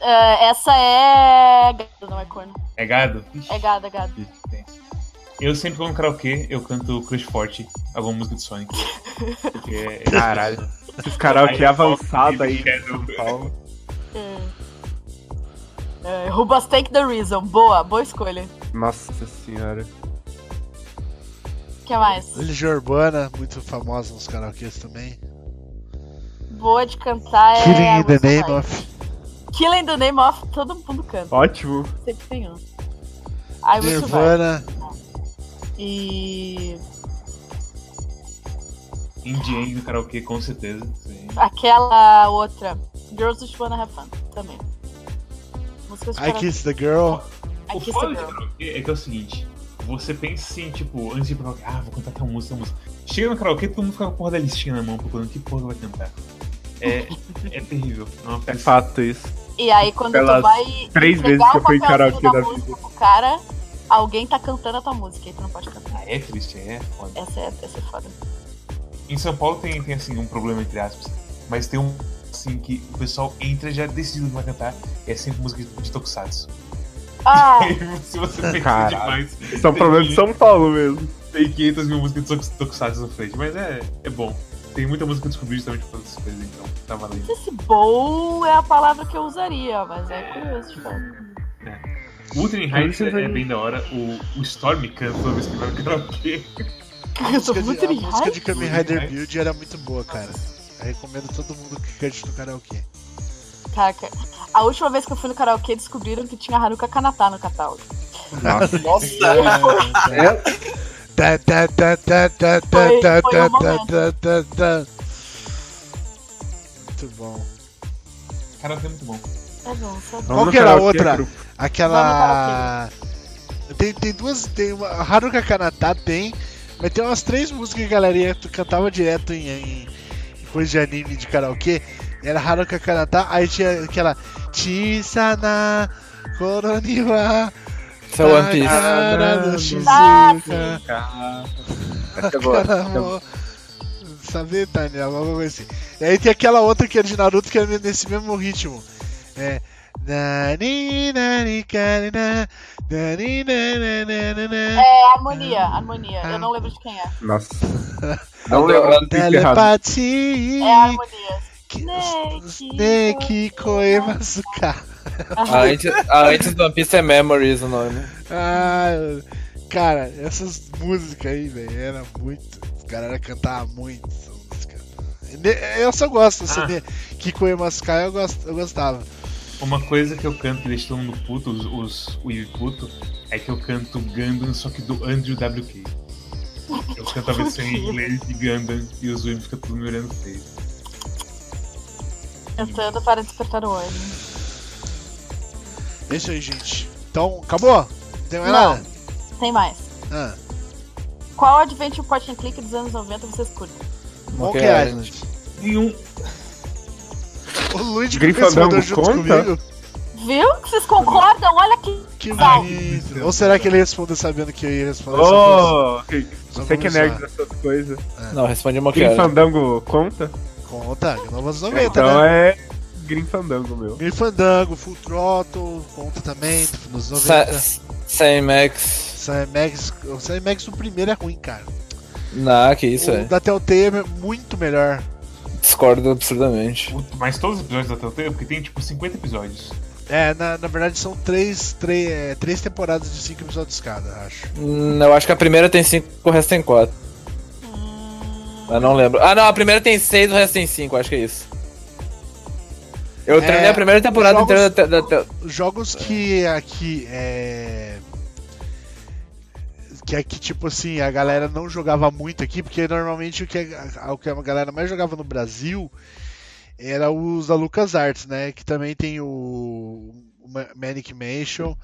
É, essa é. Gado, não é corno.
É gado? Ixi,
É gado, é gado.
tem. Eu sempre vou no karaokê, eu canto Crush Forte, alguma música do Sonic. Porque
Caralho. Esses karaokê
Aí,
avançado aí
é
de São
do-
Paulo.
É, who must take the reason. Boa, boa escolha.
Nossa senhora.
O que mais?
Legião Urbana, muito famosa nos karaokês também.
Boa de cantar é.
Killing in
I
the
Was
Name
Alive.
of.
Killing the Name of. Todo mundo canta.
Ótimo.
Sempre tem um. I Will Survive.
Nirvana.
E.
Indie no karaokê, com certeza. Sim.
Aquela outra. Girls Just Wanna Have Fun. Também. Músicas de
I Kiss the Girl.
I
O
Kiss
foda
a
de
Girl.
karaokê é que é o seguinte: você pensa assim, tipo, antes de ir pro karaokê, ah, vou cantar tal música, tal música. Chega no karaokê, todo mundo fica com a porra da listinha na mão, procurando que porra vai cantar. É, é terrível. É uma
É
peça.
fato isso.
E aí quando tu
Pelas
vai
três
entregar
vezes que eu
o
fui em
papelzinho
karaokê da
música pro cara, alguém tá cantando a tua música e tu não pode cantar.
Ah, é triste, é foda.
Essa é, essa é foda.
Em São Paulo tem, tem assim, um problema, entre aspas, mas tem um, assim, que o pessoal entra já decidido que vai cantar, e é sempre música de Tokusatsu.
Ah,
Se você pensa
Caralho.
demais,
Isso é um problema de São Paulo mesmo.
tem 500 mil músicas de Tokus- Tokusatsu na frente, mas é, é bom. Tem muita música que eu descobri justamente por essas coisas, então tá valendo.
não sei se bom é a palavra que eu usaria, mas é curioso de fato.
O Ultra Heights
Isso
é,
vai-
é bem da hora. O, o Storm canta toda vez que vai no karaokê.
Eu tô
música
muito
de, a música
ligado.
de Kamen Rider Build era muito boa, cara. Eu recomendo todo mundo que cante no karaokê.
Caraca. A última vez que eu fui no karaokê, descobriram que tinha Haruka Kanata no catálogo.
Nossa,
É,
Tá, tá, tá, tá, tá, tá,
Foi-
tá,
foi
tá,
um momento.
tá, tá, tá. Muito bom.
Karaokê é muito bom.
É bom, só bom.
Qual
no
que era a
karaokê,
outra?
grupo.
Aquela. Tem, tem duas. Tem uma. a Haruka Kanata tem. Mas tem umas três músicas que a galera ia- cantava direto em, em coisa de anime de karaokê. Era Haruka Kanata, aí tinha aquela. Chisana
É.
Koroniwa.
Isso é One Piece.
Takara no
Ah,
Shizuka.
Até agora.
Caramba. Sabe, Tânia, alguma coisa assim. E aí tem aquela outra que é de Naruto que é nesse mesmo ritmo. É. Nani, nani, karina, nani, nananana,
É harmonia, harmonia. Eu não lembro de quem é.
Nossa.
Não lembro.
o clipe errado.
telepatia,
É harmonia.
que- né,
Snake,
Snake, Koemasuka.
A antes, a antes do One Piece é Memories o nome.
Ah, cara, essas músicas aí, velho, era muito. Os caras cantavam muito essa música. Ne- Eu só gosto, assim,
Ah.
de Kiko e Maskai eu, gost- eu gostava.
Uma coisa que eu canto que deixa todo mundo puto, os, os, o Yui puto, é que eu canto Gundam, só que do Andrew WK. Eu canto a versão em inglês de Gundam e os Yui ficam tudo me olhando feio.
Cantando para despertar o olho.
É isso aí, gente. Então, acabou? Não tem mais
Não.
nada?
Tem mais.
Ah,
Qual adventure point and click dos anos 90 vocês curtem?
Monkey
Monkey
Island.
Nenhum.
O Luigi
Grifadão
começou andando junto
conta?
comigo.
Viu? Que vocês concordam? Olha que.
Que
Não.
bonito. Ou será que ele respondeu sabendo que eu ia responder essa coisa?
Oh, ok.
Só
você que é
começar.
nerd dessas coisas.
É.
Não, respondi uma
Grim
cara.
Fandango conta?
Conta, Novas 90,
Então
né?
é Grim Fandango, meu.
Grim Fandango, Full Throttle, conta também, nos 90.
Sam Max.
Sam Max, o Sam Max o primeiro é ruim, cara.
Não, que isso,
o
é.
da Telltale é muito melhor.
Discordo absurdamente.
Mas todos os episódios da Telltale, porque tem tipo 50 episódios.
É, na, na verdade são três, três, é, três temporadas de cinco episódios cada, acho.
Hum, eu acho que a primeira tem 5, o resto tem 4. Eu não lembro. Ah, não, a primeira tem 6, o resto tem 5, acho que é isso. Eu
É,
treinei a primeira temporada
jogos-
inteira da, da- da-
Jogos que aqui é. Que aqui, tipo assim, a galera não jogava muito aqui, porque normalmente o que a, o que a galera mais jogava no Brasil era os da LucasArts, né? Que também tem o Ma- Manic Mansion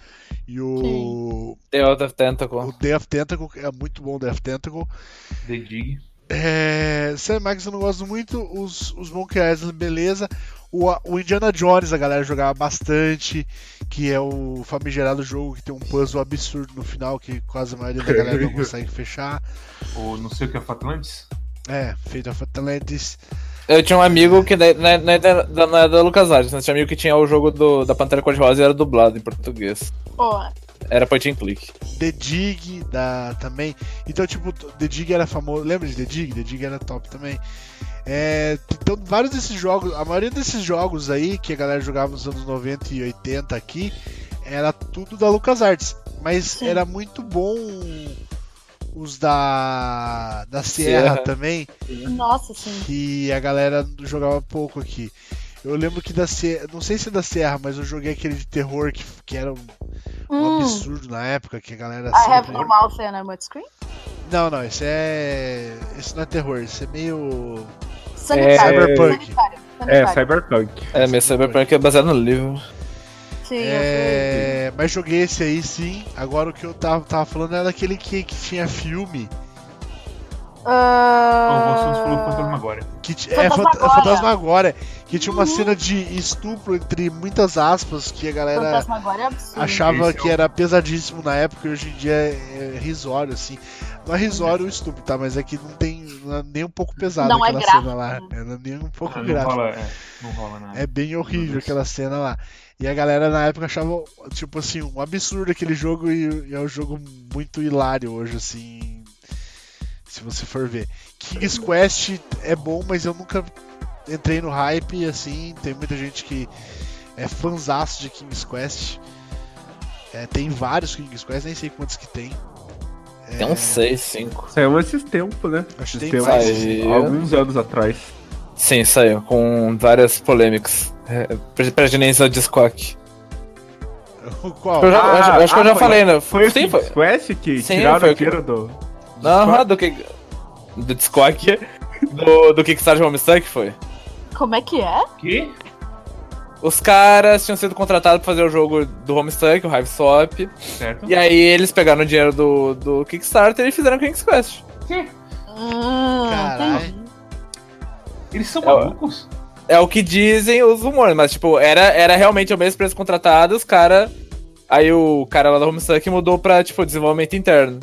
e o,
The Out of
o
Tentacle.
Death Tentacle, que é muito bom o Death Tentacle.
The Dig.
É, Sam Max eu não gosto muito, os, os Monkey Island, beleza. O, o Indiana Jones a galera jogava bastante, que é o famigerado jogo que tem um puzzle absurdo no final que quase a maioria da galera não consegue fechar.
Ou não sei o que é Fatlantis?
É, Fate of Atlantis.
Eu tinha um amigo que daí- não é, não é da, da, não é da LucasArts, né? Tinha um amigo que tinha o jogo do, da Pantera Cor-de-Rosa e era dublado em português.
Pô,
Era point and click.
The Dig da, também. Então, tipo, The Dig era famoso. Lembra de The Dig? The Dig era top também. É, então, vários desses jogos, a maioria desses jogos aí que a galera jogava nos anos 90 e 80 aqui, era tudo da LucasArts. Mas era muito bom os da, da
é.
Sierra,
Sierra.
também,
nossa, sim.
que a galera jogava pouco aqui. Eu lembro que da Sierra, não sei se é da Sierra, mas eu joguei aquele de terror que, que era um, um
Hum,
absurdo na época, que a galera
I have
sempre-
no mouth and I'm at screen?
não, não, esse é. Esse não é terror, esse é meio. É,
Sanitário.
Cyberpunk.
Sanitário.
É,
Sanitário.
Cyberpunk.
É, meu Cyberpunk é baseado no livro.
Sim, eu sei.
É, mas joguei esse aí sim. Agora o que eu tava, tava falando era aquele que, que tinha filme.
Oh, o Valsons falou Fantasma
Ah,
agora.
Que ti- é
Fantasma
Fanta-
Agora.
Fantasma Agora. Que tinha uma
Uhum.
cena de estupro entre muitas aspas que a galera
Fantasma agora é absurdo.
achava
Esse é
que
o-
era pesadíssimo na época e hoje em dia é, é risório, assim. Não é risório o estupro, tá? Mas é que não tem não é nem um pouco pesado
Não é
aquela
gráfico,
cena lá.
né?
Era nem um pouco
Ah, não,
gráfico.
rola, é, não rola nada.
É bem horrível
Deus.
aquela cena lá. E a galera na época achava, tipo assim, um absurdo aquele jogo e, e é um jogo muito hilário hoje, assim. Se você for ver. King's Quest é bom, mas eu nunca entrei no hype, assim. Tem muita gente que é fanzaço de King's Quest. É, tem vários King's Quest, nem sei quantos que tem.
É.
Tem uns 6, 5.
Saiu esses tempos, né?
Acho que
Esses
tem
tempos,
mais.
Saiu.
alguns anos atrás.
Sim, saiu. Com várias polêmicas. É, per- Pertinência ao Discord.
Qual?
Eu já- eu acho- eu acho que eu já
Ah, foi-
falei, né?
Foi o
Sim,
Sim,
foi-
Quest que
Sim,
tiraram
foi
o
o que-
dinheiro do.
Aham, do que. Do Discord. Do, do Kickstarter Homestuck foi.
Como é que é?
Que?
Os caras tinham sido contratados pra fazer o jogo do Homestuck, o Hive Swap.
Certo?
E aí eles pegaram o dinheiro do, do Kickstarter e fizeram King's Quest.
Hum,
Caralho.
entendi.
Eles são
É,
malucos?
É o que dizem os rumores, mas tipo, era, era realmente o mesmo preço contratado, os caras. Aí o cara lá da Homestuck mudou pra, tipo, desenvolvimento interno.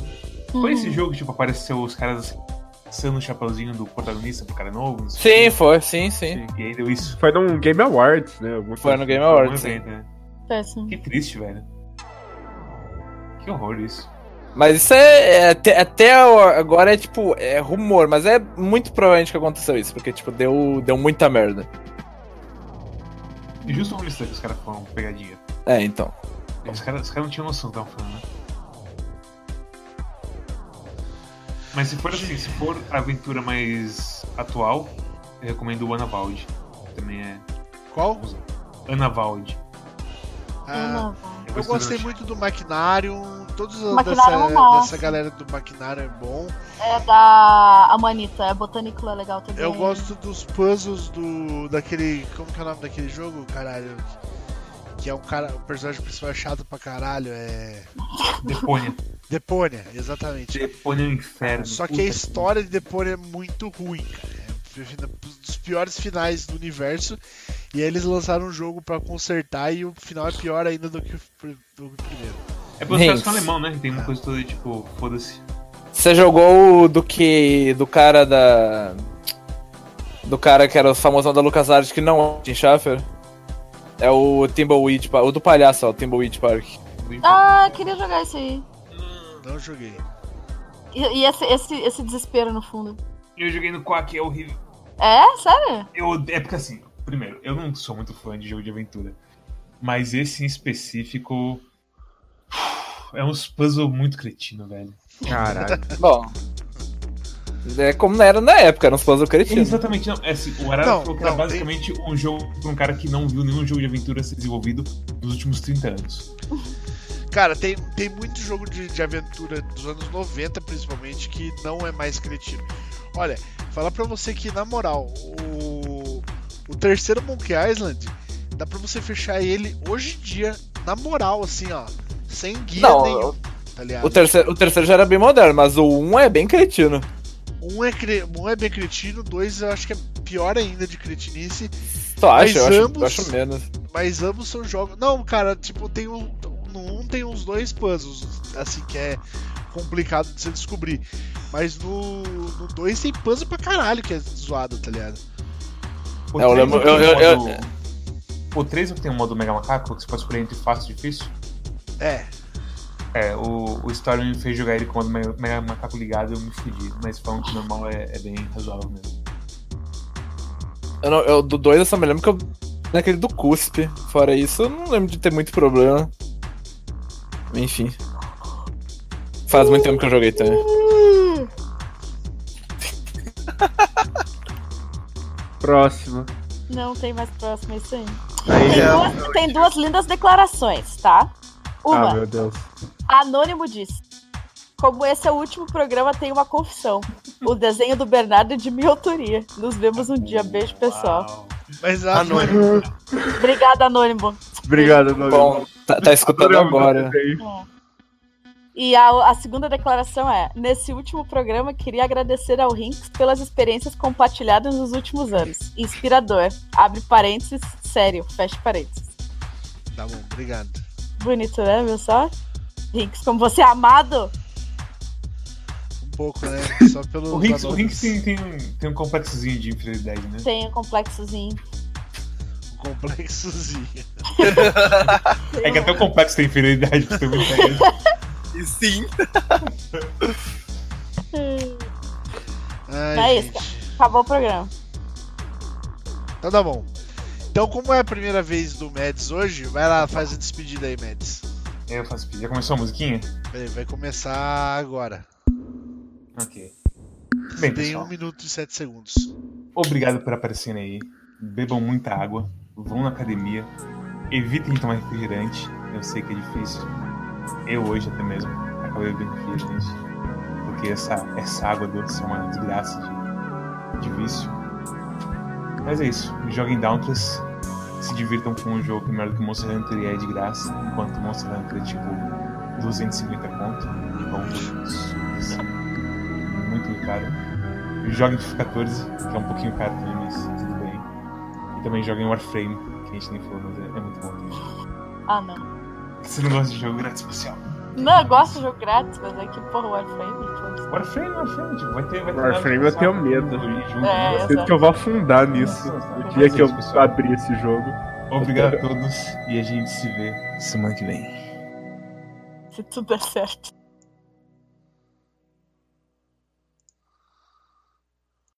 Foi esse jogo que tipo, apareceu os caras sendo o chapeuzinho do protagonista pro cara novo? não sei
Sim,
o
foi, sim, sim. É
quê. E aí deu isso.
Foi num Game Awards, né? Alguma
Foi
coisa
no Game
Foi um
Awards, sim.
evento, né?
Péssimo.
Que triste, velho. Que horror isso.
Mas isso é, é até, até o- agora é tipo, é rumor, mas é muito provavelmente que aconteceu isso, porque tipo, deu, deu muita merda.
E justo por isso que os caras foram pegadinha.
É, então.
Os caras os caras não tinham noção do que estavam falando, né? Mas se for assim, se for a aventura mais atual, eu recomendo o Anavald. Também é
Qual?
Anavald.
Ah,
um
Eu
Depois
gostei
tu-
muito do Maquinário, todos os dessa,
Maquinário é massa.
dessa galera do Maquinário é bom.
É da Amanita, é botânico é legal também.
Eu gosto dos puzzles do daquele, como que é o nome daquele jogo, caralho? Que é um cara, o personagem principal é chato pra caralho, é
Deponia.
Deponia, exatamente.
Deponia é um inferno.
Só que
Puta
a história de Deponia é muito ruim, cara. É um dos piores finais do universo. E aí eles lançaram um jogo pra consertar e o final é pior ainda do que o pr- do que o primeiro.
É pelo menos
Hanks.
que é alemão, né? Tem uma coisa toda tipo, foda-se.
Você jogou o do que. do cara da. Do cara que era o famosão da LucasArts que não é o Tim Schafer. É o Timbleweed Park. O do palhaço, ó, o Timbleweed Park.
Ah, queria jogar isso aí.
Não joguei.
E, e esse, esse, esse desespero no fundo.
Eu joguei no Quack, é horrível.
É? Sério?
Eu, é porque assim, primeiro, eu não sou muito fã de jogo de aventura. Mas esse em específico. É uns puzzles muito cretino, velho.
Caralho.
Bom. É como era na época, eram uns puzzles cretinos.
Exatamente, não. É, assim, o Arara
Não,
falou que era
não,
basicamente um jogo pra um cara que não viu nenhum jogo de aventura ser desenvolvido nos últimos 30 anos.
Cara, tem, tem muito jogo de, de aventura dos anos 90, principalmente, que não é mais cretino. Olha, falar pra você que, na moral, o, o terceiro Monkey Island, dá pra você fechar ele hoje em dia, na moral, assim, ó, sem guia
Não,
nenhum, tá ligado?
O terceiro, o terceiro já era bem moderno, mas o 1 é bem cretino.
Um, é cre... um é bem cretino, dois eu acho que é pior ainda de cretinice,
Tu acha? Eu acho,
ambos-
eu acho menos.
mas ambos são jogos. Não, cara, tipo, tem um. No um tem uns dois puzzles, assim, que é complicado de você descobrir. Mas no 2 dois tem puzzle pra caralho, que é zoado, tá ligado?
O
É, eu
três
lembro-
tem um
eu- eu-
modo- O 3 tem um modo Mega Macaco que você pode escolher entre fácil e difícil.
É,
É, o, o Storm me fez jogar ele com o modo Mega Mega Macaco ligado e eu me fudi. Mas falando que o normal é, é bem razoável mesmo.
Eu não- eu- do 2 eu só me lembro que eu. Naquele do cuspe. Fora isso, eu não lembro de ter muito problema. Enfim. Faz muito tempo que eu joguei também.
assim. Próximo.
Não tem mais próximo, é isso aí.
Aí,
Tem
já-
um-
duas, tem duas lindas declarações, tá?
ah,
Uma,
meu Deus.
Anônimo disse. Como esse é o último programa, tem uma confissão. O desenho do Bernardo é de minha autoria. Nos vemos um dia. Beijo, pessoal.
Uau.
mas é.
Ah,
a
não.
Obrigada, Anônimo.
Obrigado, Douglas.
Bom, tá, tá escutando
Adoramos
agora.
você aí.
E a, a segunda declaração é: Nesse último programa, queria agradecer ao Rinks pelas experiências compartilhadas nos últimos anos. Inspirador. Abre parênteses, sério. Fecha parênteses.
Tá bom, obrigado.
Bonito, né, viu só? Rinks, como você é amado.
Um pouco, né? Só pelo.
O Rinks,
pela
o
nota.
Rinks tem, tem, um- tem um complexozinho de inferioridade, né?
Tem um complexozinho.
Complexozinho.
É que até o complexo tem inferioridade, pra você né? muito bem.
E sim.
Ai,
Não é isso,
gente.
Acabou o programa.
Então tá bom. Então, como é a primeira vez do Mads hoje, vai lá, faz a despedida aí, Mads.
É, Eu faço pedido. Já começou a musiquinha?
Peraí, vai começar agora.
Ok.
Tem
Bem,
1
pessoal,
um minuto e 7 segundos.
obrigado por aparecerem aí. Bebam muita água, vão na academia, evitem tomar refrigerante. Eu sei que é difícil. Eu hoje até mesmo acabei bebendo refrigerante. Porque essa, essa água doce é uma desgraça de, de vício. Mas é isso. Joguem Dauntless. Se divirtam com um jogo que é melhor do que Monster Hunter e é de graça. Enquanto Monster Hunter é tipo 250 conto. Então, isso, muito caro. Joguem FIFA 14, que é um pouquinho caro também, mas tudo bem. E também joguem Warframe, que a gente nem falou, mas é, é muito bom. também.
Ah, não.
Esse negócio de jogo grátis especial.
Não, eu gosto de jogo grátis, mas é que, porra, o Warframe. tipo,
Warframe, Warframe, tipo, vai ter. Vai ter
Warframe eu tenho medo.
né?
É,
Sinto que eu vou afundar nisso. O dia que eu abrir esse jogo.
Obrigado a todos e a gente se vê semana que vem.
Se tudo der certo.